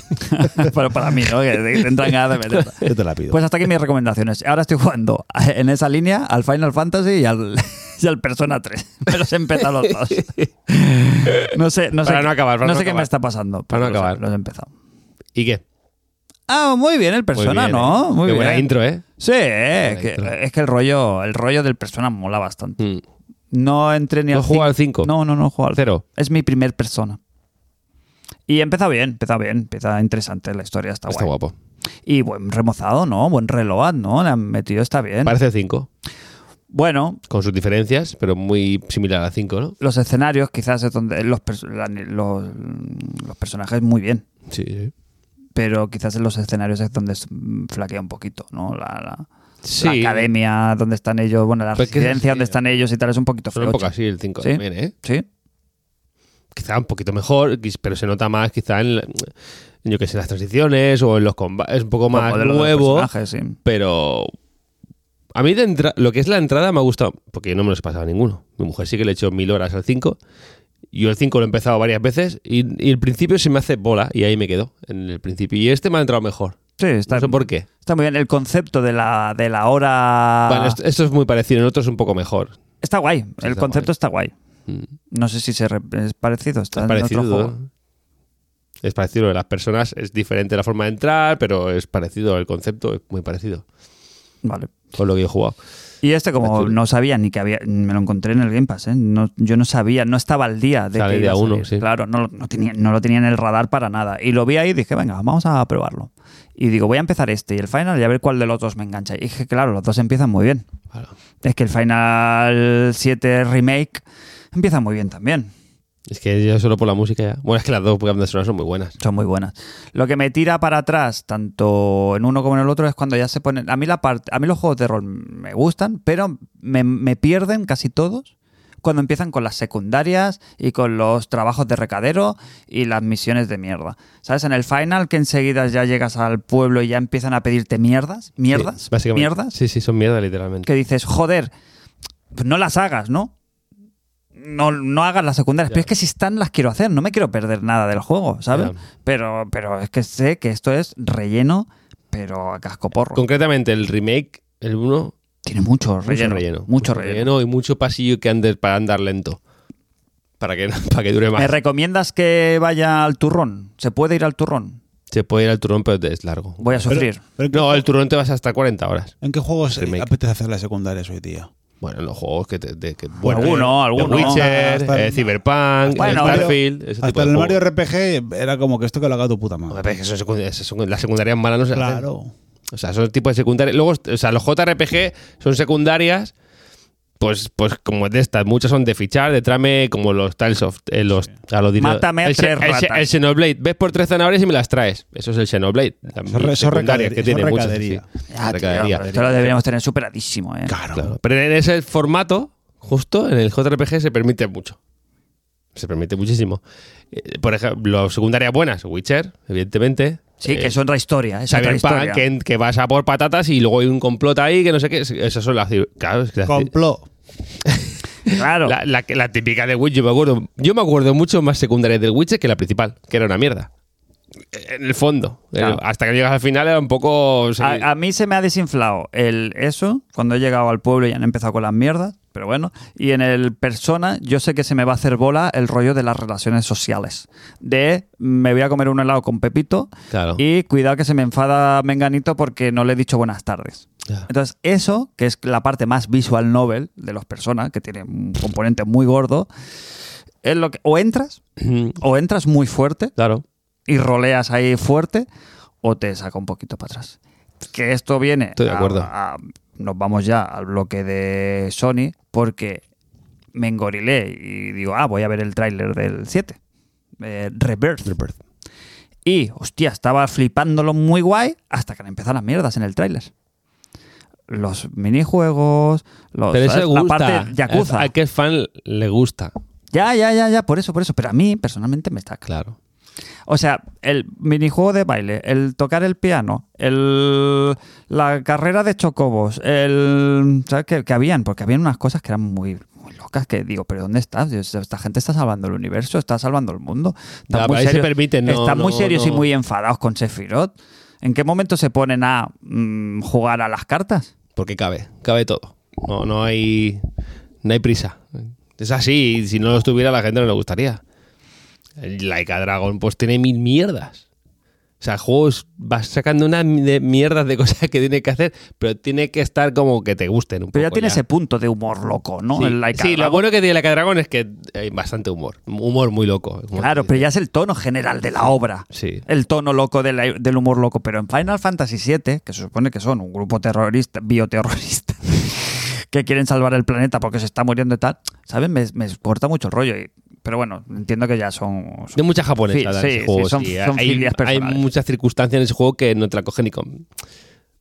A: pero para mí, ¿no? Que te te entran ganas de meter.
B: yo te la pido.
A: Pues hasta aquí mis recomendaciones. Ahora estoy jugando en esa línea al Final Fantasy y al, y al Persona 3. Me los he empezado los dos. No sé, no sé,
C: Para no acabar, para
A: no
C: no
A: sé qué
C: acabar.
A: me está pasando.
C: Para no
A: pero los he-
C: acabar.
A: Los he empezado.
C: ¿Y qué?
A: Ah, muy bien el
C: Muy
A: Persona,
C: bien,
A: ¿no?
C: ¿eh?
A: Muy
C: Qué
A: bien.
C: buena intro, ¿eh?
A: Sí, eh,
C: Buena
A: que-
C: intro.
A: es que el rollo, el rollo del Persona mola bastante.
C: Mm.
A: No entré ni
C: ¿No
A: al
C: juega al
A: 5.
C: 5?
A: No, no, no he jugado al
C: Cero.
A: Es mi primer Persona. Y empieza bien, empieza bien, empieza interesante la historia, está,
C: Está
A: guay.
C: guapo.
A: Y buen remozado, ¿no? Buen reloj, ¿no? Le han metido, está bien.
C: Parece 5,
A: Bueno,
C: con sus diferencias, pero muy similar a 5, ¿no?
A: los escenarios quizás es donde los, pers- la- los, los personajes muy bien,
C: Sí, sí.
A: pero quizás en los escenarios es donde s- flaquea un poquito, ¿no? La, la-
C: Sí.
A: la academia donde están ellos, bueno, la
C: Pues que es
A: residencia
C: así.
A: donde están ellos y tal es un poquito
C: Son un
A: feocho.
C: poco así el 5
A: Sí.
C: también, ¿eh?
A: Sí,
C: Quizá un poquito mejor, quiz- pero se nota más quizá en, la- yo que sé, en las transiciones o en los combates. Es un poco más
A: Como de los
C: nuevo.
A: personajes, sí.
C: pero a mí de entra- lo que es la entrada me ha gustado, porque yo no me los he pasado ninguno. Mi mujer sí que le he hecho mil horas al 5. Yo el 5 lo he empezado varias veces y, y el principio se me hace bola y ahí me quedo en el principio. Y este me ha entrado mejor.
A: Sí, está,
C: No sé por qué.
A: está muy bien. El concepto de la, de la hora...
C: Bueno, esto, esto es muy parecido, el otro es un poco mejor.
A: Está guay, el
C: este- está
A: concepto está guay.
C: Mm.
A: No sé si se re- es parecido, está
C: es
A: en
C: parecido. ¿eh?
A: otro juego.
C: ¿no? Es parecido lo de las personas, es diferente la forma de entrar, pero es parecido el concepto, es muy parecido
A: Vale.
C: con lo que yo he jugado.
A: Y este, como
C: Azul.
A: no sabía ni que había. Me lo encontré en el Game Pass, ¿eh? No, yo no sabía, no estaba al día de
C: Sale
A: que
C: de
A: iba a
C: a uno,
A: salir.
C: sí.
A: Claro, no, lo- no tenía, no lo tenía en el radar para nada. Y lo vi ahí y dije, venga, vamos a probarlo. Y digo, voy a empezar este y el final y a ver cuál de los dos me engancha. Y dije, claro, los dos empiezan muy bien.
C: Claro.
A: Es que el Final 7 Remake empieza muy bien también.
C: Es que yo solo por la música ya. Bueno, es que las dos bandas sonoras son muy buenas.
A: Son muy buenas. Lo que me tira para atrás, tanto en uno como en el otro, es cuando ya se ponen. A mí, la parte a mí los juegos de rol me gustan, pero me, me pierden casi todos cuando empiezan con las secundarias y con los trabajos de recadero y las misiones de mierda. ¿Sabes? En el final, que enseguida ya llegas al pueblo y ya empiezan a pedirte mierdas, mierdas,
C: Sí, básicamente.
A: mierdas
C: Sí, sí, son mierda, literalmente.
A: que dices, joder, pues no las hagas, ¿no? No, no hagas las secundarias. Pero es que si están, las quiero hacer. No me quiero perder nada del juego, ¿sabes?
C: Ya.
A: Pero, pero es que sé que esto es relleno, pero a cascoporro.
C: Concretamente, el remake, el 1,
A: Tiene mucho
C: Mucho
A: relleno.
C: relleno.
A: Mucho relleno.
C: y mucho pasillo que andes para andar lento. Para que, para que dure
A: ¿Me
C: más.
A: recomiendas que vaya al turrón? ¿Se puede ir al turrón?
C: Se puede ir al turrón, pero es largo.
A: Voy a
B: Pero-
A: sufrir. eh.
B: pero ¿en, qué,
C: No, al turrón te vas hasta 40 horas.
B: en qué juegos
C: Remake.
B: apetece hacer las secundarias hoy día?
C: Bueno, en los juegos que... Te, de- que- bueno,
A: alguno,
C: The
A: alguno.
C: Witcher,
B: Hasta-
C: eh, Cyberpunk,
A: Bueno,
C: Starfield... ese tipo
B: Hasta
C: de
B: el
C: juegos.
B: Mario RPG era como que esto que lo haga tu puta madre.
C: Joder, pero es que eso es secu- eso es secu- las secundarias malas no se hacen.
B: Claro.
C: O sea, son tipos de secundarias. Luego, o sea, los JRPG son secundarias, pues, pues como de estas. Muchas son de fichar, de trame, como los Tiles of. eh, los, a los dino-
A: Mátame a
C: el,
A: tres
C: Xe- el Xe-
A: ratas.
C: el Xenoblade. Ves por tres zanahorias y me las traes. Eso es el Xenoblade.
B: Eso re- eso
C: Secundarias,
B: recadería-
C: que tiene
B: eso
C: muchas,
B: recadería.
C: sí.
A: Ya, Ah, tío,
C: Recadería.
A: pero esto lo deberíamos tener superadísimo, ¿eh?
B: Claro.
C: Claro. Pero en ese formato, justo en el JRPG, se permite mucho. Se permite muchísimo. Eh, Por ejemplo, secundarias buenas, Witcher, evidentemente.
A: Sí,
C: Eh,
A: que es otra historia. Es otra
C: Cyberpunk,
A: historia.
C: que, que vas a por patatas y luego hay un complot ahí que no sé qué. Esas son las. Claro, es que las-
B: Complot.
A: Claro.
C: la, la- la típica de Witcher, yo me acuerdo. Yo me acuerdo mucho más secundaria del Witcher que la principal, que era una mierda. En el fondo.
A: Claro. Ah,
C: Hasta que llegas al final era un poco. o sea,
A: A, a mí se me ha desinflado el eso cuando he llegado al pueblo y han empezado con las mierdas, pero bueno. Y en el persona, yo sé que se me va a hacer bola el rollo de las relaciones sociales. De me voy a comer un helado con Pepito
C: Claro.
A: y cuidado que se me enfada Menganito porque no le he dicho buenas tardes.
C: Ya.
A: Entonces, eso, que es la parte más visual novel de los personas, que tiene un componente muy gordo, es lo que. O entras, o entras muy fuerte,
C: Claro.
A: y roleas ahí fuerte o te saca un poquito para atrás. Que esto viene.
C: Estoy de
A: a-
C: acuerdo.
A: a- nos vamos ya al bloque de Sony porque me engorilé y digo, ah, voy a ver el tráiler del 7. eh, Rebirth. Y, hostia, estaba flipándolo muy guay hasta que han empezado las mierdas en el tráiler. Los minijuegos, los,
C: Pero eso
A: ¿sabes?
C: le gusta.
A: la parte yakuza.
C: A que fan le gusta.
A: Ya, ya, ya, ya, por eso, por eso. Pero a mí, personalmente, me está
C: Claro.
A: o sea, el minijuego de baile, el tocar el piano, el, la carrera de chocobos, el, ¿sabes? Que, que habían, porque habían unas cosas que eran muy, muy locas que digo, pero ¿dónde estás? Dios, Esta gente está salvando el universo, está salvando el mundo. Están muy
C: Ya, pero ahí se
A: serios,
C: permiten, no,
A: están
C: no,
A: muy serios y
C: no.
A: muy enfadados con Sephiroth. ¿En qué momento se ponen a mm, jugar a las cartas?
C: Porque cabe. Cabe todo. No, no hay. No hay prisa. Es así. y Si no lo estuviera, a la gente no le gustaría. El Laika Dragon, pues tiene mil mierdas. O sea, juegos vas sacando unas mi- de mierdas de cosas que tiene que hacer, pero tiene que estar como que te gusten un
A: Pero ya
C: poco
A: tiene ese punto de humor loco, ¿no?
C: Sí,
A: El Like a
C: sí, lo
A: Dragon.
C: bueno que tiene Laika Dragon es que hay bastante humor. Humor muy loco. Humor-
A: Claro, pero ya es el tono general de la obra.
C: Sí.
A: El tono loco de la- del humor loco. Pero en Final Fantasy VII, que se supone que son un grupo terrorista, bioterrorista, que quieren salvar el planeta porque se está muriendo y tal, ¿sabes? Me, me corta mucho el rollo. y- pero bueno, entiendo que ya son. son-
C: De muchas japonesas
A: Sí,
C: en ese
A: sí,
C: juego,
A: sí, son-
C: sí.
A: son
C: hay,
A: filias
C: hay
A: personales.
C: muchas circunstancias en ese juego que no te la coge ni con.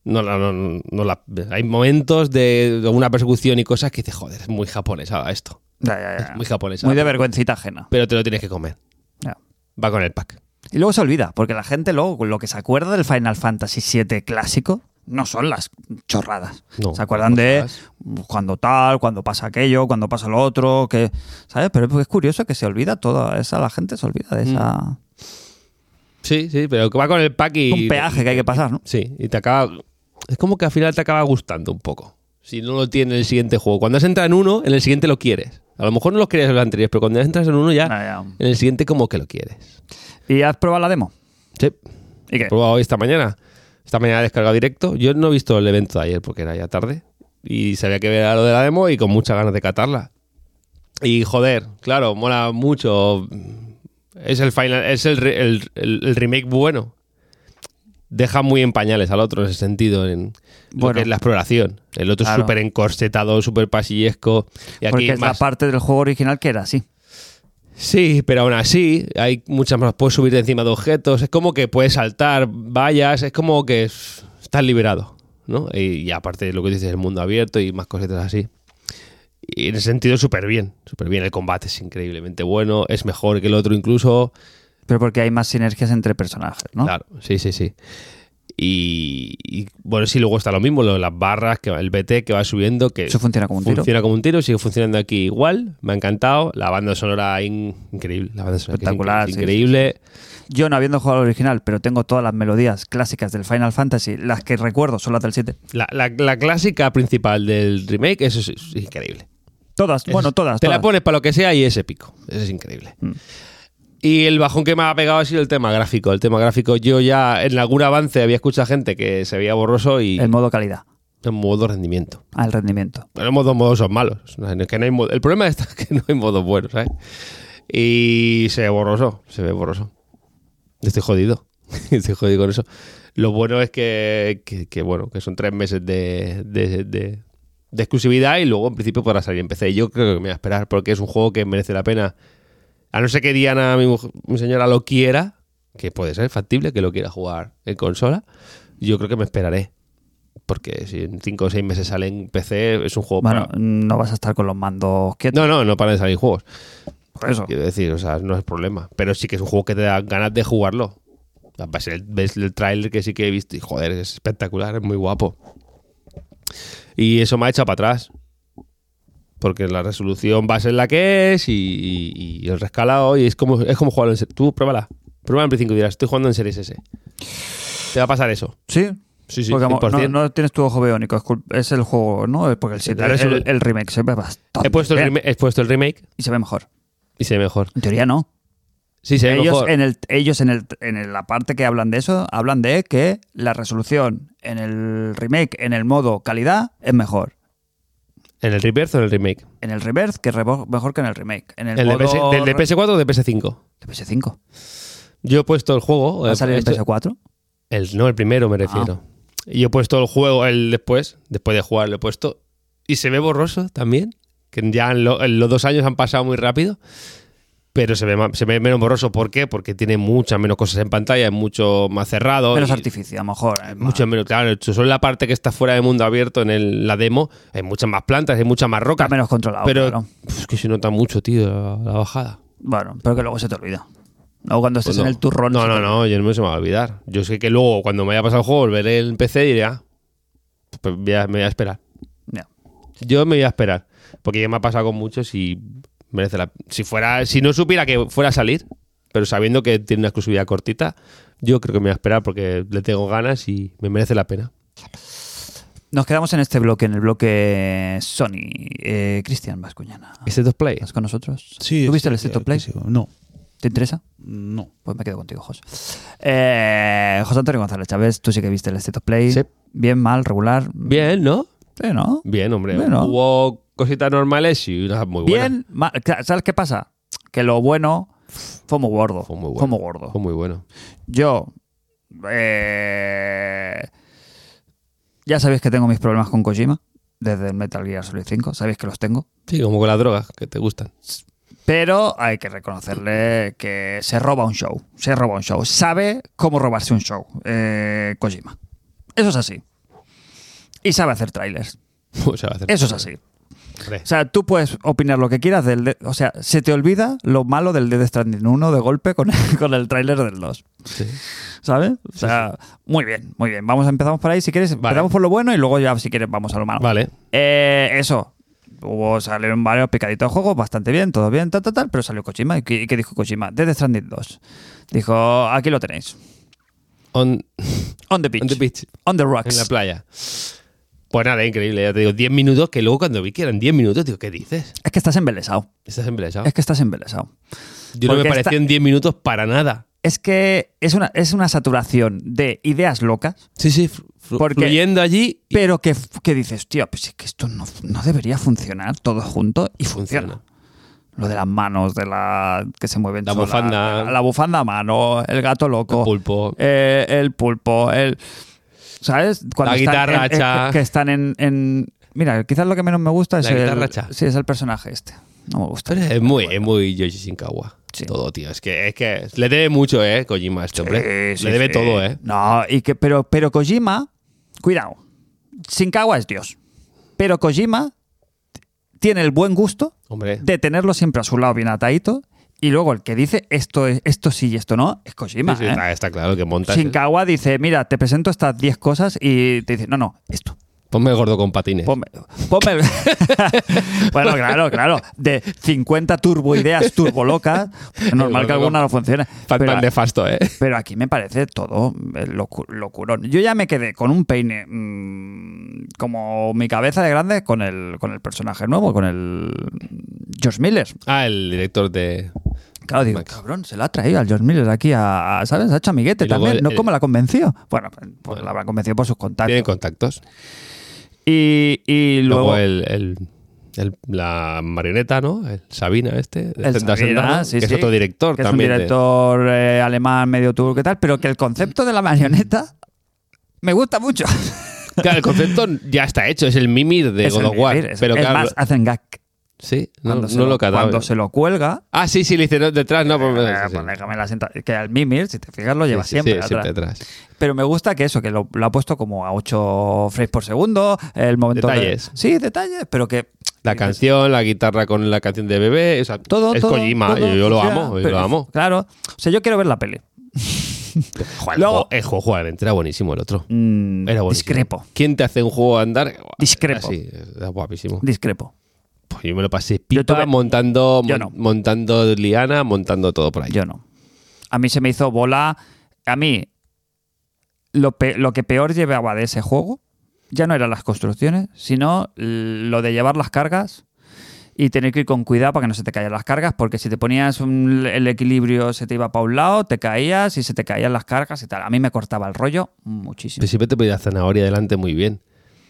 C: No, la- no, no, no la- hay momentos de, de una persecución y cosas que dices, joder, es muy japonesa esto.
A: Ya, ya, ya.
C: Es muy japonesa.
A: Muy de vergüencita ajena.
C: Pero te lo tienes que comer.
A: Ya.
C: Va con el pack.
A: Y luego se olvida, porque la gente luego lo que se acuerda del Final Fantasy VII clásico no son las chorradas.
C: No,
A: se acuerdan
C: no
A: de
C: chorradas.
A: cuando tal, cuando pasa aquello, cuando pasa lo otro, que ¿sabes? Pero es curioso que se olvida toda esa la gente se olvida de
C: Mm.
A: esa
C: Sí, sí, pero que va con el pack y.
A: un peaje que hay que pasar, ¿no?
C: Sí, y te acaba. Es como que al final te acaba gustando un poco. Si no lo tiene en el siguiente juego. Cuando has entrado en uno, en el siguiente lo quieres. A lo mejor no lo querías en los anteriores, pero cuando entras en uno ya,
A: Ah,
C: en el siguiente como que lo quieres.
A: ¿Y has probado la demo?
C: Sí.
A: ¿Y qué?
C: He probado hoy esta mañana. Esta mañana he descargado directo. Yo no he visto el evento de ayer porque era ya tarde. Y sabía que era lo de la demo y con muchas ganas de catarla. Y joder, claro, mola mucho. Es el final, es el, re- el- el- el remake bueno. Deja muy en pañales al otro en ese sentido, en lo
A: Bueno.
C: que es la exploración. El otro
A: Claro.
C: es súper encorsetado, súper pasillesco. Y aquí
A: Porque es la
C: más,
A: parte del juego original que era así.
C: Sí, pero aún así hay muchas más. Puedes subir de encima de objetos, es como que puedes saltar vallas, es como que es- estás liberado, ¿no? Y, y aparte de lo que dices, el mundo abierto y más cositas así. Y en ese sentido, súper bien, súper bien. El combate es increíblemente bueno, es mejor que el otro incluso.
A: Pero porque hay más sinergias entre personajes, ¿no?
C: Claro, sí, sí, sí. Y, y, bueno, sí, luego está lo mismo, lo de las barras, que va- el BT que va subiendo, que
A: Eso funciona como un tiro.
C: eh, funciona como un tiro, sigue funcionando aquí igual, me ha encantado. La banda sonora in- increíble, la banda sonora que es
A: Espectacular,
C: incre-
A: sí,
C: increíble.
A: Yo no habiendo jugado al original, pero tengo todas las melodías clásicas del Final Fantasy, las que recuerdo son las del 7.
C: La, la- la clásica principal del remake, eso es, es increíble.
A: Todas, bueno, todas.
C: Te la
A: todas.
C: pones para lo que sea y es épico, eso es increíble. Y el bajón que me ha pegado ha sido el tema gráfico. El tema gráfico, yo ya en algún avance había escuchado gente que se veía borroso y
A: El modo calidad,
C: en modo rendimiento.
A: al rendimiento.
C: Tenemos dos modos son malos. No, es que no hay mo- el problema está que no hay modos buenos, ¿sabes? Y se ve borroso, se ve borroso. Estoy jodido. Estoy jodido con eso. Lo bueno es que, que- que, bueno, que son tres meses de, de- de- de exclusividad y luego en principio podrá salir en PC. Yo creo que me voy a esperar porque es un juego que merece la pena. A no ser que Diana, mi, mujer- mi señora, lo quiera, que puede ser factible que lo quiera jugar en consola, yo creo que me esperaré. Porque si en cinco o seis meses sale en PC, es un juego
A: Bueno,
C: para...
A: no vas a estar con los mandos quietos.
C: No, no, no para de salir juegos.
A: por eso.
C: Quiero decir, o sea, no es problema. Pero sí que es un juego que te da ganas de jugarlo. Ves el, ves el tráiler que sí que he visto y joder, es espectacular, es muy guapo. Y eso me ha echado para atrás. Porque la resolución va a ser la que es y, y- y el rescalado. Y es como, es como jugarlo en series. Tú pruébala. Pruébala en Play 5 y dirás, estoy jugando en Series S. Te va a pasar eso.
A: Sí,
C: Sí, sí,
A: porque como-
C: 100%.
A: no, no tienes tu ojo biónico, es, cul- es el juego, ¿no? Es Porque el 7,
C: Claro, es
A: el,
C: el-
A: el remake se ve bastante
C: he, puesto el
A: bien
C: rema- he puesto el remake
A: y se ve mejor.
C: y se ve mejor.
A: En teoría no.
C: Sí, se ve
A: ellos
C: mejor.
A: en, el, ellos en, el, en el- la parte que hablan de eso, hablan de que la resolución en el remake, en el modo calidad, es mejor.
C: ¿En el reverse o en el remake?
A: En el reverse, que es revo- mejor que en el remake. En el,
C: ¿El de
A: modo
C: PS- ¿Del de
A: re-
C: PS4 o de PS5?
A: de PS5.
C: Yo he puesto el juego.
A: ¿Va
C: eh,
A: a salir en
C: esto-
A: PS4?
C: el- no, el primero
A: Ah.
C: me refiero. Y yo he puesto el juego el después, después de jugar lo he puesto. Y se ve borroso también. Que ya en lo- en los dos años han pasado muy rápido. Pero se ve, ma- se ve menos borroso. ¿Por qué? Porque tiene muchas menos cosas en pantalla, es mucho más cerrado.
A: Menos
C: y-
A: artificio, a lo mejor. eh,
C: Mucho menos, claro, solo en la parte que está fuera de mundo abierto, en el- la demo, hay muchas más plantas, hay muchas más
A: Está
C: rocas.
A: menos controlado.
C: pero
A: claro.
C: Uf, es que se nota mucho, tío, la- la bajada.
A: Bueno, pero que luego se te olvida. Luego cuando estés
C: Pues no.
A: en el turrón.
C: No,
A: se
C: no,
A: te-
C: no, yo no me se me va a olvidar. Yo sé que luego, cuando me haya pasado el juego, volveré el PC y diré, ah, pues voy a- me voy a esperar.
A: Ya.
C: Yo me voy a esperar. Porque ya me ha pasado con muchos y merece la. Si fuera, si no supiera que fuera a salir, pero sabiendo que tiene una exclusividad cortita, yo creo que me voy a esperar porque le tengo ganas y me merece la pena.
A: Nos quedamos en este bloque, en el bloque Sony. Eh, Cristian Vascuñana,
C: Este dos play.
A: ¿estás con nosotros?
B: Sí,
A: ¿Tú viste el
B: sí,
A: State of
B: sí,
A: Play?
B: sí, No,
A: ¿Te interesa?
B: no.
A: Pues me quedo contigo, José. Eh, José Antonio González Chávez, tú sí que viste el State of Play.
C: Sí.
A: Bien, mal, regular.
C: Bien, ¿no?
A: Sí, ¿no?
C: Bien, hombre.
A: Bueno.
C: Hubo cositas normales y unas muy buenas.
A: Bien, mal. Claro, ¿Sabes qué pasa? Que lo bueno fue muy gordo.
C: Fue muy bueno.
A: Fue muy gordo.
C: Fue muy bueno.
A: Yo. eh, ya sabéis que tengo mis problemas con Kojima desde el Metal Gear Solid 5. Sabéis que los tengo.
C: Sí, como con las drogas que te gustan.
A: Pero hay que reconocerle que se roba un show. Se roba un show. Sabe cómo robarse un show, eh, Kojima. Eso es así. Y sabe hacer trailers.
C: O sea, hacer-
A: Eso es así.
C: Hombre.
A: O sea, tú puedes opinar lo que quieras del... de- o sea, se te olvida lo malo del Dead Stranding 1 de golpe con, con el tráiler del 2.
C: Sí.
A: ¿Sabes? O sea, muy bien, muy bien. Vamos a empezar por ahí. Si quieres,
C: Vale.
A: empezamos por lo bueno y luego ya, si quieres, vamos a lo malo.
C: Vale.
A: Eh, eso. Hubo, salieron varios picaditos de juegos, bastante bien, todo bien, tal, tal, tal, pero salió Kojima. ¿Y qué, y qué dijo Kojima? Death Stranding 2. Dijo, aquí lo tenéis.
C: On,
A: On the beach.
C: on the beach,
A: On the
C: en
A: rocks.
C: la playa. Pues nada, increíble, ya te digo, 10 minutos, que luego cuando vi que eran 10 minutos, digo, ¿qué dices?
A: es que estás embelesado.
C: Estás emplazado.
A: Es que estás embelesado.
C: Yo no me
A: porque
C: pareció
A: esta-
C: en 10 minutos para nada.
A: Es que es una, es una saturación de ideas locas,
C: Sí, sí, flu- flu-
A: Porque-
C: fluyendo allí y
A: pero que, que dices, tío, pues es que esto no, no debería funcionar todo junto y funciona.
C: funciona.
A: Lo de las manos, de la que se mueven
C: La
A: solas,
C: bufanda.
A: La, la bufanda a mano, el gato loco.
C: Pulpo.
A: Oh. eh, el pulpo, el. ¿Sabes?
C: La
A: están
C: guitarra
A: en- en-
C: hacha.
A: que están en, en- Mira, quizás lo que menos me gusta es.
C: La guitarra
A: el,
C: hacha.
A: Sí, es el personaje este. No me gusta.
C: Pero es muy, es muy Yoshi Shinkawa.
A: Sí.
C: Todo, tío. Es que, es que le debe mucho, ¿eh? Kojima a este hombre.
A: Sí, sí,
C: le debe
A: sí.
C: todo, ¿eh?
A: No, y que, pero, pero Kojima. Cuidado. Shinkawa es Dios. Pero Kojima tiene el buen gusto
C: Hombre.
A: de tenerlo siempre a su lado bien atadito Y luego el que dice esto, es- esto sí y esto no es Kojima.
C: Sí, sí,
A: ¿eh?
C: está, está claro que montas. eh.
A: Shinkawa dice, mira, te presento estas 10 cosas y te dice, no, no, esto.
C: Ponme el gordo con patines.
A: Ponme, ponme el- bueno, claro, claro. De 50 turbo ideas turbo locas, es normal que alguna no funcione.
C: Faltan
A: Pero-
C: de fasto, ¿eh?
A: pero aquí me parece todo eh, locu- locurón. Yo ya me quedé con un peine mm, como mi cabeza de grande con el, con el personaje nuevo, con el George Miller.
C: Ah, el director de.
A: Claro, digo,
C: Max.
A: cabrón, se la ha traído al George Miller aquí a, a- ¿sabes? Ha hecho amiguete
C: Y luego
A: también.
C: el-
A: ¿No
C: el-
A: cómo la convenció? Bueno, pues
C: Bueno.
A: la habrá convencido por sus
C: Tiene
A: contactos.
C: contactos.
A: Y, y
C: Luego,
A: luego...
C: el, el- el- la marioneta, ¿no? El Sabina este. de
A: el
C: Senda
A: Sabina,
C: a Senda, ¿no?
A: sí,
C: que es
A: sí,
C: otro director
A: que es un
C: también. de-
A: director eh, alemán medio turco y tal, pero que el concepto de la marioneta me gusta mucho.
C: Claro, el concepto ya está hecho. Es el Mimir de
A: Es
C: God
A: el
C: of War.
A: vivir, es-
C: pero
A: es
C: claro,
A: más, hacen gag.
C: sí, no,
A: cuando, se,
C: no
A: lo,
C: lo cataba.
A: cuando se lo cuelga,
C: Ah, sí, sí, le dice no, detrás, no. pues,
A: eh,
C: sí, sí.
A: pues déjame la senta- que al Mimir, si te fijas, lo lleva
C: Sí, sí,
A: siempre,
C: sí,
A: atrás.
C: siempre atrás.
A: Pero me gusta que eso, que lo, lo ha puesto como a 8 frames por segundo, el momento... de-
C: Detalles.
A: sí, detalles, pero que...
C: La
A: dices,
C: canción, la guitarra con la canción de bebé. O sea,
A: Todo,
C: es
A: todo,
C: Kojima.
A: todo
C: yo, yo lo
A: funciona,
C: amo, yo
A: pero-
C: lo amo.
A: Claro. O sea, yo quiero ver la peli.
C: Joder,
A: Luego-
C: el juego, eh, Juan, era buenísimo el otro.
A: Mm,
C: Era buenísimo.
A: discrepo,
C: ¿Quién te hace un juego andar?
A: Discrepo.
C: Así, era guapísimo.
A: discrepo.
C: Pues yo me lo pasé pipa
A: Yo tuve-
C: montando,
A: Yo
C: mon-
A: no.
C: montando liana, montando todo por ahí.
A: Yo no. A mí se me hizo bola. A mí, lo, pe- lo que peor llevaba de ese juego ya no eran las construcciones, sino l- lo de llevar las cargas y tener que ir con cuidado para que no se te caigan las cargas, porque si te ponías un- el equilibrio se te iba para un lado, te caías y se te caían las cargas y tal. A mí me cortaba el rollo muchísimo.
C: Pero siempre te pedía zanahoria adelante muy bien.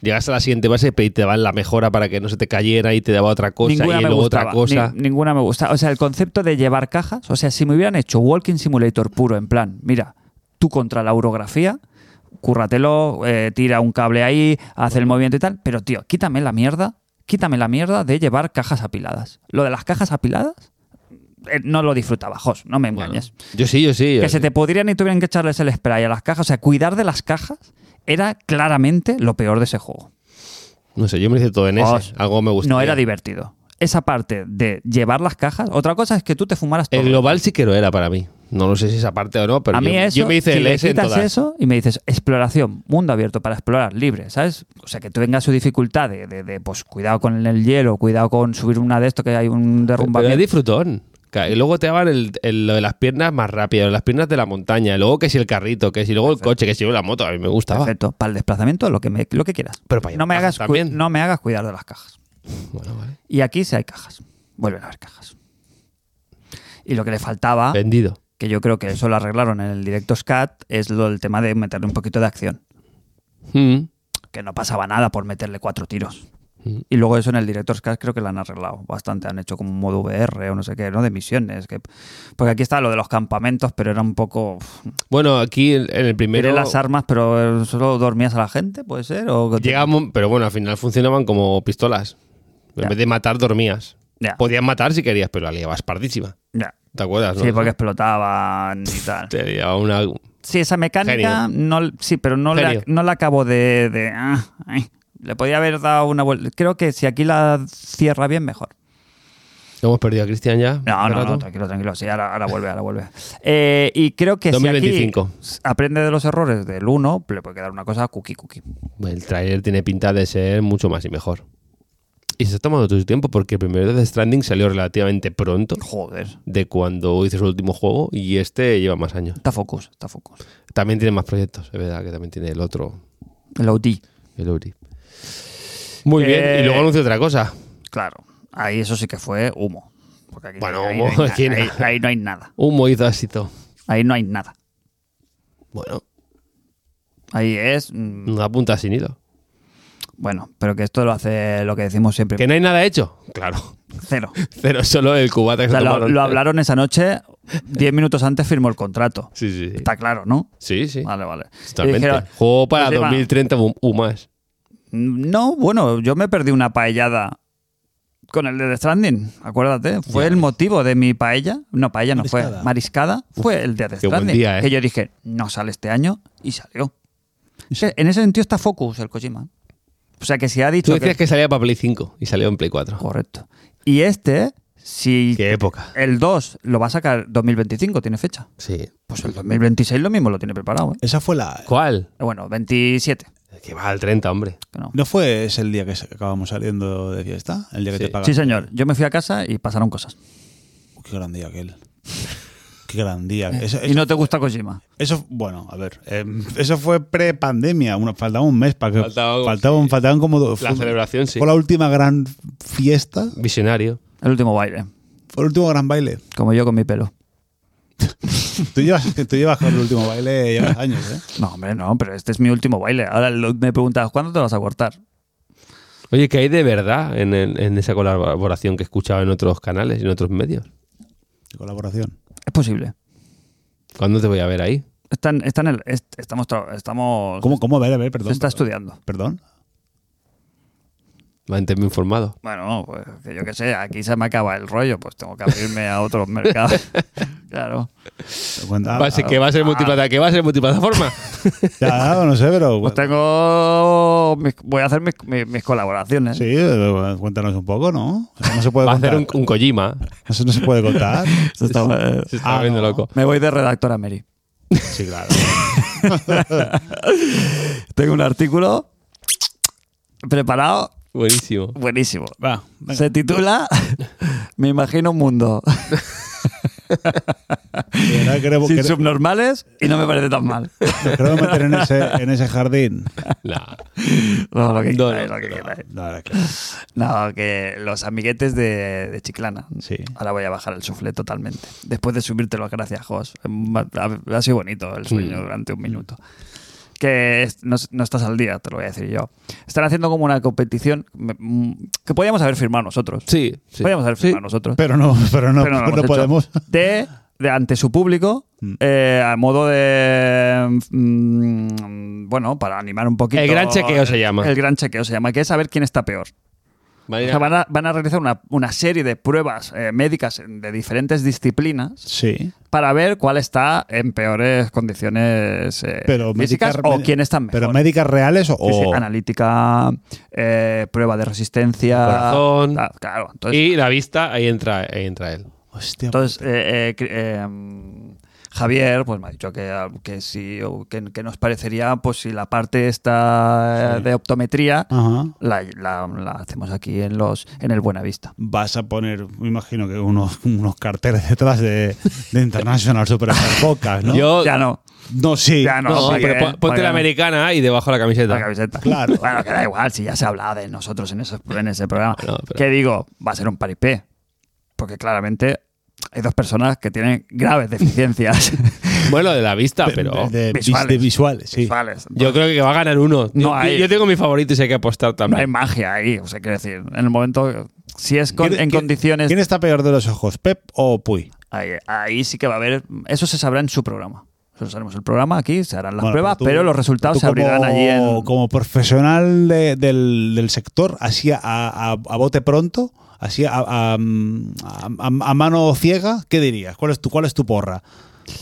C: Llegas a la siguiente base y te daban la mejora para que no se te cayera y te daba otra cosa y luego otra cosa.
A: ni- ninguna me gusta. O sea, el concepto de llevar cajas, o sea, si me hubieran hecho Walking Simulator puro, en plan, mira, tú contra la urografía, cúrratelo, eh, tira un cable ahí, hace el movimiento y tal, pero tío, quítame la mierda, quítame la mierda de llevar cajas apiladas. Lo de las cajas apiladas, eh, no lo disfrutaba, Jos, no me
C: Bueno,
A: engañes.
C: yo sí, yo sí.
A: Que se te podrían y tuvieran que echarles el spray a las cajas, o sea, cuidar de las cajas era claramente lo peor de ese juego.
C: No sé, yo me hice todo en ese.
A: Os-
C: Algo me gustó.
A: No era divertido. Esa parte de llevar las cajas, otra cosa es que tú te fumaras todo.
C: El global sí que lo era para mí. No lo sé si esa parte o no, pero
A: a mí
C: yo,
A: eso,
C: yo me hice
A: si
C: el
A: le
C: S en
A: quitas
C: todas.
A: eso y me dices exploración, mundo abierto para explorar, libre, ¿sabes? O sea, que tú tengas su dificultad de, de- de, pues cuidado con el hielo, cuidado con subir una de esto que hay un
C: Pero- Pero es
A: derrumbamiento.
C: disfrutón. Ca- Y luego te daban el, el- lo de las piernas más rápido, las piernas de la montaña, luego que si el carrito, que si luego el coche, que si luego la moto, a mí me gustaba.
A: Perfecto, para el desplazamiento lo que, me- lo que quieras.
C: Pero para
A: no me,
C: llevar
A: hagas
C: cajas
A: cu-
C: también.
A: no me hagas cuidar de las cajas.
C: Bueno, vale.
A: Y aquí sí hay cajas. Vuelven a haber cajas. Y lo que le faltaba,
C: Vendido.
A: que yo creo que eso lo arreglaron en el directo SCAT, es lo, el tema de meterle un poquito de acción.
C: Mm.
A: que no pasaba nada por meterle cuatro tiros.
C: Mm.
A: Y luego eso en el Director's Cut creo que lo han arreglado bastante. Han hecho como un modo VR o no sé qué, ¿no? De misiones. Que... Porque aquí está lo de los campamentos, pero era un poco... uf,
C: Bueno, aquí en en el primero
A: Eran las armas, pero eh, solo dormías a la gente, ¿puede ser? O...
C: llegamos, pero bueno, al final funcionaban como pistolas. En
A: Ya.
C: vez de matar, dormías.
A: Ya,
C: Podías matar si querías, pero la liabas pardísima.
A: ya.
C: ¿Te acuerdas?
A: Sí,
C: no?
A: porque explotaban y tal.
C: Te liaba una...
A: Sí, esa mecánica, no, sí, pero no, le,
C: Genio.
A: no la acabo de... de- ah, ay. le podía haber dado una vuelta. Creo que si aquí la cierra bien, mejor.
C: ¿Lo hemos perdido a Cristian ya?
A: No,
C: ¿Hace
A: no, no,
C: rato?
A: tranquilo, tranquilo. Sí, ahora, ahora vuelve, ahora vuelve. Eh, y creo que
C: 2025.
A: si aquí aprende de los errores del 1, le puede quedar una cosa cookie cookie.
C: El tráiler tiene pinta de ser mucho más y mejor. Y se está tomando todo su tiempo porque el primero de Stranding salió relativamente pronto
A: Joder.
C: de cuando hice su último juego y este lleva más años.
A: Está focus, está focus.
C: También tiene más proyectos, es verdad que también tiene el otro,
A: El OT.
C: el Uri. Muy
A: Eh,
C: bien, y luego anunció otra cosa.
A: Claro. Ahí eso sí que fue humo. Porque aquí
C: Bueno,
A: ahí
C: humo,
A: no hay
C: aquí
A: nada,
C: no.
A: ahí- ahí no hay nada.
C: Un moído ácido.
A: Ahí no hay nada.
C: Bueno,
A: Ahí es. mm,
C: una punta sin hilo.
A: Bueno, pero que esto lo hace lo que decimos siempre.
C: ¿Que no hay nada hecho? Claro.
A: Cero.
C: Cero, solo el cubata que
A: O sea,
C: se
A: lo,
C: tomaron.
A: lo hablaron esa noche, 10 minutos antes firmó el contrato.
C: Sí, sí, sí.
A: Está claro, ¿no?
C: Sí, sí.
A: Vale, vale. Y
C: Totalmente.
A: dijeron,
C: Juego para
A: pues iba-
C: 2030 u- u más.
A: No, bueno, yo me perdí una paellada con el de The Stranding, acuérdate. Fue el motivo de mi paella. No, paella no fue.
B: Mariscada.
A: Mariscada fue el de The
C: qué buen
A: Stranding.
C: día, ¿eh?
A: Que yo dije, no sale este año y salió. Que En ese sentido está Focus el Kojima. O sea que si ha
C: Tú
A: dicho.
C: decías que salía para Play 5 y salió en Play 4.
A: Correcto. Y este Si
C: Qué época.
A: el 2 lo va a sacar 2025, tiene fecha.
C: Sí.
A: Pues el 2026 lo mismo lo tiene preparado. ¿eh?
B: Esa fue la.
C: ¿Cuál?
A: Bueno, 27.
C: Que va al 30, hombre.
A: Que no.
B: ¿No fue ese el día que se- acabamos saliendo de fiesta? El día que
C: Sí.
B: te pagaron.
A: Sí, señor. Yo me fui a casa y pasaron cosas.
B: Uy, Qué gran día aquel. Qué gran día. Eso,
A: Y
B: eso-
A: no te gusta Kojima.
B: eso- bueno, a ver. eh, eso fue pre-pandemia. una- Faltaba un mes para que.
C: Faltaba algo,
B: faltaban,
C: sí.
B: faltaban como. do-
C: La celebración, sí.
B: Fue la última gran fiesta.
C: Visionario.
A: El último baile.
B: Fue el último gran baile.
A: Como yo con mi pelo.
B: Tú llevas, tú llevas con el último baile llevas años, ¿eh?
A: No, hombre, no, pero este es mi último baile. Ahora lo- me preguntas, ¿cuándo te vas a cortar?
C: Oye, que hay de verdad en, el- en esa colaboración que he escuchado en otros canales y en otros medios.
B: De colaboración.
A: Es posible.
C: ¿Cuándo te voy a ver ahí?
A: Están, están en el- est- estamos, tra- estamos
B: ¿Cómo, cómo? A ver, a ver,
A: se
B: perdón.
A: está estudiando.
B: Perdón.
C: Manténme informado.
A: Bueno, pues que yo qué sé, aquí se me acaba el rollo, pues tengo que abrirme a otros mercados. claro.
B: Cuenta- ah,
C: Va a ser- que va a ser multiplataforma. Que va a ser multiplataforma.
B: Ya, no sé, pero.
A: Pues tengo. mis- voy a hacer mis, mis- mis colaboraciones.
B: Sí, eh, cuéntanos un poco, ¿no? Eso no se puede
C: Va a
B: contar.
C: hacer un, un Kojima.
B: Eso no se puede contar.
A: Eso está-
C: Se está
B: Ah,
C: viendo
B: no.
C: loco.
A: Me voy de redactora Mary.
B: Sí, claro.
A: Tengo un artículo preparado,
C: Buenísimo.
A: buenísimo.
B: Va, venga.
A: Se titula Me imagino un mundo
B: Y ahora queremos,
A: sin
B: quere-
A: subnormales y no me parece tan mal.
B: nos queremos meter en ese, en ese jardín.
C: Nah.
A: No, lo que
C: No,
A: queráis,
C: no,
A: lo que queráis.
B: No, ahora claro.
A: No, que los amiguetes de, de Chiclana.
B: Sí.
A: Ahora voy a bajar el suflé totalmente. Después de subirte las gracias, Jos. Ha, ha sido bonito el sueño
C: Mm.
A: durante un minuto. Que es- no, no estás al día, te lo voy a decir yo. Están haciendo como una competición me- mm, que podíamos haber firmado nosotros.
C: Sí, sí.
A: Podíamos haber
C: Sí.
A: firmado nosotros.
B: Pero no, pero no,
A: Pero no lo
B: no
A: hemos hecho.
B: podemos.
A: De, de ante su público,
B: Mm.
A: eh, a modo de. mm, bueno, para animar un poquito.
C: El gran chequeo se llama.
A: El gran chequeo se llama, que es saber quién está peor. O
C: Marina,
A: sea, van, a, van a realizar una, una serie de pruebas eh, médicas de diferentes disciplinas
B: Sí.
A: para ver cuál está en peores condiciones eh,
B: Pero
A: físicas
B: médicas-
A: o quién está mejor.
B: Pero médicas reales o.
A: Sí, sí, analítica, eh, prueba de resistencia.
C: Corazón.
A: tal, claro,
B: pues.
A: entonces,
C: y la vista, ahí entra, ahí entra él.
B: Hostia.
A: entonces, eh, eh, cri- eh, Javier pues me ha dicho que, que sí, o que, que nos parecería pues si la parte esta eh, de optometría
B: Ajá.
A: la, la- la hacemos aquí en los en el Buenavista.
B: Vas a poner, me imagino que unos, unos carteles detrás de, de International Superstar Pocas, ¿no?
C: Yo,
A: Ya no.
B: no, sí.
A: Ya no,
C: no,
A: sí,
C: pero
A: eh,
C: pon- ponte
A: para-
C: la americana y debajo la camiseta.
A: La camiseta.
B: Claro.
A: Bueno, que da igual, si ya se hablaba de nosotros en, esos, en ese programa.
C: No, pero-
A: ¿Qué digo? Va a ser un paripé. Porque claramente hay dos personas que tienen graves deficiencias
C: Bueno, de la vista,
B: De-
C: pero.
B: de, de-
A: visuales.
B: de visuales, sí.
A: visuales.
C: Yo creo que va a ganar uno.
A: No
C: yo,
A: hay-
C: yo tengo mi favorito y si hay que
A: No
C: apostar
A: hay
C: también.
A: magia ahí. O sea, quiero decir, en el momento. Si es con-
B: ¿Quién-
A: en
B: quién-
A: condiciones.
B: ¿Quién está peor de los ojos, Pep o Puy?
A: Ahí, ahí sí que va a haber. Eso se sabrá en su programa. Nosotros haremos el programa aquí, se harán las
B: Bueno,
A: pruebas,
B: tú-
A: pero los resultados
B: tú
A: se abrirán
B: como-
A: allí en.
B: Como profesional de- del, del sector, así a, a- a bote pronto, así a, a- a- a mano ciega, ¿qué dirías? ¿Cuál es tu, cuál es tu porra?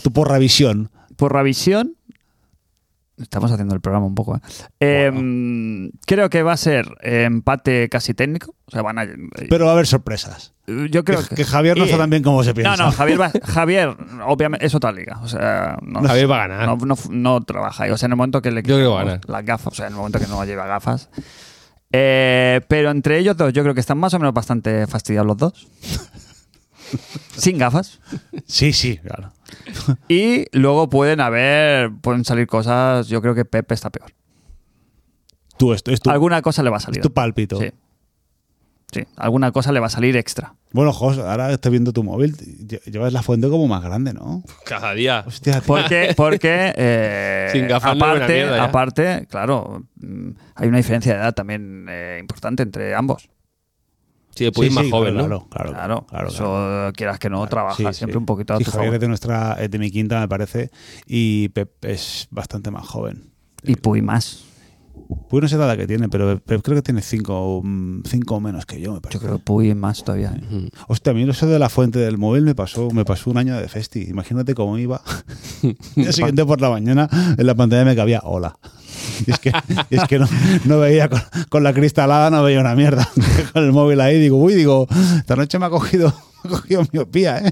B: Tu porra visión.
A: por revisión. Estamos haciendo el programa un poco. ¿eh? Em, Creo que va a ser empate casi técnico. O sea, van a.
B: Pero va a haber sorpresas.
A: yo creo
B: que, que Javier no
A: y-
B: está tan bien como se piensa.
A: No, no, Javier, va- Javier, obviamente, es otra liga. O sea, no,
C: Javier va a ganar.
A: no, no- no trabaja. ahí. O sea, en el momento que le
C: Ah. Yo creo que va a ganar.
A: las gafas, o sea, en el momento que no lleva gafas. Eh, pero entre ellos dos, yo creo que están más o menos bastante fastidiados los dos. Sin gafas.
B: Sí, sí, claro.
A: Y luego pueden haber, pueden salir cosas. Yo creo que Pepe está peor.
B: Tú, esto es tu,
A: alguna cosa le va a salir.
B: es tu pálpito.
A: Sí. Sí, alguna cosa le va a salir extra.
B: Bueno, Jos, ahora estoy viendo tu móvil. lle- Llevas la fuente como más grande, ¿no?
C: Cada día.
B: Hostia, tío.
A: Porque, porque eh,
C: Sin gafas no es una
A: aparte,
C: mierda ya.
A: aparte, claro, mm, hay una diferencia de edad también eh, importante entre ambos.
C: Sí, pues
B: Sí,
C: más
B: sí,
C: joven,
B: claro,
C: ¿no?
B: Claro,
A: Claro,
B: claro, claro,
A: eso quieras que no,
B: trabaja
A: trabaja siempre un poquito a tu
B: Javier
A: favor.
B: es de, nuestra, es de mi quinta, me parece, y Pep es bastante más joven.
A: Y Puy más.
B: Pues no sé la edad que tiene, pero Pep creo que tiene cinco, mm, cinco menos que yo, me parece.
A: Yo creo que Puy más todavía. ¿eh?
B: Hostia, a mí eso de la fuente del móvil me pasó, me pasó un año de festi. Imagínate cómo iba. El siguiente por la mañana en la pantalla me cabía hola. Y es que, y es que no, no veía con, con la cristalada, no veía una mierda. Con el móvil ahí digo, uy, digo, esta noche me ha cogido, ha cogido miopía, ¿eh?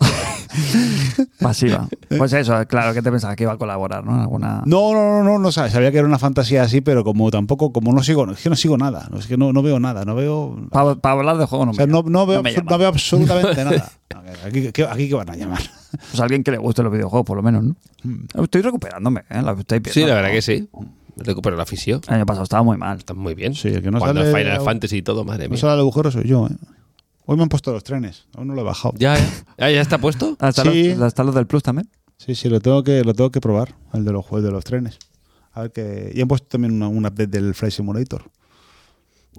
A: Pasiva. Pues eso, claro, que te pensabas que iba a colaborar, ¿no? En Alguna...
B: No, no, no, no, no, sabía que era una fantasía así, pero como tampoco, como no sigo, es que no sigo nada, no, es que no, no veo nada, no veo...
A: Para hablar de juego no,
B: O
A: me
B: sea, no,
A: llama,
B: no veo,
A: me
B: absu-
A: llama.
B: no veo absolutamente nada. A ver, Aquí, ¿qué, aquí qué van a llamar.
A: Pues alguien que le guste los videojuegos, por lo menos, ¿no? Estoy recuperándome, ¿eh? La estoy
C: Sí,
A: viendo.
C: la verdad que sí. Recupero la afición.
A: El año pasado estaba muy mal.
C: Está muy bien.
B: Sí, el que no
C: Cuando
B: sale-
C: Final Fantasy y todo, madre
B: No
C: mía.
B: sale el agujero, soy yo, ¿eh? Hoy me han puesto los trenes, aún no lo he bajado.
C: Ya, ya. Ah, ya está puesto.
A: ¿Hasta,
B: Sí.
A: los, hasta los del Plus también?
B: Sí, sí, lo tengo que, lo tengo que probar, el de los juegos de los trenes. A ver que. Y han puesto también una- un update del Flight Simulator.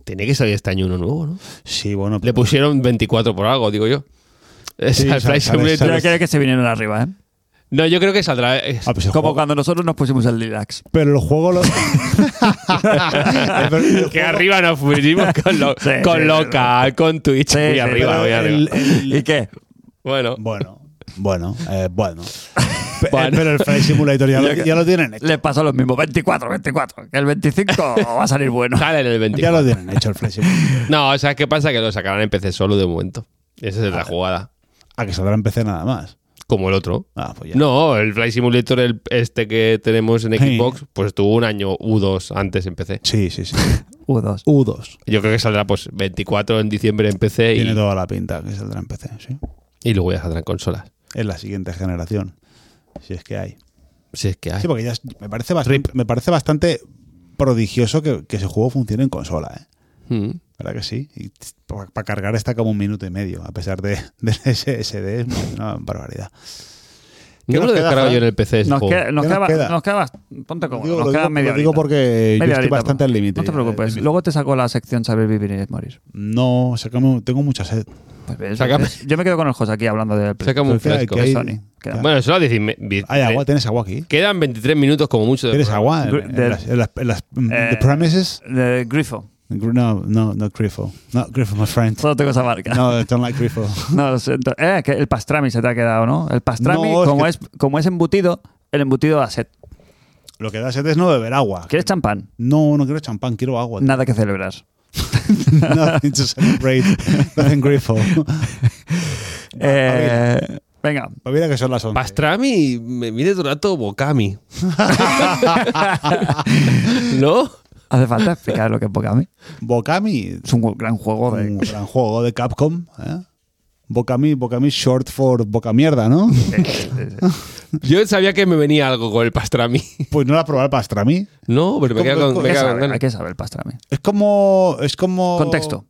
C: Tenía que salir este año uno nuevo, ¿no?
B: Sí, bueno.
C: Le
B: pero-
C: pusieron 24 por algo, digo yo. Es
B: Sí,
C: al
B: sale-
C: Flight Simulator.
A: Yo
B: sale-
A: creo que se vinieron arriba, ¿eh?
C: No, yo creo que saldrá. eh,
B: Ah, pues el
A: Como
B: juego-
A: cuando nosotros nos pusimos el Lilax.
B: Pero el juego lo. Eh, Pero el
C: que
B: juego-
C: arriba nos fuimos con, lo-
A: Sí,
C: con
A: sí,
C: local, con Twitch.
A: Sí,
C: muy
A: sí,
C: arriba,
A: pero
C: muy arriba.
B: el- el-
A: ¿Y qué?
C: Bueno,
B: Bueno, bueno, eh, bueno. Pe-
C: Bueno.
B: Pero el Flight Simulator ya lo, ya lo tienen hecho.
A: Les pasó lo mismo. 24, 24. Que el 25 va a salir bueno.
C: sale en el
B: Ya
C: 24.
B: lo tienen hecho el Flight Simulator.
C: No, o sea, ¿qué pasa? Que lo sacarán en PC solo de momento. Esa es
B: Ah.
C: la jugada.
B: A que saldrá en PC nada más.
C: Como el otro.
B: Ah, pues ya.
C: No, el Flight Simulator, el, este que tenemos en
B: Sí.
C: Xbox, pues tuvo un año U2 antes en PC.
B: Sí, sí, sí.
A: U2.
B: U2.
C: Yo creo que saldrá pues 24 en diciembre en PC
B: Tiene
C: y,
B: toda la pinta que saldrá en PC, sí.
C: y luego ya saldrá en consolas.
B: Es la siguiente generación. Si es que hay.
C: Si es que hay.
B: Sí, porque ya es- me, parece bastante, me parece bastante prodigioso que, que ese juego funcione en consola, ¿eh?
C: Mm.
B: ¿Verdad que sí? Y para cargar está como un minuto y medio, a pesar de, del SSD, es una barbaridad. ¿Qué
C: No
B: nos
C: me lo he
B: queda,
C: descargado
B: Fran?
C: yo en el PC. ese
A: Nos,
C: juego.
A: queda, nos,
B: ¿Qué
A: queda,
B: nos queda?
A: nos queda bast- Ponte
B: Lo
A: cómodo.
B: digo,
A: nos
B: lo
A: queda
B: digo-
A: media
B: lo digo
A: horita.
B: porque yo
A: Media
B: estoy
A: horita,
B: bastante
A: pues.
B: al límite.
A: No te
B: ya,
A: preocupes.
B: de- de-
A: Luego te saco la sección Saber vivir y morir.
B: No, o sea, que me- tengo mucha sed.
A: Pues ves,
C: Sácame.
A: ves. Yo me quedo con el José aquí hablando de
C: Sácame un
B: Pero que hay-
C: fresco.
B: que hay-
A: Sony. Queda-
B: Bueno,
C: Bueno, solo 10 y me- vi-
B: hay agua, tienes agua aquí.
C: Quedan 23 minutos como mucho. de
B: ¿Tienes
C: programa.
B: agua? En, en
A: Del-
B: las, en las- en las- mm,
A: Eh,
B: the premises?
A: de Grifo.
B: No, no, no Grifo. No Grifo, my friend.
A: Solo tengo esa marca.
B: No, I don't like Grifo.
A: No, lo siento. Eh, que el pastrami se te ha quedado, ¿no? El pastrami,
B: No, es
A: como,
B: que-
A: es, como es embutido, el embutido da sed.
B: Lo que da sed es no beber agua.
A: ¿Quieres champán?
B: No, no quiero champán, quiero agua.
A: Nada que celebrar.
B: Nothing to celebrate. Nothing Pues grateful.
A: Eh, venga.
B: Pues mira que son las 11.
C: Pastrami me mide todo el rato Bokami. ¿No?
A: Hace falta explicar lo que es Bokami.
B: Bokami,
A: Es un gran juego de...
B: un gran juego de Capcom. ¿eh? Bokami, Bokami short for boca mierda, ¿no?
C: Yo sabía que me venía algo con el pastrami.
B: Pues no la probar pastrami.
C: No, pero me
B: ¿Cómo-
C: quedo con.
B: cómo-
C: Me
A: ¿Qué
C: quedo
A: sabe?
C: con-
A: Hay que saber el pastrami.
B: Es como. Es como.
A: Contexto.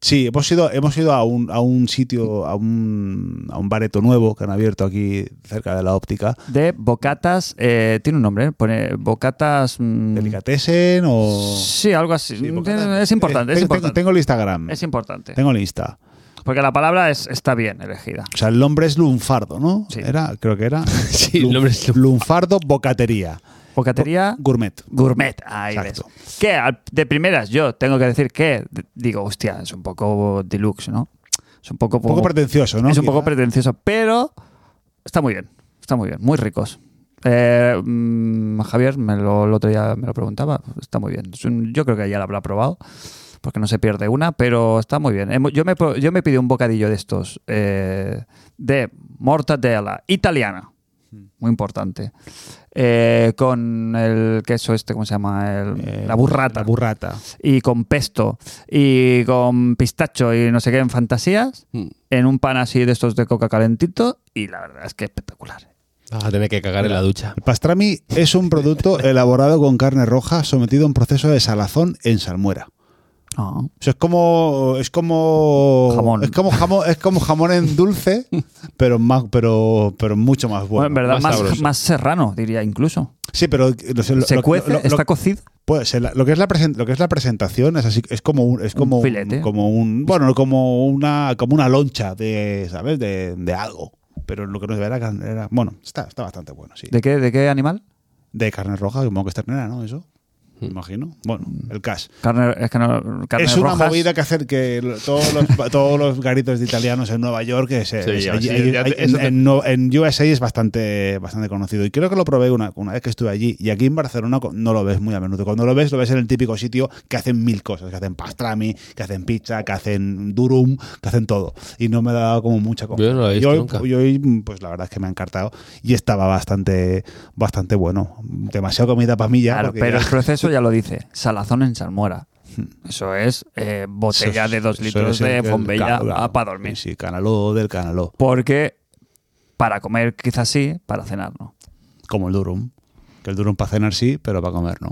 B: Sí, hemos ido, hemos ido a, un, a un sitio, a un, a un bareto nuevo que han abierto aquí cerca de la óptica.
A: De bocatas... eh, tiene un nombre, ¿eh? Pone bocatas... mm,
B: Delicatessen o.
A: Sí, algo así.
B: Sí, bocatas.
A: Mm, es importante,
B: Eh,
A: es
B: tengo- tengo-
A: importante.
B: Tengo el Instagram.
A: Es importante.
B: Tengo el Insta.
A: Porque la palabra es, está bien elegida.
B: O sea, el nombre es Lunfardo, ¿no?
A: Sí.
B: Era, creo que era.
C: Sí, el nombre es Lunfardo.
B: Lunfardo Bocatería.
A: Bocatería...
B: Gourmet.
A: Gourmet, ahí
B: Exacto.
A: ves. Que al- de primeras yo tengo que decir que d- digo, hostia, es un poco deluxe, ¿no? Es un poco,
B: Un poco pretencioso, ¿no?
A: es un poco
B: Quizá.
A: pretencioso, pero está muy bien, está muy bien, muy ricos. Eh, mm, Javier me lo, el otro día me lo preguntaba, está muy bien. Es un- Yo creo que ya lo habrá probado, porque no se pierde una, pero está muy bien. Hemo- Yo me, po- yo me pedí un bocadillo de estos, eh, de mortadela italiana,
B: Hmm.
A: muy importante, eh, con el queso este, ¿cómo se llama? El-
B: Eh,
A: la burrata.
B: La burrata.
A: y con pesto, y con pistacho, y no sé qué, en fantasías
B: Hmm.
C: Mm.
A: en un pan así de estos de coca calentito y la verdad es que espectacular.
C: Vas a tener Ah, que cagar en la ducha.
B: El pastrami es un producto elaborado con carne roja sometido a un proceso de salazón en salmuera. O sea, es como es como
A: Jamón.
B: es como jamón es como jamón en dulce, pero más pero pero mucho más
A: Bueno,
B: bueno.
A: en verdad,
C: más
A: más,
C: sabroso.
A: más serrano, diría incluso.
B: Sí, pero lo, sé, lo-
A: Se
B: lo-
A: cuece,
B: lo- lo-
A: está cocido.
B: puede ser, la- lo que es la presen- lo que es la presentación es así es como un es como
A: Un filete.
B: como un bueno, como una como una loncha de, ¿sabes? de, de algo. Pero lo que nos verá era bueno, está está bastante bueno, sí.
A: ¿De qué, ¿De qué animal?
B: De carne roja, como que es ternera, ¿no? Eso.
A: Hmm.
B: me imagino. Bueno, el cash.
A: Carne, es que no- carnes
B: es una
A: rojas.
B: movida que hacer que lo- todos los, todos los garitos de italianos en Nueva York, que se-
C: Sí,
B: hay-
C: ya,
B: hay-
C: sí,
B: hay-
C: ya te-
B: hay-
C: eso
B: en,
C: te-
B: en no- en USA es bastante, bastante conocido. Y creo que lo probé una, una vez que estuve allí. Y aquí en Barcelona co- no lo ves muy a menudo. Cuando lo ves, lo ves en el típico sitio que hacen mil cosas: que hacen pastrami, que hacen pizza, que hacen durum, que hacen todo. Y no me ha dado como mucha comida.
C: Yo no lo he
B: Y
C: visto
B: hoy-
C: nunca.
B: y hoy, pues la verdad es que me ha encartado. Y estaba bastante, bastante bueno. Demasiada comida para mí ya.
A: Claro,
B: porque
A: pero el
B: ya-
A: proceso ya lo dice. Salazón en salmuera. Eso es eh, botella
B: Eso
A: de dos
B: eso
A: litros
B: es el-
A: de
B: el-
A: Fombella
B: claro, claro.
A: para dormir.
B: Sí, canaló del canaló.
A: Porque para comer quizás sí, para cenar no.
B: Como el durum. Que el durum para cenar sí, pero para comer no.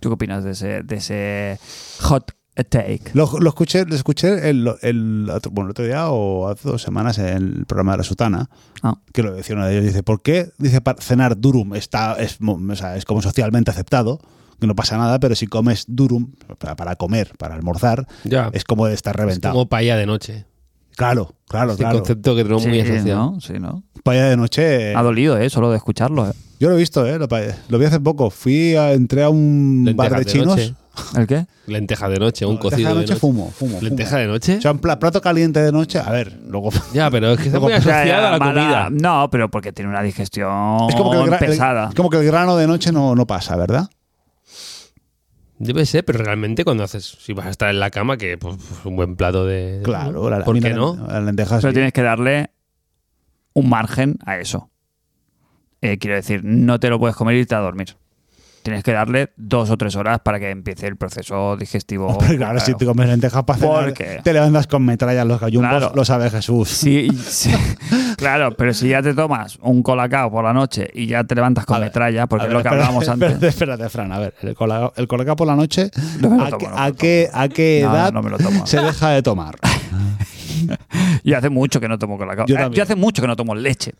A: ¿Tú qué opinas de ese, de ese hot take?
B: Lo, lo escuché, lo escuché el, el otro- bueno, el otro día o hace dos semanas en el programa de la Sutana,
A: Ah.
B: que lo decía uno de ellos. Dice, ¿por qué? Dice, para cenar durum está, es, mo- o sea, es como socialmente aceptado, que no pasa nada, pero si comes durum para, para comer, para almorzar,
A: Ah.
C: Ya.
B: es como de estar
C: Es
B: reventado.
C: como paella de noche.
B: Claro, claro,
C: Este
B: claro.
C: concepto que tenemos muy
A: Sí,
C: asociado.
A: ¿no? Sí, ¿no?
B: Paella de noche. eh,
A: Ha dolido, ¿eh? Solo de escucharlo. ¿eh?
B: Yo lo he visto, eh, lo, pa- lo vi hace poco. Fui a, entré a un
C: Lentejas
B: bar de
C: de
B: chinos.
C: noche.
A: ¿El qué?
C: Lenteja de noche, un
B: No,
C: cocido
B: lenteja de noche,
C: de noche.
B: fumo, fumo.
C: ¿Lenteja
B: fumo.
C: de noche?
B: O sea, en pla- plato caliente de noche, a ver, luego.
C: Ya, pero es que está muy
A: O sea,
C: asociado a la
A: mala-
C: comida.
A: No, pero porque tiene una digestión
B: Es como que el, gra- el-
A: pesada.
B: es como que el grano de noche no, no pasa, ¿verdad?
C: Debe ser, pero realmente cuando haces, si vas a estar en la cama, que pues, pues, un buen plato de...
B: Claro, la, la-
C: ¿Por
B: mira,
C: qué
B: la-
C: no?
B: Las lentejas.
A: Pero
B: sí.
A: tienes que darle un margen a eso. Eh, quiero decir, no te lo puedes comer y irte a dormir. Tienes que darle dos o tres horas para que empiece el proceso digestivo.
B: Hombre, claro, si te comes lentejas para cenar,
A: Porque-
B: te levantas con metralla en los gallumbos,
A: Claro.
B: lo sabe Jesús.
A: Sí, sí. claro, pero si ya te tomas un colacao por la noche y ya te levantas con
B: A ver,
A: metralla, porque
B: A ver,
A: es lo que
B: espérate,
A: hablábamos antes.
B: Espérate, espérate, Fran, a ver, el colacao, el colacao por la noche,
A: No me lo
B: ¿a,
A: tomo,
B: qué-
A: no me
B: a
A: lo
B: qué, a qué
A: No,
B: edad
A: no me lo tomo.
B: se deja de tomar?
A: Y hace mucho que no tomo colacao.
B: Yo
A: Eh,
B: también.
A: yo hace mucho que no tomo leche.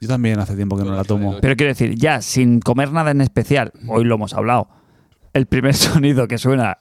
B: Yo también hace tiempo que no la tomo.
A: Pero quiero decir, ya sin comer nada en especial, hoy lo hemos hablado, el primer sonido que suena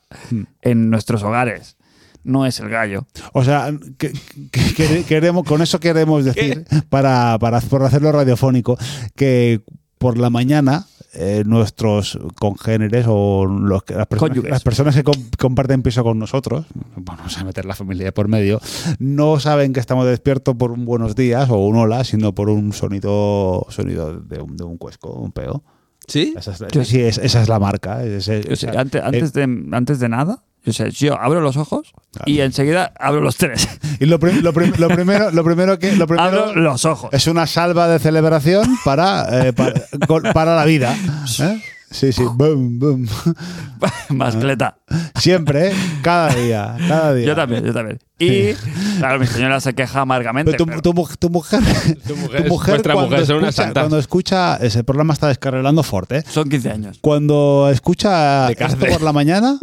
A: en nuestros hogares no es el gallo.
B: O sea, que- que- que- queremos, con eso queremos decir, para, para por hacerlo radiofónico, que por la mañana eh, nuestros congéneres o los que- las, personas,
A: Cónyuges.
B: las personas que com- comparten piso con nosotros, vamos a meter la familia por medio, no saben que estamos despiertos por un buenos días o un hola, sino por un sonido, sonido de, un, de un cuesco, un peo.
C: ¿Sí?
B: Esa es la, sí, eh, es- esa es la marca. ese-
A: Yo sé,
B: esa-
A: ante- antes, de, antes de nada, yo, sé, yo abro los ojos y enseguida abro los tres.
B: Y lo, prim- lo prim- lo primero, lo primero que... Lo primero,
A: abro los ojos.
B: Pues Es una salva de celebración para, eh, para, col- para la vida. ¿eh? Sí, sí. Boom, boom.
A: Mascleta.
B: Siempre, ¿eh? cada día, cada día.
A: Yo también, yo también. Y, claro, mi señora se queja amargamente.
B: Pero tu,
A: pero-
B: tu mu- tu mujer,
C: Tu mujer es- vuestra
B: cuando,
C: mujer, son unas
B: escucha,
C: santas.
B: cuando escucha ese programa está descarrilando fuerte. ¿eh?
A: son 15 años.
B: Cuando escucha
C: De
B: esto
C: cárcel.
B: por la mañana,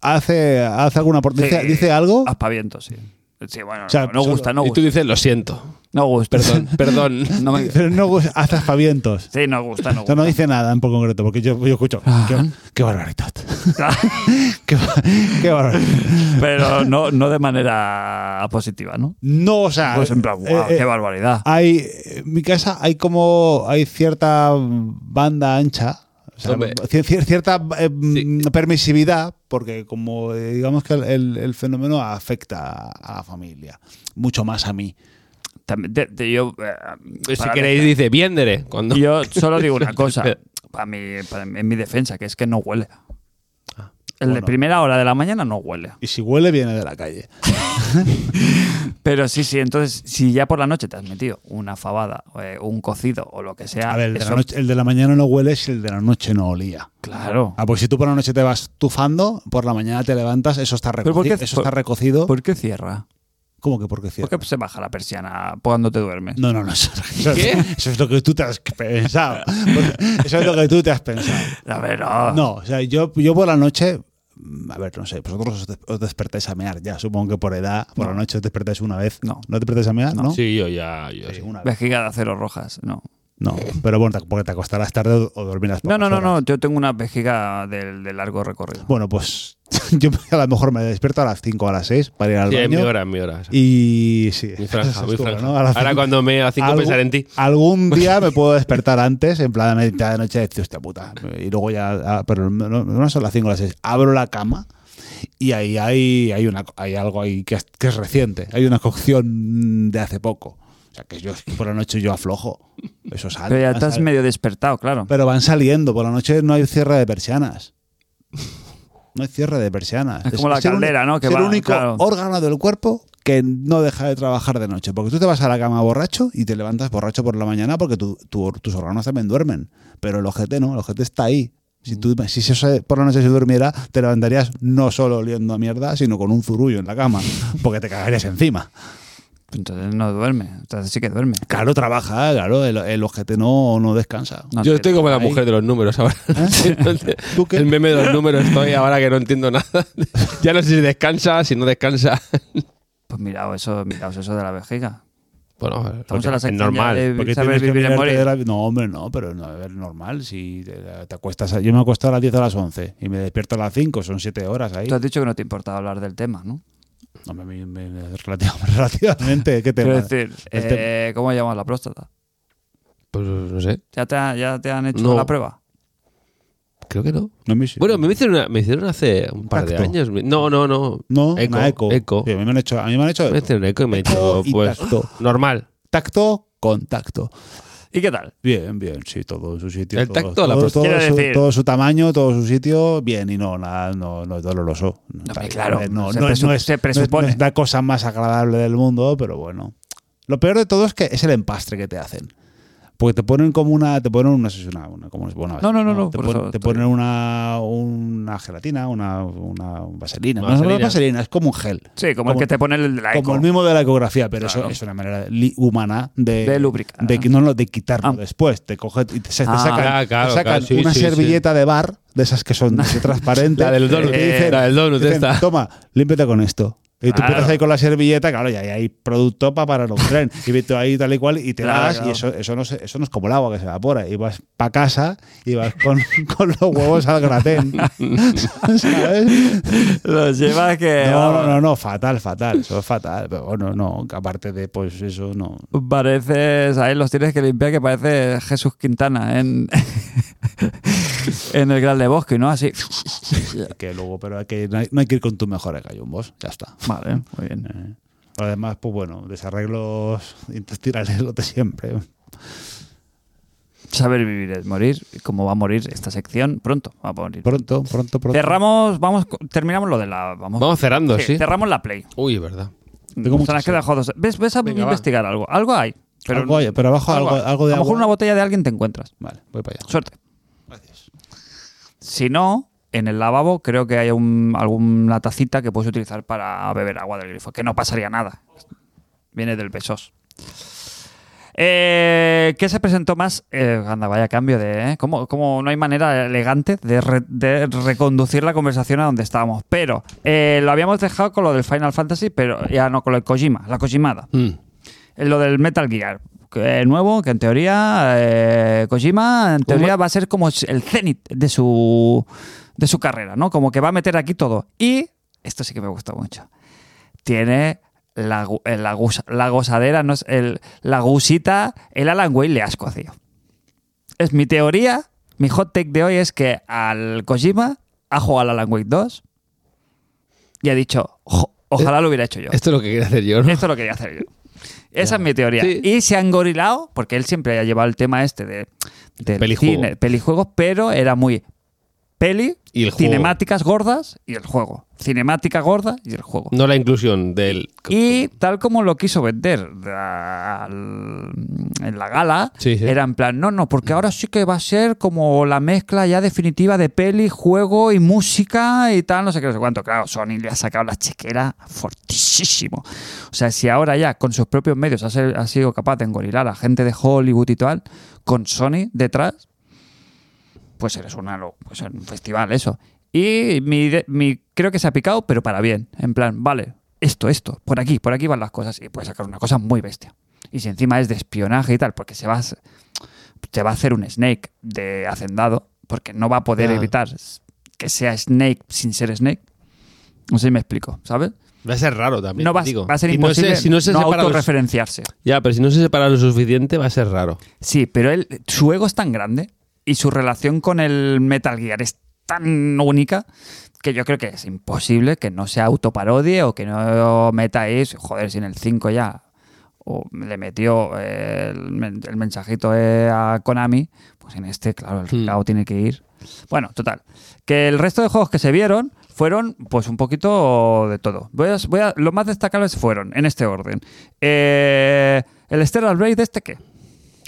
B: hace, hace alguna por- dice,
A: Sí.
B: dice algo.
C: Ah,
A: Aspavientos, sí. Sí, bueno,
B: O sea,
A: no, no
B: solo-
A: gusta, no
C: Y tú
A: gusta.
C: dices, lo siento,
A: No gusta.
C: perdón, perdón.
A: No me-
B: Pero no gu- hace aspavientos.
A: sí, no gusta, no
B: O sea,
A: gusta.
B: no dice nada en concreto, porque yo, yo escucho.
C: Ah.
B: Qué, qué barbaridad. qué, ba- qué barbaridad.
A: Pero no, no de manera positiva, ¿no?
B: No, o sea.
A: Pues en plan,
B: eh,
A: guau,
B: eh,
A: qué barbaridad.
B: hay, en mi casa hay como. Hay cierta banda ancha. o sea,
C: Hombre.
B: cier- cier- cierta eh,
C: Sí.
B: permisividad, porque como eh, digamos que el, el- el fenómeno afecta a la familia, mucho más a mí.
A: También te- te- yo, eh,
C: Pues si
A: para
C: queréis, dice, viéndere. Cuando...
A: mí- yo solo digo una cosa, para mí- para mí- en mi defensa, que es que no huele.
C: Ah,
A: El de
B: bueno.
A: primera hora de la mañana no huele.
B: Y si huele, viene de la calle.
A: Pero sí, sí, entonces, si ya por la noche te has metido una fabada, eh, un cocido o lo que sea.
B: a ver, el de, la
A: eso-
B: noche- el de la mañana no huele si el de la noche no olía.
A: Claro.
B: Ah, pues si tú por la noche te vas tufando, por la mañana te levantas, eso está
A: ¿Pero por
B: recocido.
A: qué-
B: Eso está recocido.
A: ¿Por qué cierra?
B: ¿Cómo que porque
A: ¿Por
B: cierra?
A: qué se baja la persiana cuando te duermes?
B: No, no, no. Eso, eso-
C: ¿Qué?
B: eso es lo que tú te has pensado. Porque Eso es lo que tú te has pensado.
A: A ver,
C: Ah.
A: no.
B: No, o sea, yo, yo por la noche. mm, A ver, no sé, vosotros os, de- os despertáis a mear ya. Supongo que por edad, por la noche os despertáis una vez.
A: No.
B: ¿No te despertáis a mear? No.
A: oh,
C: Sí, yo ya... Yo, sí.
B: Una vez.
A: Vejiga de acero rojas, no.
B: No, pero bueno, te- porque te acostarás tarde o dormirás
A: No,
B: pocas
A: no, no, no.
B: horas.
A: Yo tengo una vejiga de, de largo recorrido.
B: Bueno, pues yo a lo mejor me despierto a las 5 o a las 6 para ir al
C: Sí, es mi
B: baño.
C: hora, es mi hora.
B: Y sí,
C: Mi
B: esa
C: franja,
B: es
C: mi
B: tu hora,
C: franja.
B: ¿no? A las
C: Ahora
B: cinco-
C: cuando me a cinco
B: algún-
C: pensar en ti.
B: Algún día me puedo despertar antes, en plan a mitad de noche, decir, hostia puta. Y luego ya, ah, pero no, no son las 5 o las 6. Abro la cama y ahí hay, hay, una, hay algo ahí que es, que es reciente. Hay una cocción de hace poco. O sea, que yo por la noche yo aflojo. Eso sale.
A: Pero ya
B: van
A: estás
B: sal-
A: medio despertado, claro.
B: pero van saliendo. Por la noche no hay cierre de persianas. No hay cierre de persianas.
A: Es como la
B: el uni-
A: caldera, ¿no? Que
B: es el
A: va,
B: único
A: claro.
B: órgano del cuerpo que no deja de trabajar de noche. Porque tú te vas a la cama borracho y te levantas borracho por la mañana porque tu- tu- tus órganos también duermen. Pero el ojete no, el ojete está ahí. Si, tú, si se- se- por la noche se durmiera, te levantarías no solo oliendo a mierda, sino con un zurullo en la cama, porque te cagarías encima.
A: Entonces no duerme. Entonces sí que duerme.
B: Claro, trabaja, claro, el, el ojete no, no descansa.
A: No
C: Yo
A: entiendo.
C: estoy como la
B: Ahí. ¿Eh?
C: mujer de los números ahora. Entonces,
B: ¿Tú qué?
C: El meme de los números estoy ahora que no entiendo nada. ya no sé si descansa, si no descansa.
A: Pues miraos eso, miraos eso de la vejiga.
C: Bueno,
A: Estamos en la
C: es
A: sección
C: normal.
A: ya de-
B: Porque
A: saber
B: tienes que
A: vivir en
B: mirarte
A: morir.
B: de la- No, hombre, no, pero no, a ver, normal. Si te, te acuestas, a- yo me acuesto a las 10 a las 11 y me despierto a las 5, son 7 horas ahí.
A: Tú has dicho que no te importa hablar del tema, ¿no?
B: No, me, me- me- relativa- relativamente, ¿qué
A: Quiero
B: tema?
A: decir,
B: El tema.
A: eh, ¿cómo llamamos la próstata?
C: Pues no sé,
A: ¿Ya te, ha- ya te han hecho
C: No.
A: la prueba?
C: creo que no.
B: No, me- sí.
C: Bueno, me hicieron, una- me hicieron hace un par de
B: Tacto.
C: años. No, no, no.
B: no,
C: eco,
B: una eco.
C: eco.
B: Sí, a mí me han hecho, a mí me han hecho
C: Me
B: eco.
C: hicieron eco y me he dicho,
B: Eco y
C: pues,
B: tacto.
C: normal.
B: tacto, contacto.
A: ¿Y qué tal?
B: Bien, bien, sí, todo en su sitio.
C: El
B: todo-
C: tacto a la
B: todo,
C: próstata.
B: todo
A: Quiero
B: su,
A: decir-
B: todo su tamaño, todo su sitio, bien, y no, nada, no, no es doloroso. No,
A: hombre,
B: está-
A: claro,
B: eh, no,
A: se
B: no es-
A: presu-
B: no es-
A: se
B: no es-
A: presupone.
B: no es la cosa más agradable del mundo, pero bueno. Lo peor de todo es que es el empastre que te hacen. Porque te ponen como una. Te ponen una. no sé si una- una- como una- una-
A: No, no, no, no,
B: Te,
A: por
B: pon-
A: eso
B: te
A: estoy-
B: ponen una, una gelatina, una, una vaselina. No, No es
C: Vaselina.
B: vaselina, es como un gel.
A: Sí, como, el
B: Como-
A: que te pone el like.
B: Como el mismo de la ecografía, pero
A: Claro.
B: eso es una manera li- humana de,
A: De lubricar.
B: de que- no, no, de quitarlo
A: Ah.
B: después. Te coge y te, se- te
A: Ah.
B: sacan,
C: Ah, claro,
B: te sacan
C: claro, sí,
B: una
C: sí,
B: servilleta de bar, de esas que son así transparentes.
C: La del donut, eh,
B: y te dicen-
C: la del donut
B: dicen,
C: esta.
B: Toma, límpiate con esto. Y tú
A: Claro.
B: empiezas ahí con la servilleta, claro, ya hay producto para para los tren. Y vete ahí tal y cual, y te
A: Claro,
B: das,
A: claro.
B: y eso, eso, no se- eso no es como el agua que se evapora. Y vas para casa y vas con, con los huevos al gratén. ¿Sabes?
A: Los lleva que...
B: No, no, no, no, fatal, fatal, eso es fatal. Pero bueno, no, que aparte de pues eso, no.
A: Pareces, ahí los tienes que limpiar que parece Jesús Quintana en, en el Gran Bosque, ¿no? Así.
B: Que luego, pero hay que, no, hay, no hay que ir con tus mejores gallumbos, ya está.
A: Vale, muy bien.
B: Eh, además, pues bueno, desarreglos intestinales lo de siempre.
A: Saber vivir es morir. y ¿Cómo va a morir esta sección? Pronto va a morir.
B: Pronto, pronto, pronto.
A: Cerramos, vamos, terminamos lo de la. Vamos,
C: Vamos cerrando,
A: Sí,
C: sí.
A: Cerramos la play.
C: Uy, es verdad.
B: Tengo
A: Se
B: mucha
A: nos queda jodos. ¿Ves, ves a
C: Venga, va.
A: investigar algo? Algo hay. Pero,
B: Pero, algo, hay, pero abajo algo,
C: algo hay.
B: algo
A: a
B: de
A: lo mejor
B: agua.
A: una botella de alguien te encuentras.
B: Vale, voy para allá.
A: Suerte. Si no, en el lavabo creo que hay un- alguna tacita que puedes utilizar para beber agua del grifo, que no pasaría nada. Viene del pesos. Eh, ¿Qué se presentó más? Eh, anda, vaya cambio de... ¿eh? ¿Cómo, cómo no hay manera elegante de, re- de reconducir la conversación a donde estábamos? Pero eh, lo habíamos dejado con lo del Final Fantasy, pero ya no con el Kojima, la Kojimada.
C: Mm.
A: Eh, Lo del Metal Gear. que, eh, nuevo, que en teoría eh, Kojima en teoría va a ser como el cenit de su de su carrera, ¿no? Como que va a meter aquí todo. Y esto sí que me gusta mucho. Tiene la, gu- eh, la, gusa- la gozadera, no es el, la gusita, el Alan Wake le has cocido. Es mi teoría, mi hot take de hoy es que al Kojima ha jugado al Alan Wake 2 y ha dicho, "Jo, ojalá lo hubiera hecho yo.
C: Esto es lo que quería hacer yo, ¿no?
A: Esto lo quería hacer yo. Esa es mi teoría.
C: Sí.
A: Y se han gorilado, porque él siempre ha llevado el tema este de del
C: Pelijuego.
A: cine, pelijuegos, pero era muy peli,
C: Y el juego.
A: cinemáticas gordas y el juego. Cinemática gorda y el juego.
C: No la inclusión del...
A: Y tal como lo quiso vender al- en la gala,
C: Sí, Mm. sí.
A: era en plan, no, no, porque ahora sí que va a ser como la mezcla ya definitiva de peli, juego y música y tal, no sé qué, no sé cuánto. Claro, Sony le ha sacado la chequera fortísimo. O sea, si ahora ya con sus propios medios ha, ser- ha sido capaz de engorilar a gente de Hollywood y tal, con Sony detrás, pues eres una, lo- pues un festival eso. Y mi, ide- mi- creo que se ha picado, pero para bien. En plan, vale, esto, esto, por aquí, por aquí van las cosas. Y puede sacar una cosa muy bestia. Y si encima es de espionaje y tal, porque se va... a s- te va a hacer un Snake de hacendado, porque no va a poder
C: Ya.
A: evitar que sea Snake sin ser Snake. No sé si me explico, ¿sabes?
C: Va a ser raro también.
A: No va,
C: digo.
A: va a ser
C: Y no sé-
A: imposible no,
C: si no se separa los-
A: autorreferenciarse.
C: Ya, pero si no se separa lo suficiente, va a ser raro.
A: Sí, pero él, su ego es tan grande y su relación con el Metal Gear es tan única que yo creo que es imposible que no se autoparodie o que no meta ahí, joder, si en el 5 ya o le metió eh, el, men- el mensajito eh, a Konami, pues en este, claro, el
C: Hmm.
A: recado tiene que ir. Bueno, total. Que el resto de juegos que se vieron fueron, pues, un poquito de todo. Voy a, voy a- los más destacables fueron, en este orden. Eh, el Stellar Blade, ¿este qué?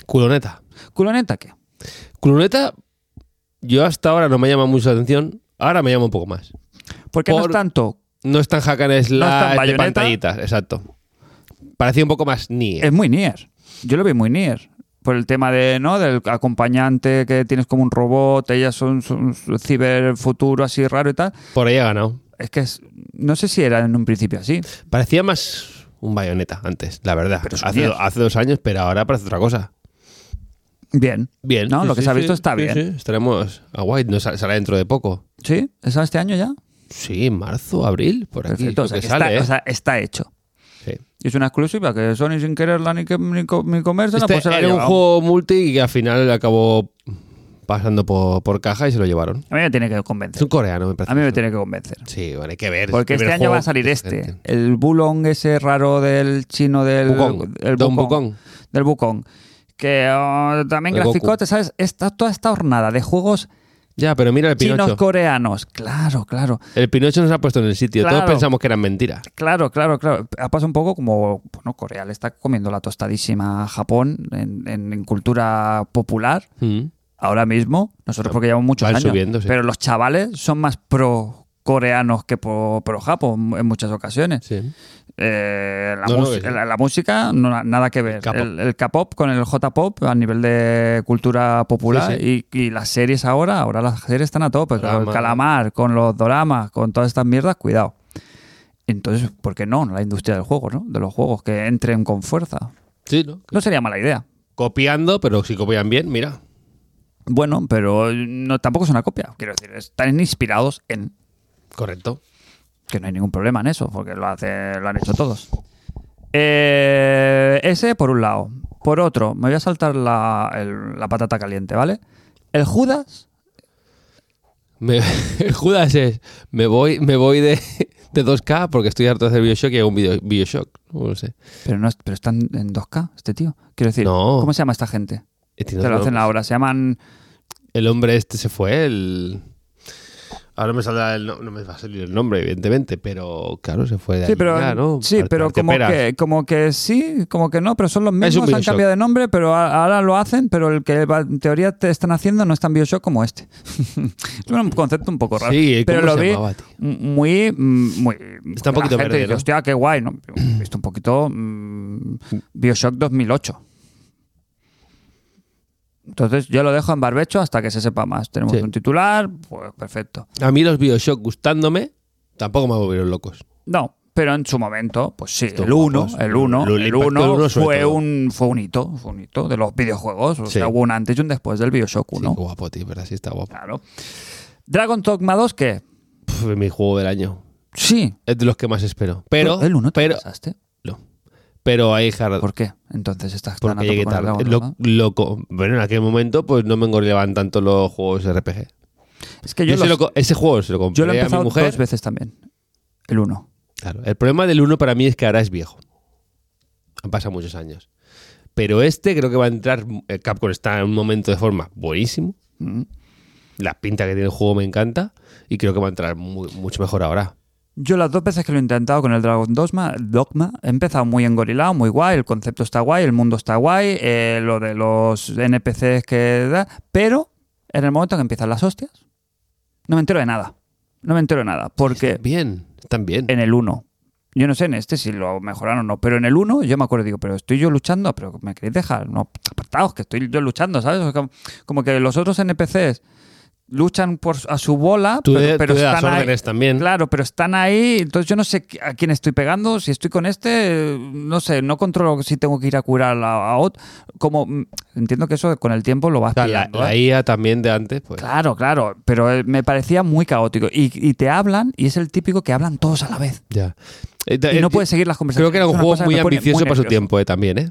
C: Culoneta.
A: Culoneta, ¿qué?
C: Culoneta, yo hasta ahora no me llama mucho la atención. Ahora me llama un poco más.
A: Porque no
C: Por-
A: es tanto.
C: No es tan hack and slash de
A: Bayonetta.
C: pantallitas, exacto. Parecía un poco más ni ¿eh?
A: Es muy Nier. Yo lo vi muy Nier. Por el tema de, ¿no? Del acompañante que tienes como un robot, ellas son, son ciberfuturo así raro y tal.
C: Por ahí ha ganado.
A: Es que es- no sé si era en un principio así.
C: Parecía más un bayoneta antes, la verdad.
A: Pero es
C: Hace,
A: Nier.
C: hace dos años, pero ahora parece otra cosa.
A: Bien.
C: Bien.
A: No,
C: sí,
A: lo que
C: sí,
A: se ha visto
C: sí,
A: está
C: sí,
A: bien.
C: sí. Estaremos a guay. No, sal- sale dentro de poco.
A: ¿Sí? ¿Es este año ya?
C: Sí, marzo, abril, por aquí.
A: Perfecto.
C: creo
A: O sea,
C: que
A: que
C: sale,
A: está,
C: ¿eh?
A: o sea, está hecho.
C: Sí.
A: Y es una exclusiva que Sony sin quererla ni, que, ni, co- ni comerse,
C: Este
A: pues se la ha
C: era un
A: llevado.
C: juego multi que al final acabó pasando por, por caja y se lo llevaron.
A: A mí me tiene que
C: Es un
A: convencer.
C: coreano, me parece.
A: A mí me tiene que convencer.
C: Sí, bueno, hay que ver.
A: Porque
C: Es el
A: este
C: primer
A: año
C: juego
A: va a salir
C: de
A: este.
C: gente.
A: El bulong ese raro del chino del...
C: Bukong.
A: el
C: Don
A: Bukong.
C: Bukong.
A: del Wukong. Que oh, también
C: El
A: graficote,
C: Goku.
A: ¿sabes? Está toda esta hornada de juegos
C: Ya, pero mira el
A: chinos
C: Pinocho.
A: coreanos. Claro, claro,
C: El Pinocho nos ha puesto en el sitio. Todos
A: Claro.
C: pensamos que eran mentiras.
A: claro, claro, claro. Ha pasado un poco como, bueno, Corea le está comiendo la tostadísima a Japón en, en- en cultura popular.
C: Mm.
A: Ahora mismo, nosotros porque llevamos muchos
C: Ah, Van
A: años,
C: subiendo, sí.
A: pero los chavales son más pro coreanos que pro, pro Japón en muchas ocasiones.
C: Sí.
A: Eh, la,
C: No, no,
A: mus-
C: que sí.
A: la- la música, no, na- nada que ver.
C: K-pop.
A: El el K-pop con el J-pop a nivel de cultura popular Y, y las series ahora, ahora las series están a tope. con
C: Dorama.
A: el calamar, con los doramas, con todas estas mierdas, cuidado. Entonces, ¿por qué no? La industria del juego, ¿no? De los juegos, que entren con fuerza.
C: Sí, ¿no?
A: No sería mala idea.
C: Copiando, pero si copian bien, mira.
A: Bueno, pero no, tampoco es una copia. Quiero decir, están inspirados en
C: Correcto.
A: que no hay ningún problema en eso, porque lo, hace, lo han hecho todos. Eh, ese por un lado. Por otro, me voy a saltar la, el- la patata caliente, ¿vale? El Judas,
C: Me, el Judas es, me voy, me voy de, de 2K porque estoy harto de hacer Bioshock y hago un video, Bioshock. No sé.
A: pero no es- pero están en 2K, este tío. Quiero decir,
C: No.
A: ¿cómo se llama esta gente?
C: Este
A: Te
C: no-
A: lo hacen ahora, se llaman...
C: El hombre este se fue, el... Ahora me saldrá el no, no me va a salir el nombre, evidentemente, pero claro, se fue de
A: Sí,
C: ahí
A: pero,
C: ya, ¿no?
A: sí,
C: Parte-
A: pero
C: parte
A: como,
C: peras.
A: que, como que sí, como que no, pero son los
C: un
A: mismos, han
C: Bioshock.
A: cambiado de nombre, pero a- ahora lo hacen, pero el que va- en teoría te están haciendo no es tan Bioshock como este. es un concepto un poco raro.
C: Sí, ¿cómo
A: pero lo
C: se
A: vi
C: llamaba, tío?
A: muy, mm, muy...
C: Está un poquito
A: la gente
C: verde,
A: dice,
C: ¿no?
A: Hostia, qué guay, ¿no? He visto un poquito mm, Bioshock 2008. Entonces yo lo dejo en barbecho hasta que se sepa más. Tenemos
C: Sí.
A: un titular, pues perfecto.
C: A mí los Bioshock gustándome tampoco me volvieron locos.
A: No, pero en su momento, pues sí,
C: Estos
A: el 1,
C: guapos.
A: el 1,
C: El
A: el
C: impacto del
A: 1
C: uno sobre
A: fue
C: todo.
A: un, fue un hito, fue un hito de los videojuegos. O
C: Sí.
A: sea, hubo un antes y un después del Bioshock
C: Sí,
A: 1.
C: qué guapo, tío, ¿verdad? Sí, está guapo.
A: Claro. Dragon Dogma 2, ¿qué?
C: Pff, mi juego del año.
A: Sí.
C: Es de los que más espero. Pero,
A: el 1 te
C: pero,
A: pasaste.
C: no. pero hay hard,
A: ¿Por qué? Entonces estás tan a
C: porque
A: tope
C: llegué
A: con el
C: tarde.
A: Dragon
C: Lo-
A: Dogma.
C: loco. Bueno, en aquel momento pues no me engordaban tanto los juegos RPG.
A: Es que
C: Yo
A: yo,
C: se
A: los-
C: lo co- ese juego se lo compré
A: yo lo he
C: a mi
A: empezado
C: mujer.
A: dos veces también. El 1.
C: Claro, el problema del 1 para mí es que ahora es viejo. Han pasado muchos años. Pero este creo que va a entrar. eh, Capcom está en un momento de forma buenísimo.
A: Mm.
C: La pinta que tiene el juego me encanta. Y creo que va a entrar mu- mucho mejor ahora.
A: Yo las dos veces que lo he intentado con el Dragon Dogma, Dogma he empezado muy engorilado, muy guay, el concepto está guay, el mundo está guay, eh, lo de los NPCs que da, pero en el momento que empiezan las hostias, no me entero de nada. No me entero de nada, porque
C: Bien, están bien.
A: en el 1, yo no sé en este si lo mejoraron o no, pero en el 1 yo me acuerdo y digo, pero estoy yo luchando, pero me queréis dejar, no, apartaos, que estoy yo luchando, ¿sabes? O sea, Como, como que los otros NPCs luchan por a su bola,
C: Tú
A: pero,
C: de-
A: pero
C: tú de las
A: están ahí.
C: órdenes también.
A: Claro, pero están ahí, entonces yo no sé qui- a quién estoy pegando, si estoy con este, eh, no sé, no controlo si tengo que ir a curar a, a otro, como mm, entiendo que eso con el tiempo lo vas
C: O sea, la,
A: pillando,
C: la
A: ¿eh?
C: IA también de antes, pues.
A: Claro, claro, pero eh, me parecía muy caótico y, y te hablan y es el típico que hablan todos a la vez
C: Ya. Eh, da-
A: y no
C: eh,
A: puedes seguir las conversaciones.
C: Creo que era
A: Es
C: un
A: una
C: juego
A: cosa que
C: muy
A: me pone
C: ambicioso para su
A: nervioso. Hmm.
C: tiempo eh, también, ¿eh?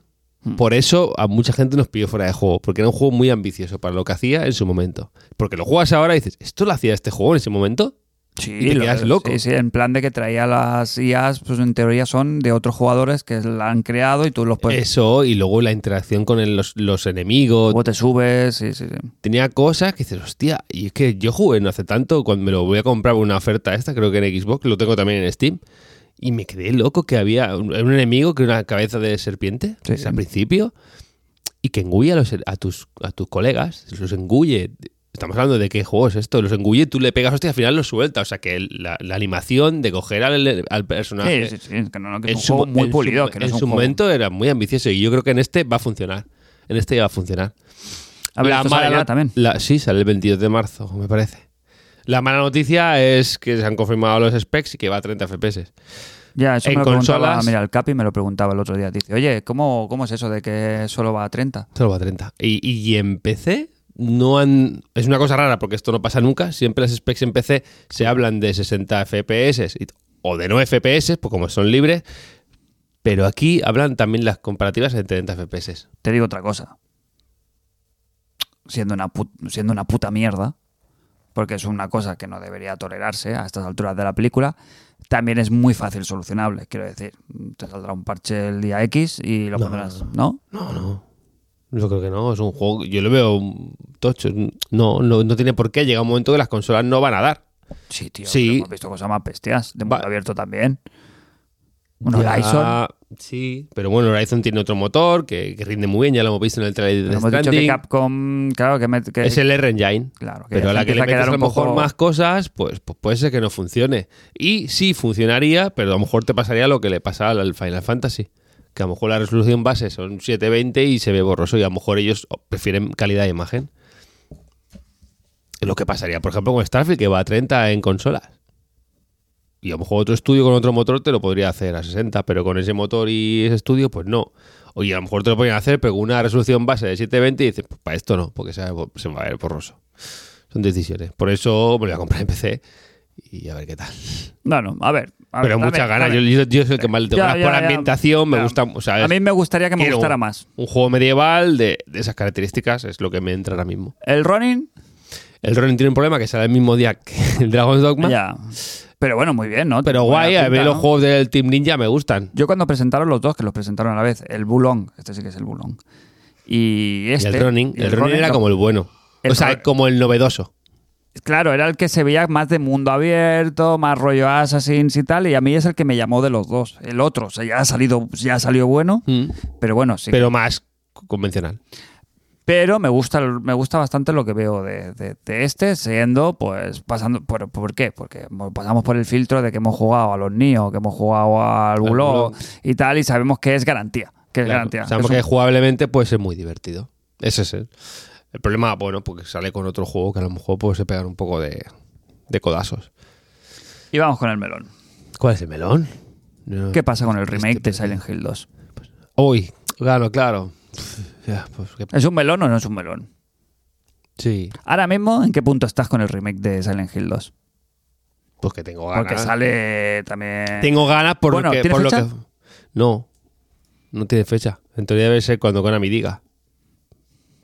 C: Por eso a mucha gente nos pidió fuera de juego, porque era un juego muy ambicioso para lo que hacía en su momento. Porque lo juegas ahora y dices, ¿esto lo hacía este juego en ese momento?
A: Sí,
C: y te
A: lo-
C: quedas loco.
A: Sí, sí, en plan de que traía las IAs, pues en teoría son de otros jugadores que la han creado y tú los puedes.
C: eso, y luego la interacción con el- los, los enemigos.
A: Luego te subes, sí, sí, sí.
C: Tenía cosas que dices, hostia, y es que yo jugué no hace tanto, cuando me lo voy a comprar por una oferta esta, creo que en Xbox, lo tengo también en Steam. Y me quedé loco que había un, un enemigo que era una cabeza de serpiente
A: Sí,
C: es al
A: sí.
C: principio y que engulle a, los- a tus, a tus colegas, los engulle. Estamos hablando de qué juegos esto, los engulle, tú le pegas hostia y al final los suelta. O sea que la, la animación de coger al, al personaje
A: Sí, sí, sí, es que no, no, que es
C: eh, en
A: un
C: su-
A: juego muy
C: en su-
A: pulido. que no
C: en
A: es un
C: su
A: juego-
C: momento era muy ambicioso y yo creo que en este va a funcionar. En este ya va a funcionar.
A: A ver, esto sale ya
C: not-
A: también.
C: la- sí, sale el 22 de marzo, me parece. La mala noticia es que se han confirmado los specs y que va a 30 FPS.
A: Ya, eso me
C: en
A: lo preguntaba.
C: consolas-
A: Mira, el Capi me lo preguntaba el otro día. Dice, oye, ¿cómo, ¿cómo es eso de que solo va a 30?
C: Solo va a 30. Y, y en PC no han... Es una cosa rara porque esto no pasa nunca. Siempre las specs en PC se hablan de 60 FPS y- o de no FPS, pues como son libres. Pero aquí hablan también las comparativas en 30 FPS.
A: Te digo otra cosa. Siendo una, pu- siendo una puta mierda, porque es una cosa que no debería tolerarse a estas alturas de la película, también es muy fácil solucionable. Quiero decir, te saldrá un parche el día X y lo
C: No.
A: pondrás, ¿no?
C: No, no. Yo creo que no. Es un juego. Yo lo veo un tocho. No, no, no tiene por qué. Llega un momento que las consolas no van a dar.
A: Sí, tío.
C: Sí.
A: pero Hemos visto cosas más bestias. De mundo
C: Va-
A: abierto también. Un
C: Ya,
A: Horizon.
C: Sí. Pero bueno, Horizon tiene otro motor que, que rinde muy bien. Ya lo hemos visto en el trailer de Death
A: Hemos dicho que
C: Stranding.
A: Capcom. Claro, que. me- que-
C: es el R-Engine.
A: claro, que
C: Pero a
A: ya
C: la
A: se
C: que le
A: empieza
C: metes a
A: quedar
C: lo
A: un poco-
C: mejor más cosas, pues, pues puede ser que no funcione. Y sí funcionaría, pero a lo mejor te pasaría lo que le pasaba al Final Fantasy. Que a lo mejor la resolución base son 720 y se ve borroso. Y a lo mejor ellos prefieren calidad de imagen. Lo que pasaría, por ejemplo, con Starfield, que va a 30 en consolas. Y a lo mejor otro estudio con otro motor te lo podría hacer a 60, pero con ese motor y ese estudio, pues no. Oye, a lo mejor te lo podrían hacer, pero con una resolución base de 720 y dices, pues para esto no, porque se va, a- se va a ver borroso. Son decisiones. Por eso me lo voy a comprar en PC y a ver qué tal.
A: Bueno, a ver. a ver,
C: pero
A: dame-
C: muchas ganas.
A: dame.
C: Yo, yo, yo soy el que más le tengo
A: Ya,
C: ganas
A: ya,
C: por
A: ya.
C: ambientación, me
A: Ya.
C: gusta. O sea,
A: A mí me gustaría que me
C: quiero
A: gustara
C: un-
A: más.
C: Un juego medieval de, de esas características es lo que me entra ahora mismo.
A: El Ronin,
C: El Ronin tiene un problema que sale el mismo día que el Dragon's Dogma.
A: ya. Pero bueno, muy bien, ¿no?
C: Pero
A: Buena
C: guay, a
A: pinta,
C: mí los
A: ¿no?
C: juegos del Team Ninja me gustan.
A: Yo cuando presentaron los dos, que los presentaron a la vez, el Bulong, este sí que es el Bulong, y
C: Y
A: este...
C: el Ronin.
A: y
C: El, Ronin era
A: no.
C: como el bueno.
A: El
C: o sea,
A: Ro-
C: como el novedoso.
A: Claro, era el que se veía más de mundo abierto, más rollo Assassins y tal, y a mí es el que me llamó de los dos. El otro, o sea, ya ha salido, ya ha salido bueno, pero bueno, Mm. sí. Pero,
C: Pero más convencional.
A: me gusta el- me gusta bastante lo que veo de, de- de este, siendo, pues, pasando... ¿por, por qué? Porque mo- pasamos por el filtro de que hemos jugado a los Nio, que hemos jugado al Bulong
C: Bulong.
A: y tal, y sabemos que es garantía. Que es
C: Claro.
A: garantía.
C: O sea,
A: que es
C: porque
A: un-
C: jugablemente puede ser muy divertido. Ese es el, el problema, bueno, porque sale con otro juego que a lo mejor puede se pegar un poco de, de codazos.
A: Y vamos con el melón.
C: ¿Cuál es el melón? No.
A: ¿Qué pasa con el remake de Silent Hill 2?
C: Uy, claro, claro. Ya, pues, que-
A: ¿Es un melón o no es un melón?
C: sí,
A: Ahora mismo, ¿en qué punto estás con el remake de Silent Hill 2?
C: pues que tengo ganas.
A: Porque sale también...
C: Tengo ganas por,
A: Bueno,
C: lo que,
A: ¿tiene
C: por lo
A: fecha?
C: que- No, no tiene fecha. En teoría debe ser cuando Konami diga.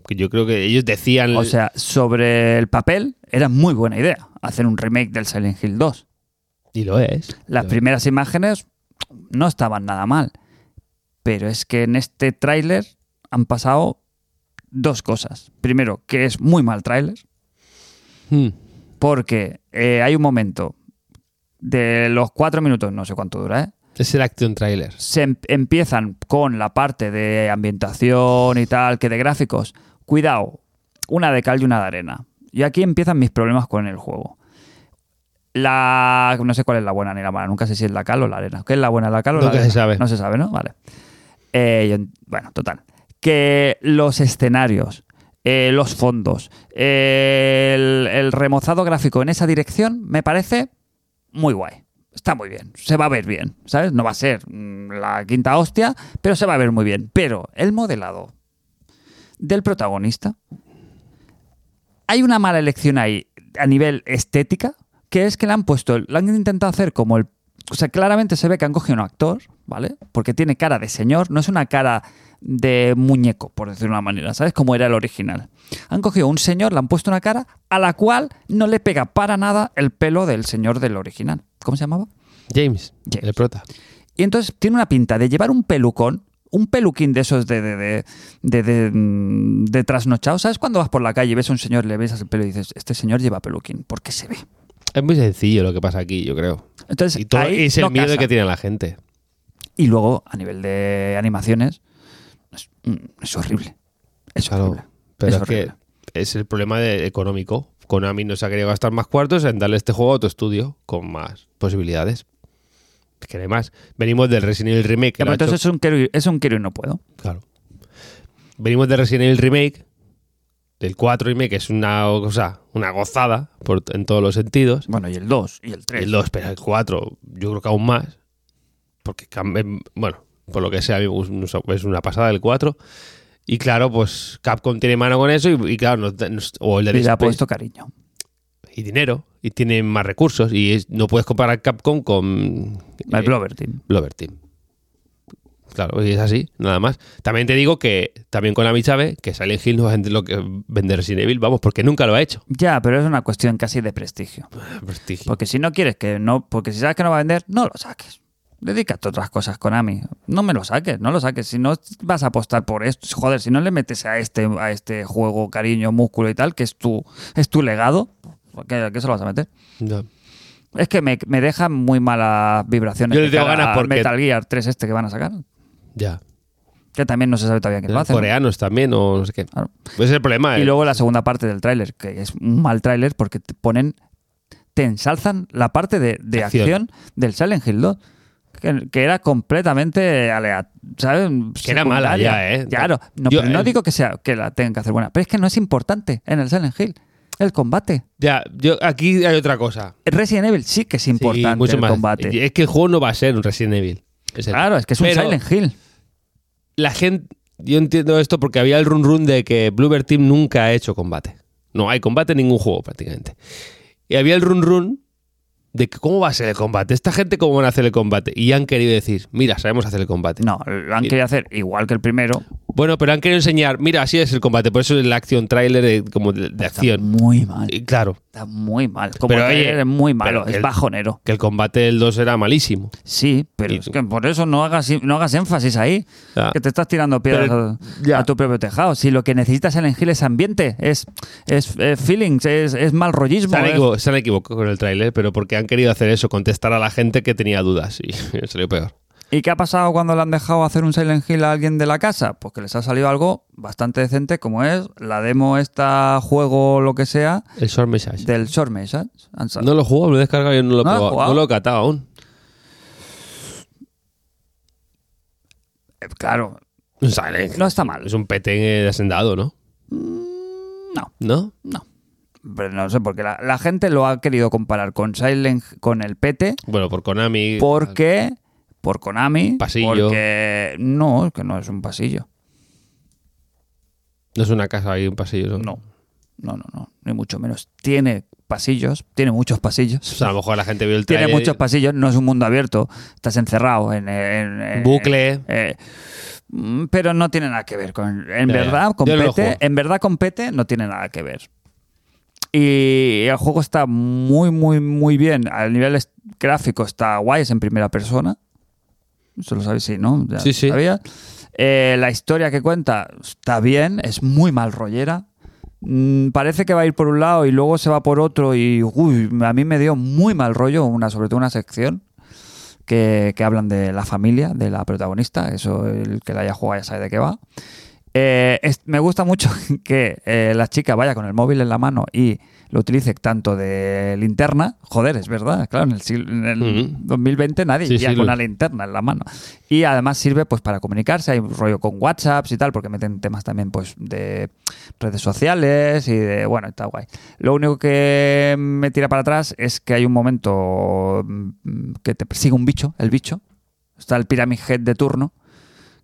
C: Que yo creo que ellos decían.
A: O sea, sobre el papel, era muy buena idea hacer un remake del Silent Hill 2.
C: y lo es.
A: Las
C: Lo-
A: primeras imágenes no estaban nada mal. Pero es que en este tráiler han pasado dos cosas. Primero, que es muy mal tráiler.
C: Hmm.
A: Porque eh, hay un momento de los cuatro minutos, no sé cuánto dura, ¿eh?
C: Es el Action Trailer.
A: se em- empiezan con la parte de ambientación y tal, que de gráficos. Cuidado, una de cal y una de arena. Y aquí empiezan mis problemas con el juego. La. No sé cuál es la buena ni la mala, nunca sé si es la cal o la arena. ¿Qué es la buena, la cal o la
C: Nunca se
A: arena?
C: sabe.
A: No se sabe, ¿no? Vale. Eh, yo- bueno, total. Que los escenarios eh, los fondos, eh, el, el remozado gráfico en esa dirección, me parece muy guay. Está muy bien, se va a ver bien, ¿sabes? No va a ser mm, la quinta hostia, pero se va a ver muy bien. Pero el modelado del protagonista, hay una mala elección ahí a nivel estética, que es que le han puesto, el- le han intentado hacer como el... O sea, claramente se ve que han cogido un actor, ¿vale? Porque tiene cara de señor, no es una cara de muñeco, por decirlo de una manera, ¿sabes? Como era el original. Han cogido un señor, le han puesto una cara a la cual no le pega para nada el pelo del señor del original. ¿Cómo se llamaba?
C: James,
A: James.
C: el prota.
A: Y entonces tiene una pinta de llevar un pelucón, un peluquín de esos de, de, de, de, de, mm, de trasnochado. ¿Sabes cuando vas por la calle y ves a un señor, le ves el pelo y dices, este señor lleva peluquín? ¿Por qué se ve?
C: Es muy sencillo lo que pasa aquí, yo creo.
A: Entonces,
C: Y, todo,
A: ahí
C: y es el
A: no
C: miedo
A: casa.
C: que tiene la gente.
A: Y luego, a nivel de animaciones, es, mm, es horrible. Es
C: Claro,
A: horrible.
C: Pero
A: Es
C: es, que es el problema de- económico. Konami no se ha querido gastar más cuartos en darle este juego a otro estudio con más posibilidades. Es que no hay más. Venimos del Resident Evil Remake. que
A: Ya,
C: lo
A: pero
C: ha
A: entonces es un, quiero y, es un quiero y no puedo.
C: hecho- claro. Venimos del Resident Evil Remake. Del 4 Remake, que es una cosa, una gozada por, en todos los sentidos.
A: Bueno, y el 2 y el 3.
C: El 2, pero el 4, yo creo que aún más. Porque, cam- bueno, por lo que sea, a mí me gusta- es una pasada el 4. Y claro, pues Capcom tiene mano con eso y, y claro, nos da- nos- o el de
A: Y le ha
C: Space-
A: puesto cariño.
C: y dinero y tienen más recursos y es- no puedes comparar Capcom con
A: El
C: eh,
A: Blover Team.
C: Blover Team. Claro, y es así, nada más. También te digo que también con Ami Chávez, que Silent Hill no va a vender lo que vender Resident Evil, vamos, porque nunca lo ha hecho.
A: Ya, pero es una cuestión casi de prestigio.
C: Prestigio.
A: Porque si no quieres que no, porque si sabes que no va a vender, no lo saques. Dedícate a otras cosas, Konami. No me lo saques, no lo saques. Si no vas a apostar por esto, joder, si no le metes a este, a este juego cariño, músculo y tal, que es tu, es tu legado, ¿a qué, a qué se lo vas a meter?
C: No.
A: Es que me, me dejan muy malas vibraciones.
C: Yo le
A: de
C: tengo
A: cara
C: ganas
A: a
C: porque-
A: Metal Gear 3 este que van a sacar.
C: Ya.
A: Que también no se sabe todavía quién lo hace. ¿no?
C: Coreanos también o no sé qué.
A: Claro.
C: Ese es el problema.
A: Y
C: eh.
A: luego la segunda parte del tráiler, que es un mal tráiler porque te ponen, te ensalzan la parte de, de
C: Acción.
A: acción. del Silent Hill 2. Que, que era completamente aleatoria, ¿sabes?
C: Que era mala
A: Secundaria.
C: ya, ¿eh?
A: Claro, no,
C: Yo,
A: pero no
C: eh,
A: digo que sea que la tengan que hacer buena, pero es que no es importante en el Silent Hill el combate.
C: Ya, yo, aquí hay otra cosa.
A: El Resident Evil sí que es
C: Sí,
A: importante el combate.
C: Y Es que el juego no va a ser un Resident Evil. Es el-
A: Claro, es que es un
C: Pero-
A: Silent Hill.
C: la gente. Yo entiendo esto porque había el run run de que Bloober Team nunca ha hecho combate. No hay combate en ningún juego prácticamente. Y había el run run de que cómo va a ser el combate. Esta gente cómo van a hacer el combate. Y han querido decir, mira, sabemos hacer el combate.
A: No, lo han
C: Y-
A: querido hacer igual que el primero.
C: Bueno, pero han querido enseñar, mira, así es el combate. Por eso es la acción trailer de, como de, de
A: Está
C: acción.
A: muy mal.
C: Y claro,
A: Está muy mal. Como
C: Pero,
A: el
C: oye,
A: trailer es muy malo,
C: pero
A: es
C: el-
A: bajonero.
C: que el combate del 2 era malísimo.
A: Sí, pero
C: Y-
A: es que por eso no hagas, no hagas énfasis ahí.
C: Ah.
A: Que te estás tirando piedras
C: Pero-
A: a-
C: ya.
A: a, tu propio tejado. Si lo que necesitas en el Gil es ambiente, es, es, eh, feelings, es, es mal rollismo.
C: Se han,
A: es-
C: equivo- se han equivocado con el tráiler, pero porque han querido hacer eso, contestar a la gente que tenía dudas y salió peor.
A: ¿Y qué ha pasado cuando le han dejado hacer un Silent Hill a alguien de la casa? Pues que les ha salido algo bastante decente, como es la demo, esta juego, lo que sea,
C: El short message.
A: del Short Mesa. Han sa-
C: No lo juego, lo he descargado y no lo
A: ¿No
C: he
A: lo has
C: probado.
A: jugado?
C: No lo he catado aún.
A: Eh, Claro,
C: Un Silent.
A: no está mal.
C: Es un petengue de hacendado, ¿no?
A: Mm, no.
C: ¿No?
A: Pero no sé, porque la, la gente lo ha querido comparar con Silent con el PT.
C: Bueno, por Konami.
A: Porque. Por Konami.
C: Pasillo.
A: Porque. No, es que no es un pasillo.
C: No es una casa ahí, un pasillo. ¿no?
A: No. No, no, no. Ni mucho menos. Tiene pasillos. Tiene muchos
C: O
A: pasillos.
C: sea, a lo mejor la gente vio el
A: Tiene
C: tráiler.
A: muchos pasillos. No es un mundo abierto. Estás encerrado en. en- en-
C: Bucle.
A: eh, mm, pero no tiene nada que ver con. En
C: Ya, ya.
A: verdad, con
C: Yo no lo
A: PT.
C: juego.
A: En verdad, con PT no tiene nada que ver. Y el juego está muy, muy, muy bien. Al nivel est- gráfico está guay, es en primera persona. Eso lo sabéis, sí, ¿no? Ya
C: Sí, sí.
A: sabía. Eh, la historia que cuenta está bien, es muy mal rollera. Mm, parece que va a ir por un lado y luego se va por otro. Y uy, a mí me dio muy mal rollo, una, sobre todo una sección que, que hablan de la familia de la protagonista. Eso, el que la haya jugado ya sabe de qué va. Eh, es- me gusta mucho que eh, la chica vaya con el móvil en la mano y lo utilice tanto de linterna. Joder, es verdad, claro, en el, siglo- en el
C: Ujú.
A: 2020 nadie
C: Sí,
A: ya
C: sí,
A: con
C: lo-
A: una linterna en la mano. Y además sirve pues para comunicarse, hay un rollo con WhatsApps y tal, porque meten temas también pues de redes sociales y de, bueno, está guay. Lo único que me tira para atrás es que hay un momento mm, que te persigue un bicho, el bicho. Está el Pyramid Head de turno,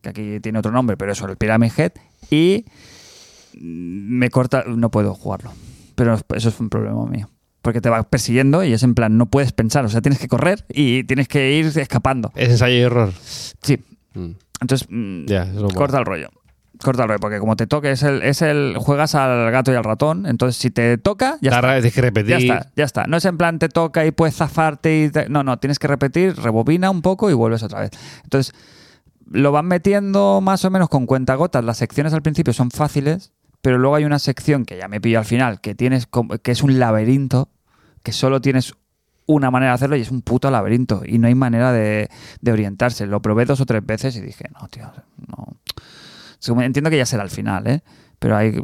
A: que aquí tiene otro nombre, pero eso, el Pyramid Head. Y mm, me corta, no puedo jugarlo. Pero eso es un problema mío. Porque te va persiguiendo y es en plan, no puedes pensar. O sea, tienes que correr y tienes que ir escapando.
C: Es ensayo y error.
A: Sí.
C: Mm.
A: Entonces, mm,
C: Ya, eso lo mola.
A: corta el rollo. Corta el rollo, porque como te toque, es el, es el. Juegas al gato y al ratón. Entonces, si te toca, ya
C: La
A: está.
C: ra- Tienes que repetir.
A: Ya está, ya está. No es en plan te toca y puedes zafarte y te- No, no, tienes que repetir, rebobina un poco y vuelves otra vez. Entonces, lo van metiendo más o menos con cuentagotas. Las secciones al principio son fáciles, pero luego hay una sección que ya me pillo al final, que tienes como- que es un laberinto, que solo tienes una manera de hacerlo y es un puto laberinto y no hay manera de, de orientarse. Lo probé dos o tres veces y dije, no, tío, no. Según- Entiendo que ya será al final, ¿eh? Pero hay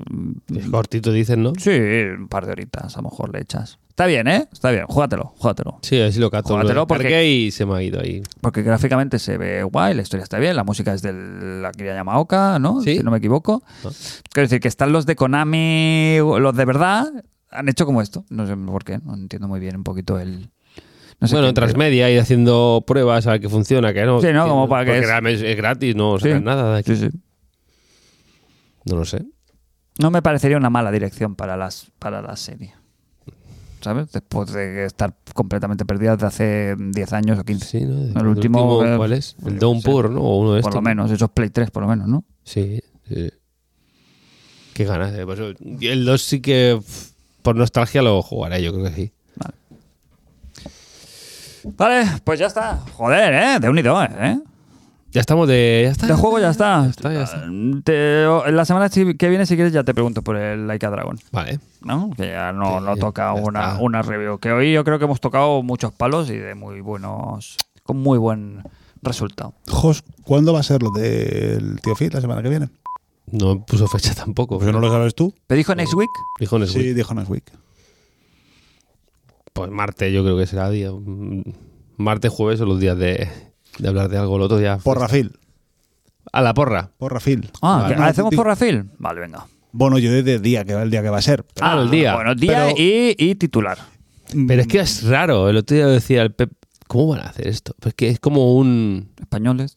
C: Es cortito, dicen, ¿no?
A: Sí, un par de horitas, a lo mejor le echas. Está bien, ¿eh? Está bien, júgatelo, júgatelo.
C: Sí, así lo cato.
A: Júgatelo,
C: Lo
A: porque-
C: descargué y se me ha ido ahí.
A: Porque gráficamente se ve guay, la historia está bien, la música es de la que Yamaoka, ¿no?
C: Sí.
A: Si no me equivoco.
C: Ah.
A: Quiero decir que están los de Konami, los de verdad, han hecho como esto. No sé por qué, no entiendo muy bien un poquito el... No sé
C: bueno,
A: qué-
C: transmedia, ir haciendo pruebas a ver qué funciona, que no.
A: Sí, ¿no? Como para que
C: Porque
A: es-
C: realmente es, es gratis, no
A: Sí.
C: sacas pues, nada de aquí.
A: Sí, sí.
C: No lo sé.
A: No me parecería una mala dirección para, las, para la serie. ¿Sabes? Después de estar completamente perdida desde hace 10 años o 15.
C: Sí, pues ¿no? El,
A: último, eh,
C: ¿Cuál es?
A: yo
C: El
A: qué
C: Downpour, ¿no? O uno de estos.
A: por lo menos, eso es Play 3, por lo menos, ¿no?
C: Sí, sí. Qué ganas. eh, pues, el 2 sí que pf, por nostalgia lo jugaré, yo creo que sí.
A: Vale, pues ya está. Joder, ¿eh? De un y dos, ¿eh?
C: Ya estamos de. Ya está.
A: De juego ya está.
C: está, ya está.
A: Te- la semana si- que viene, si quieres, ya te pregunto por el Like a Dragon.
C: Vale.
A: ¿No? Que ya no,
C: Sí,
A: no toca
C: ya
A: una,
C: está.
A: una review. Que hoy yo creo que hemos tocado muchos palos y de muy buenos. con muy buen resultado.
B: Jos, ¿cuándo va a ser lo del tío Phil la semana que viene?
C: No puso fecha tampoco.
B: Pues no lo sabes tú.
A: ¿Te dijo next week?
C: Dijo en el
B: Sí, dijo Next Week.
C: Pues martes, yo creo que será día. mm, Martes, jueves son los días de, de hablar de algo. El otro día.
B: Porra Phil.
C: A la porra.
B: Porra Phil.
A: Ah,
B: Vale.
A: ¿que ¿hacemos por Rafil? Vale, venga.
B: Bueno, yo desde el día, que va el día que va a ser.
C: Ah, el día.
A: Bueno, día
B: Pero-
A: y, y titular.
C: Pero
A: Mm.
C: es que es raro. El otro día decía el Pep. ¿Cómo van a hacer esto? Pues que es como un.
A: Españoles,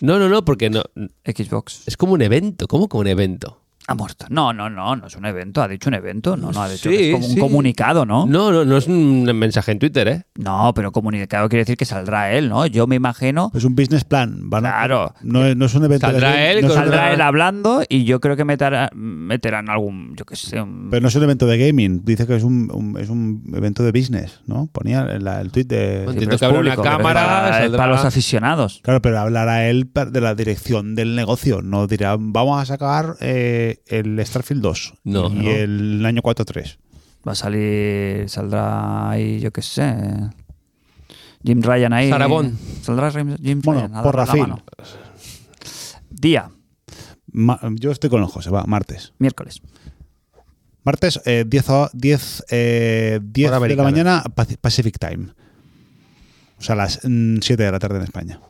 C: No, no, no, porque no.
A: Xbox.
C: Es como un evento. ¿Cómo que un evento?
A: Ha muerto. No, no, no, no es un evento. Ha dicho un evento. No, no, ha dicho
C: Sí,
A: que es como un
C: sí.
A: comunicado, ¿no?
C: No, no, no es un mensaje en Twitter, ¿eh?
A: No, pero comunicado quiere decir que saldrá él, ¿no? Yo me imagino.
B: Es un business plan. van a-
A: Claro.
B: No es, no es un evento.
C: Saldrá
B: de,
C: él
B: no es
C: con-
B: un-
A: Saldrá él hablando y yo creo que meterá- meterán algún, yo qué sé, un-
B: Pero no es un evento de gaming. Dice que es un, un- es un evento de business, ¿no? Ponía la- el tweet de...
C: Bueno,
A: Pues Sí, pero
C: Entiendo
A: es
C: que habrá una
A: público, pero
C: cámara,
A: es para, es
C: saldrá-
A: para los aficionados.
B: Claro, pero hablará él pa- de la dirección del negocio. No dirá, vamos a sacar eh, el Starfield 2
C: No,
B: y
C: no.
B: el año 4-3.
A: Va a salir, saldrá ahí, yo qué sé, Jim Ryan ahí.
C: Sarah Bond.
A: Saldrá Jim Jim
B: Bueno,
A: Ryan. a dar
B: por
A: la
B: Rafael.
A: mano. Día,
B: Ma- yo estoy con el José, va, martes.
A: miércoles.
B: Martes, eh, 10, a- 10, eh, 10
C: Hora
B: de la
C: americana.
B: mañana, Paci- Pacific Time. O sea, las mm, 7 de la tarde en España.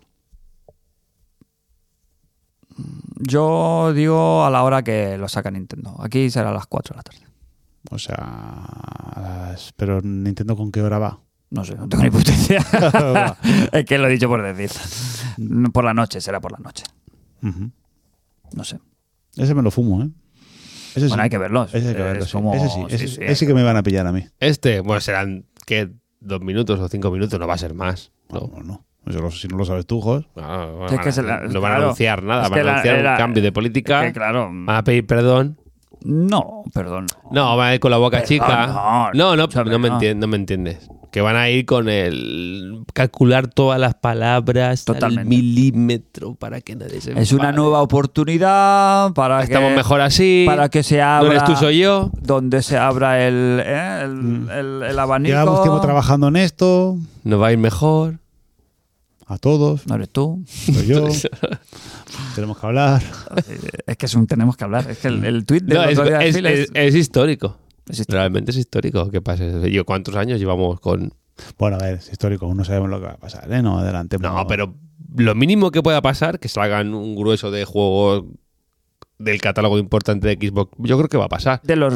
A: Yo digo a la hora que lo saca Nintendo. Aquí será a las 4 de la tarde.
B: O sea, a las- pero Nintendo con qué hora va.
A: No sé, no tengo ni puta idea. es que lo he dicho por decir. Por la noche, será por la noche.
B: Ujú.
A: No sé.
B: Ese me lo fumo, ¿eh? Ese
A: Bueno,
B: sí.
A: hay que verlos.
B: Ese hay que
A: Es
B: verlo, sí.
A: como-
B: Ese sí,
A: sí,
B: ese-
A: sí,
B: ese
A: hay
B: que me van a pillar a mí.
C: Este, bueno, serán, ¿qué? Dos minutos o cinco minutos, no va a ser más. No,
B: No, no. Eso lo- si no lo sabes tú, Jos.
C: no, no
A: Es
C: van
A: que
C: a-
A: se la-
C: no van a
A: claro,
C: anunciar nada,
A: es
C: van a
A: que la-
C: anunciar
A: era-
C: un cambio de política,
A: Es que, claro.
B: Ah.
C: van a pedir perdón.
A: No, perdón.
C: No, van a ir con la boca
A: Perdón,
C: chica.
A: no,
C: No, no, no,
A: escúchame,
C: me
A: no.
C: entien- no me entiendes. Que van a ir con el calcular todas las palabras
A: Totalmente.
C: al milímetro para que nadie se
A: Es una
C: enfade.
A: nueva oportunidad para
C: Estamos
A: que,
C: mejor así.
A: para que se abra.
C: No eres tú, soy yo.
A: Donde se abra el, eh, el, el- el abanico.
B: Mm. Llevamos tiempo trabajando en esto,
C: Nos va a ir mejor.
B: a todos,
A: No eres tú.
B: soy yo. tenemos que hablar.
A: Eh, Es que es un tenemos que hablar. Es que el, el tweet de
C: No, es, es-
A: es,
C: es- es histórico.
A: Es histórico.
C: Realmente es histórico que pase. Yo, ¿cuántos años llevamos con...?
B: Bueno, a ver, es histórico, aún no sabemos lo que va a pasar, ¿eh? No, adelante.
C: No, pero lo mínimo que pueda pasar, que salgan un grueso de juegos del catálogo importante de Xbox, yo creo que va a pasar.
A: de los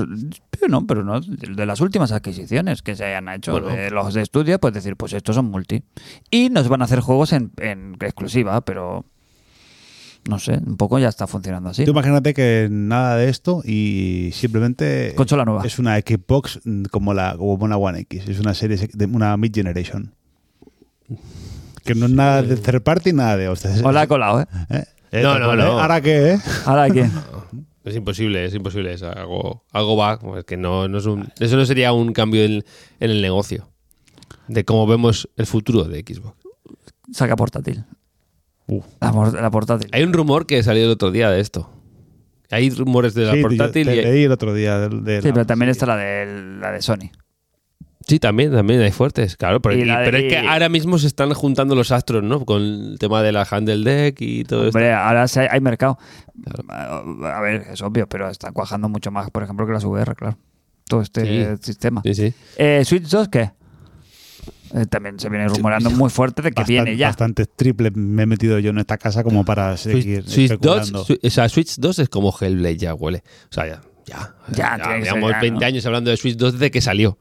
A: pero no, pero no, de las últimas adquisiciones que se hayan hecho
C: Bueno.
A: de los de estudio, pues decir, pues estos son multi. Y nos van a hacer juegos en, en exclusiva, pero no sé, un poco ya está funcionando así.
B: Tú imagínate que nada de esto y simplemente
A: Consola nueva.
B: es una Xbox mm, como la como una One X, es una serie de una mid generation. Que no es nada de third party, nada de hostias.
A: Hola, colado, ¿eh?
B: ¿Eh? Eh,
C: No,
B: tal
C: no,
B: cual,
C: no.
B: ¿eh? Ahora que, ¿eh?
A: Ahora quién?
C: Es imposible, es imposible. Es algo, algo va. pues, que no, no es un- eso no sería un cambio en, en el negocio. De cómo vemos el futuro de Xbox.
A: Saca portátil.
B: Uh.
A: La, por- la portátil.
C: Hay un rumor que salió el otro día de esto. Hay rumores de la
B: Sí,
C: portátil.
B: yo te
C: y-
B: leí el otro día del, del-
A: Sí, pero también está la de, la de Sony.
C: Sí, también, también hay fuertes, claro. Pero,
A: Y la de-
C: pero es que ahora mismo se están juntando los astros, ¿no? Con el tema de la Handle Deck y todo esto.
A: Hombre, ahora sí hay, hay mercado. A a ver, es obvio, pero está cuajando mucho más, por ejemplo, que las VR, claro. Todo este
C: Sí.
A: eh, sistema.
C: Sí, sí.
A: Eh, ¿Switch 2 qué? Eh, también se viene rumorando muy fuerte de que
B: bastan-
A: viene ya.
B: Bastantes triples me he metido yo en esta casa como para seguir
C: Switch, Switch 2,
B: especulando.
C: Swi- o sea, Switch 2 es como Hellblade, ya huele. O sea, ya. Ya,
A: Ya, tiene que ser
C: llevamos
A: ya, ¿no?
C: 20 años hablando de Switch 2 desde que salió.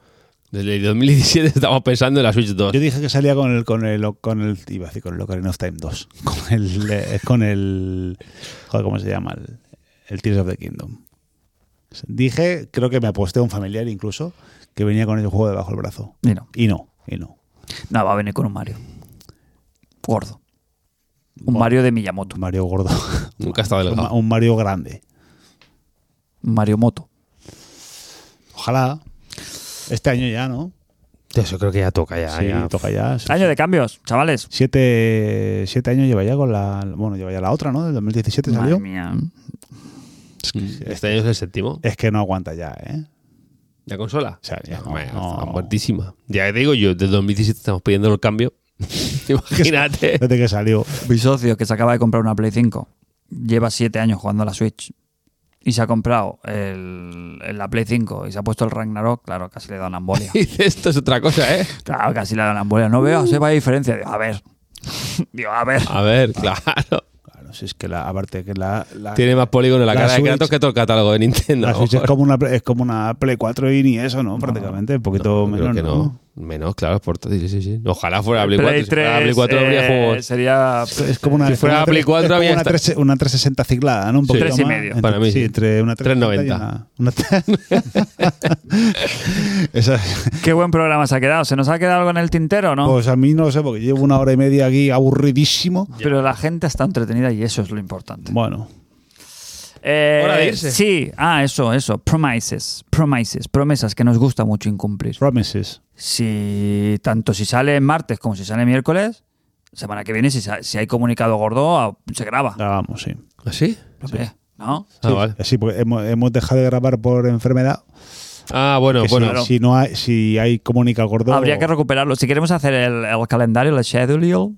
C: Desde el 2017 estábamos pensando en la Switch 2.
B: Yo dije que salía con el con el con el iba a decir con el Ocarina of Time 2, con el eh, con el joder, ¿cómo se llama? El, el Tears of the Kingdom. Dije, creo que me aposté a un familiar incluso que venía con ese juego debajo del brazo.
A: Y no,
B: Y no, y no.
A: no, va a venir con un Mario. Gordo. Un Mario de Miyamoto.
B: Un Mario gordo,
C: Nunca ha estado
B: un, Ma-
C: delgado.
B: un Mario grande.
A: Un Mario Moto.
B: Ojalá este año ya, ¿no?
C: Eso creo que ya toca ya.
B: sí,
C: ya.
B: toca ya. sí,
A: Año de cambios, chavales.
B: Siete, siete años lleva ya con la. Bueno, lleva ya la otra, ¿no? Del 2017
A: Madre
B: salió.
A: mía.
C: Este año es el séptimo.
B: Es que no aguanta ya, ¿eh?
C: ¿La consola?
B: O sea, ya no,
C: Hombre,
B: no.
C: Está muertísima. Ya te digo yo, desde 2017 estamos pidiendo el cambio. Imagínate.
B: Desde que salió.
A: Mi socio, que se acaba de comprar una Play 5, lleva 7 años jugando a la Switch. Y se ha comprado el, el- la Play 5 y se ha puesto el Ragnarok, claro, casi le da una embolia.
C: Dice, Esto es otra cosa, ¿eh?
A: Claro, casi le da una embolia. No veo, se va a diferencia. Digo, a ver. Digo, a ver.
C: A ver,
B: Ah.
C: claro.
B: Claro, si es que la, aparte que la, la,
C: Tiene más polígono en la,
B: La
C: cara de
B: Switch-
C: Kratos que todo el catálogo de Nintendo.
B: la Switch es como una es como una Play 4 y ni eso, ¿no? Prácticamente, un poquito
C: Yo
B: menos,
C: creo que
B: ¿no?
C: no. Menos, claro, portátil, sí, sí, sí. Ojalá fuera Play 4.
A: Play
C: Si fuera Play 4
A: eh,
C: habría juegos.
A: Sería.
B: Es como una,
C: Si fuera
B: una
C: Play
B: tres-
C: 4
B: es como
C: había
B: una,
C: esta-
B: tres- una 360 ciclada, ¿no? Un
C: Sí.
B: poquito
A: Tres y
B: más.
A: medio.
B: Entre-
C: Para mí sí.
B: entre una 360 y
C: 390.
B: una- una- Esa-
A: Qué buen programa se ha quedado. ¿Se nos ha quedado algo en el tintero o no?
B: Pues a mí no lo sé, porque llevo una hora y media aquí aburridísimo.
A: Pero la gente está entretenida y eso es lo importante.
B: Bueno,
A: Eh,
C: Hora de irse.
A: Sí, ah, eso, eso. Promises, promises, promesas que nos gusta mucho incumplir.
B: promises.
A: Si tanto si sale martes como si sale miércoles, semana que viene, si, sa- si hay comunicado gordo, a- se graba.
B: Grabamos, sí.
C: ¿Ah, sí?
A: Hombre, ¿No?
C: Ah, vale.
B: Sí, porque hemos, hemos dejado de grabar por enfermedad.
C: Ah, bueno,
B: que si-
C: bueno.
B: si, no hay, si hay comunica gordo.
A: Habría que recuperarlo. Si queremos hacer el, el calendario, el schedule,
B: Ujú.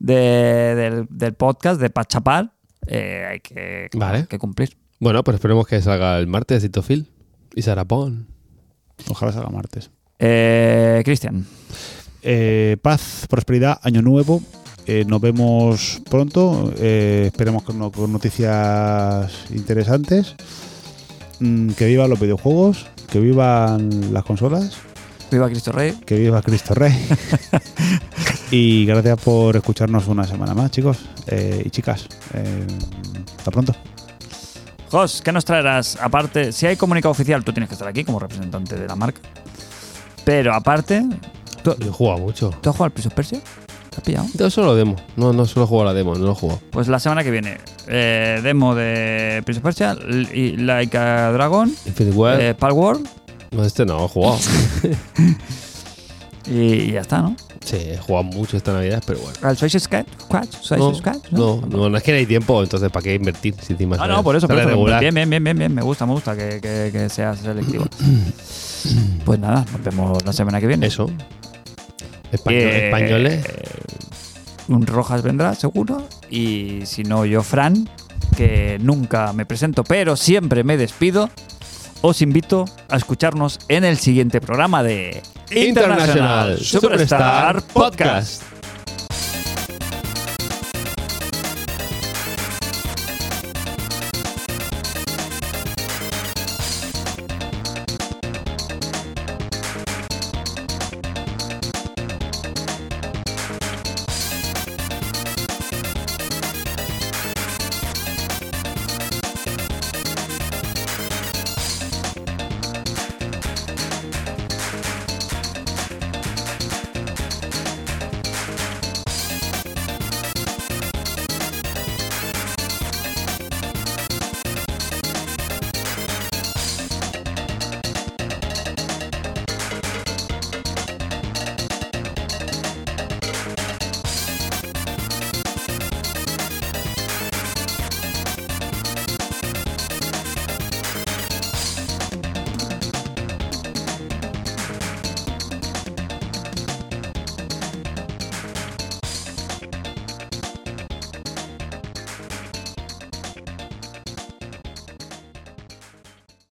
A: de- del, del podcast de Pachapar, eh, hay que,
C: Vale.
A: que cumplir.
C: Bueno, pues esperemos que salga el martes y Tofil y Sarapón.
B: Ojalá salga martes.
A: Eh, Cristian,
B: Eh, paz, prosperidad, año nuevo. Eh, nos vemos pronto. Eh, esperemos con, no- con noticias interesantes. Mm, que vivan los videojuegos, que vivan las consolas,
A: viva Cristo Rey.
B: que viva Cristo Rey. y gracias por escucharnos una semana más, chicos eh, y chicas. Eh, hasta pronto.
A: Jos, ¿qué nos traerás? Aparte, si hay comunicado oficial, tú tienes que estar aquí como representante de la marca. Pero aparte, ¿tú,
C: Yo he jugado mucho.
A: ¿tú has jugado al Prince of Persia? ¿Te has pillado?
C: Yo solo demo. No, no solo juego a la demo, no lo juego.
A: Pues la semana que viene, eh, demo de Prince of Persia, L- y Like a Dragon,
C: Infinite War.
A: eh, Pal World,
C: No, este no, he jugado.
A: y, y ya está, ¿no?
C: sí, he jugado mucho esta Navidad, pero bueno.
A: ¿Al Suicide Squad? Squad- Suicide
C: No,
A: Squad?
C: no, no, no, es que no hay tiempo, entonces ¿para qué invertir? Si encima
A: Ah, No,
C: sale-
A: no, por eso, por
C: sale
A: eso.
C: regular.
A: Bien, bien, bien, bien, bien. Me gusta, me gusta que, que- que seas selectivo. Pues nada, nos vemos la semana que viene.
C: Eso. Español,
A: Eh,
C: Españoles.
A: un Rojas vendrá, seguro. Y si no, yo, Fran, que nunca me presento, pero siempre me despido. Os invito a escucharnos en el siguiente programa de
C: International Superstar Podcast.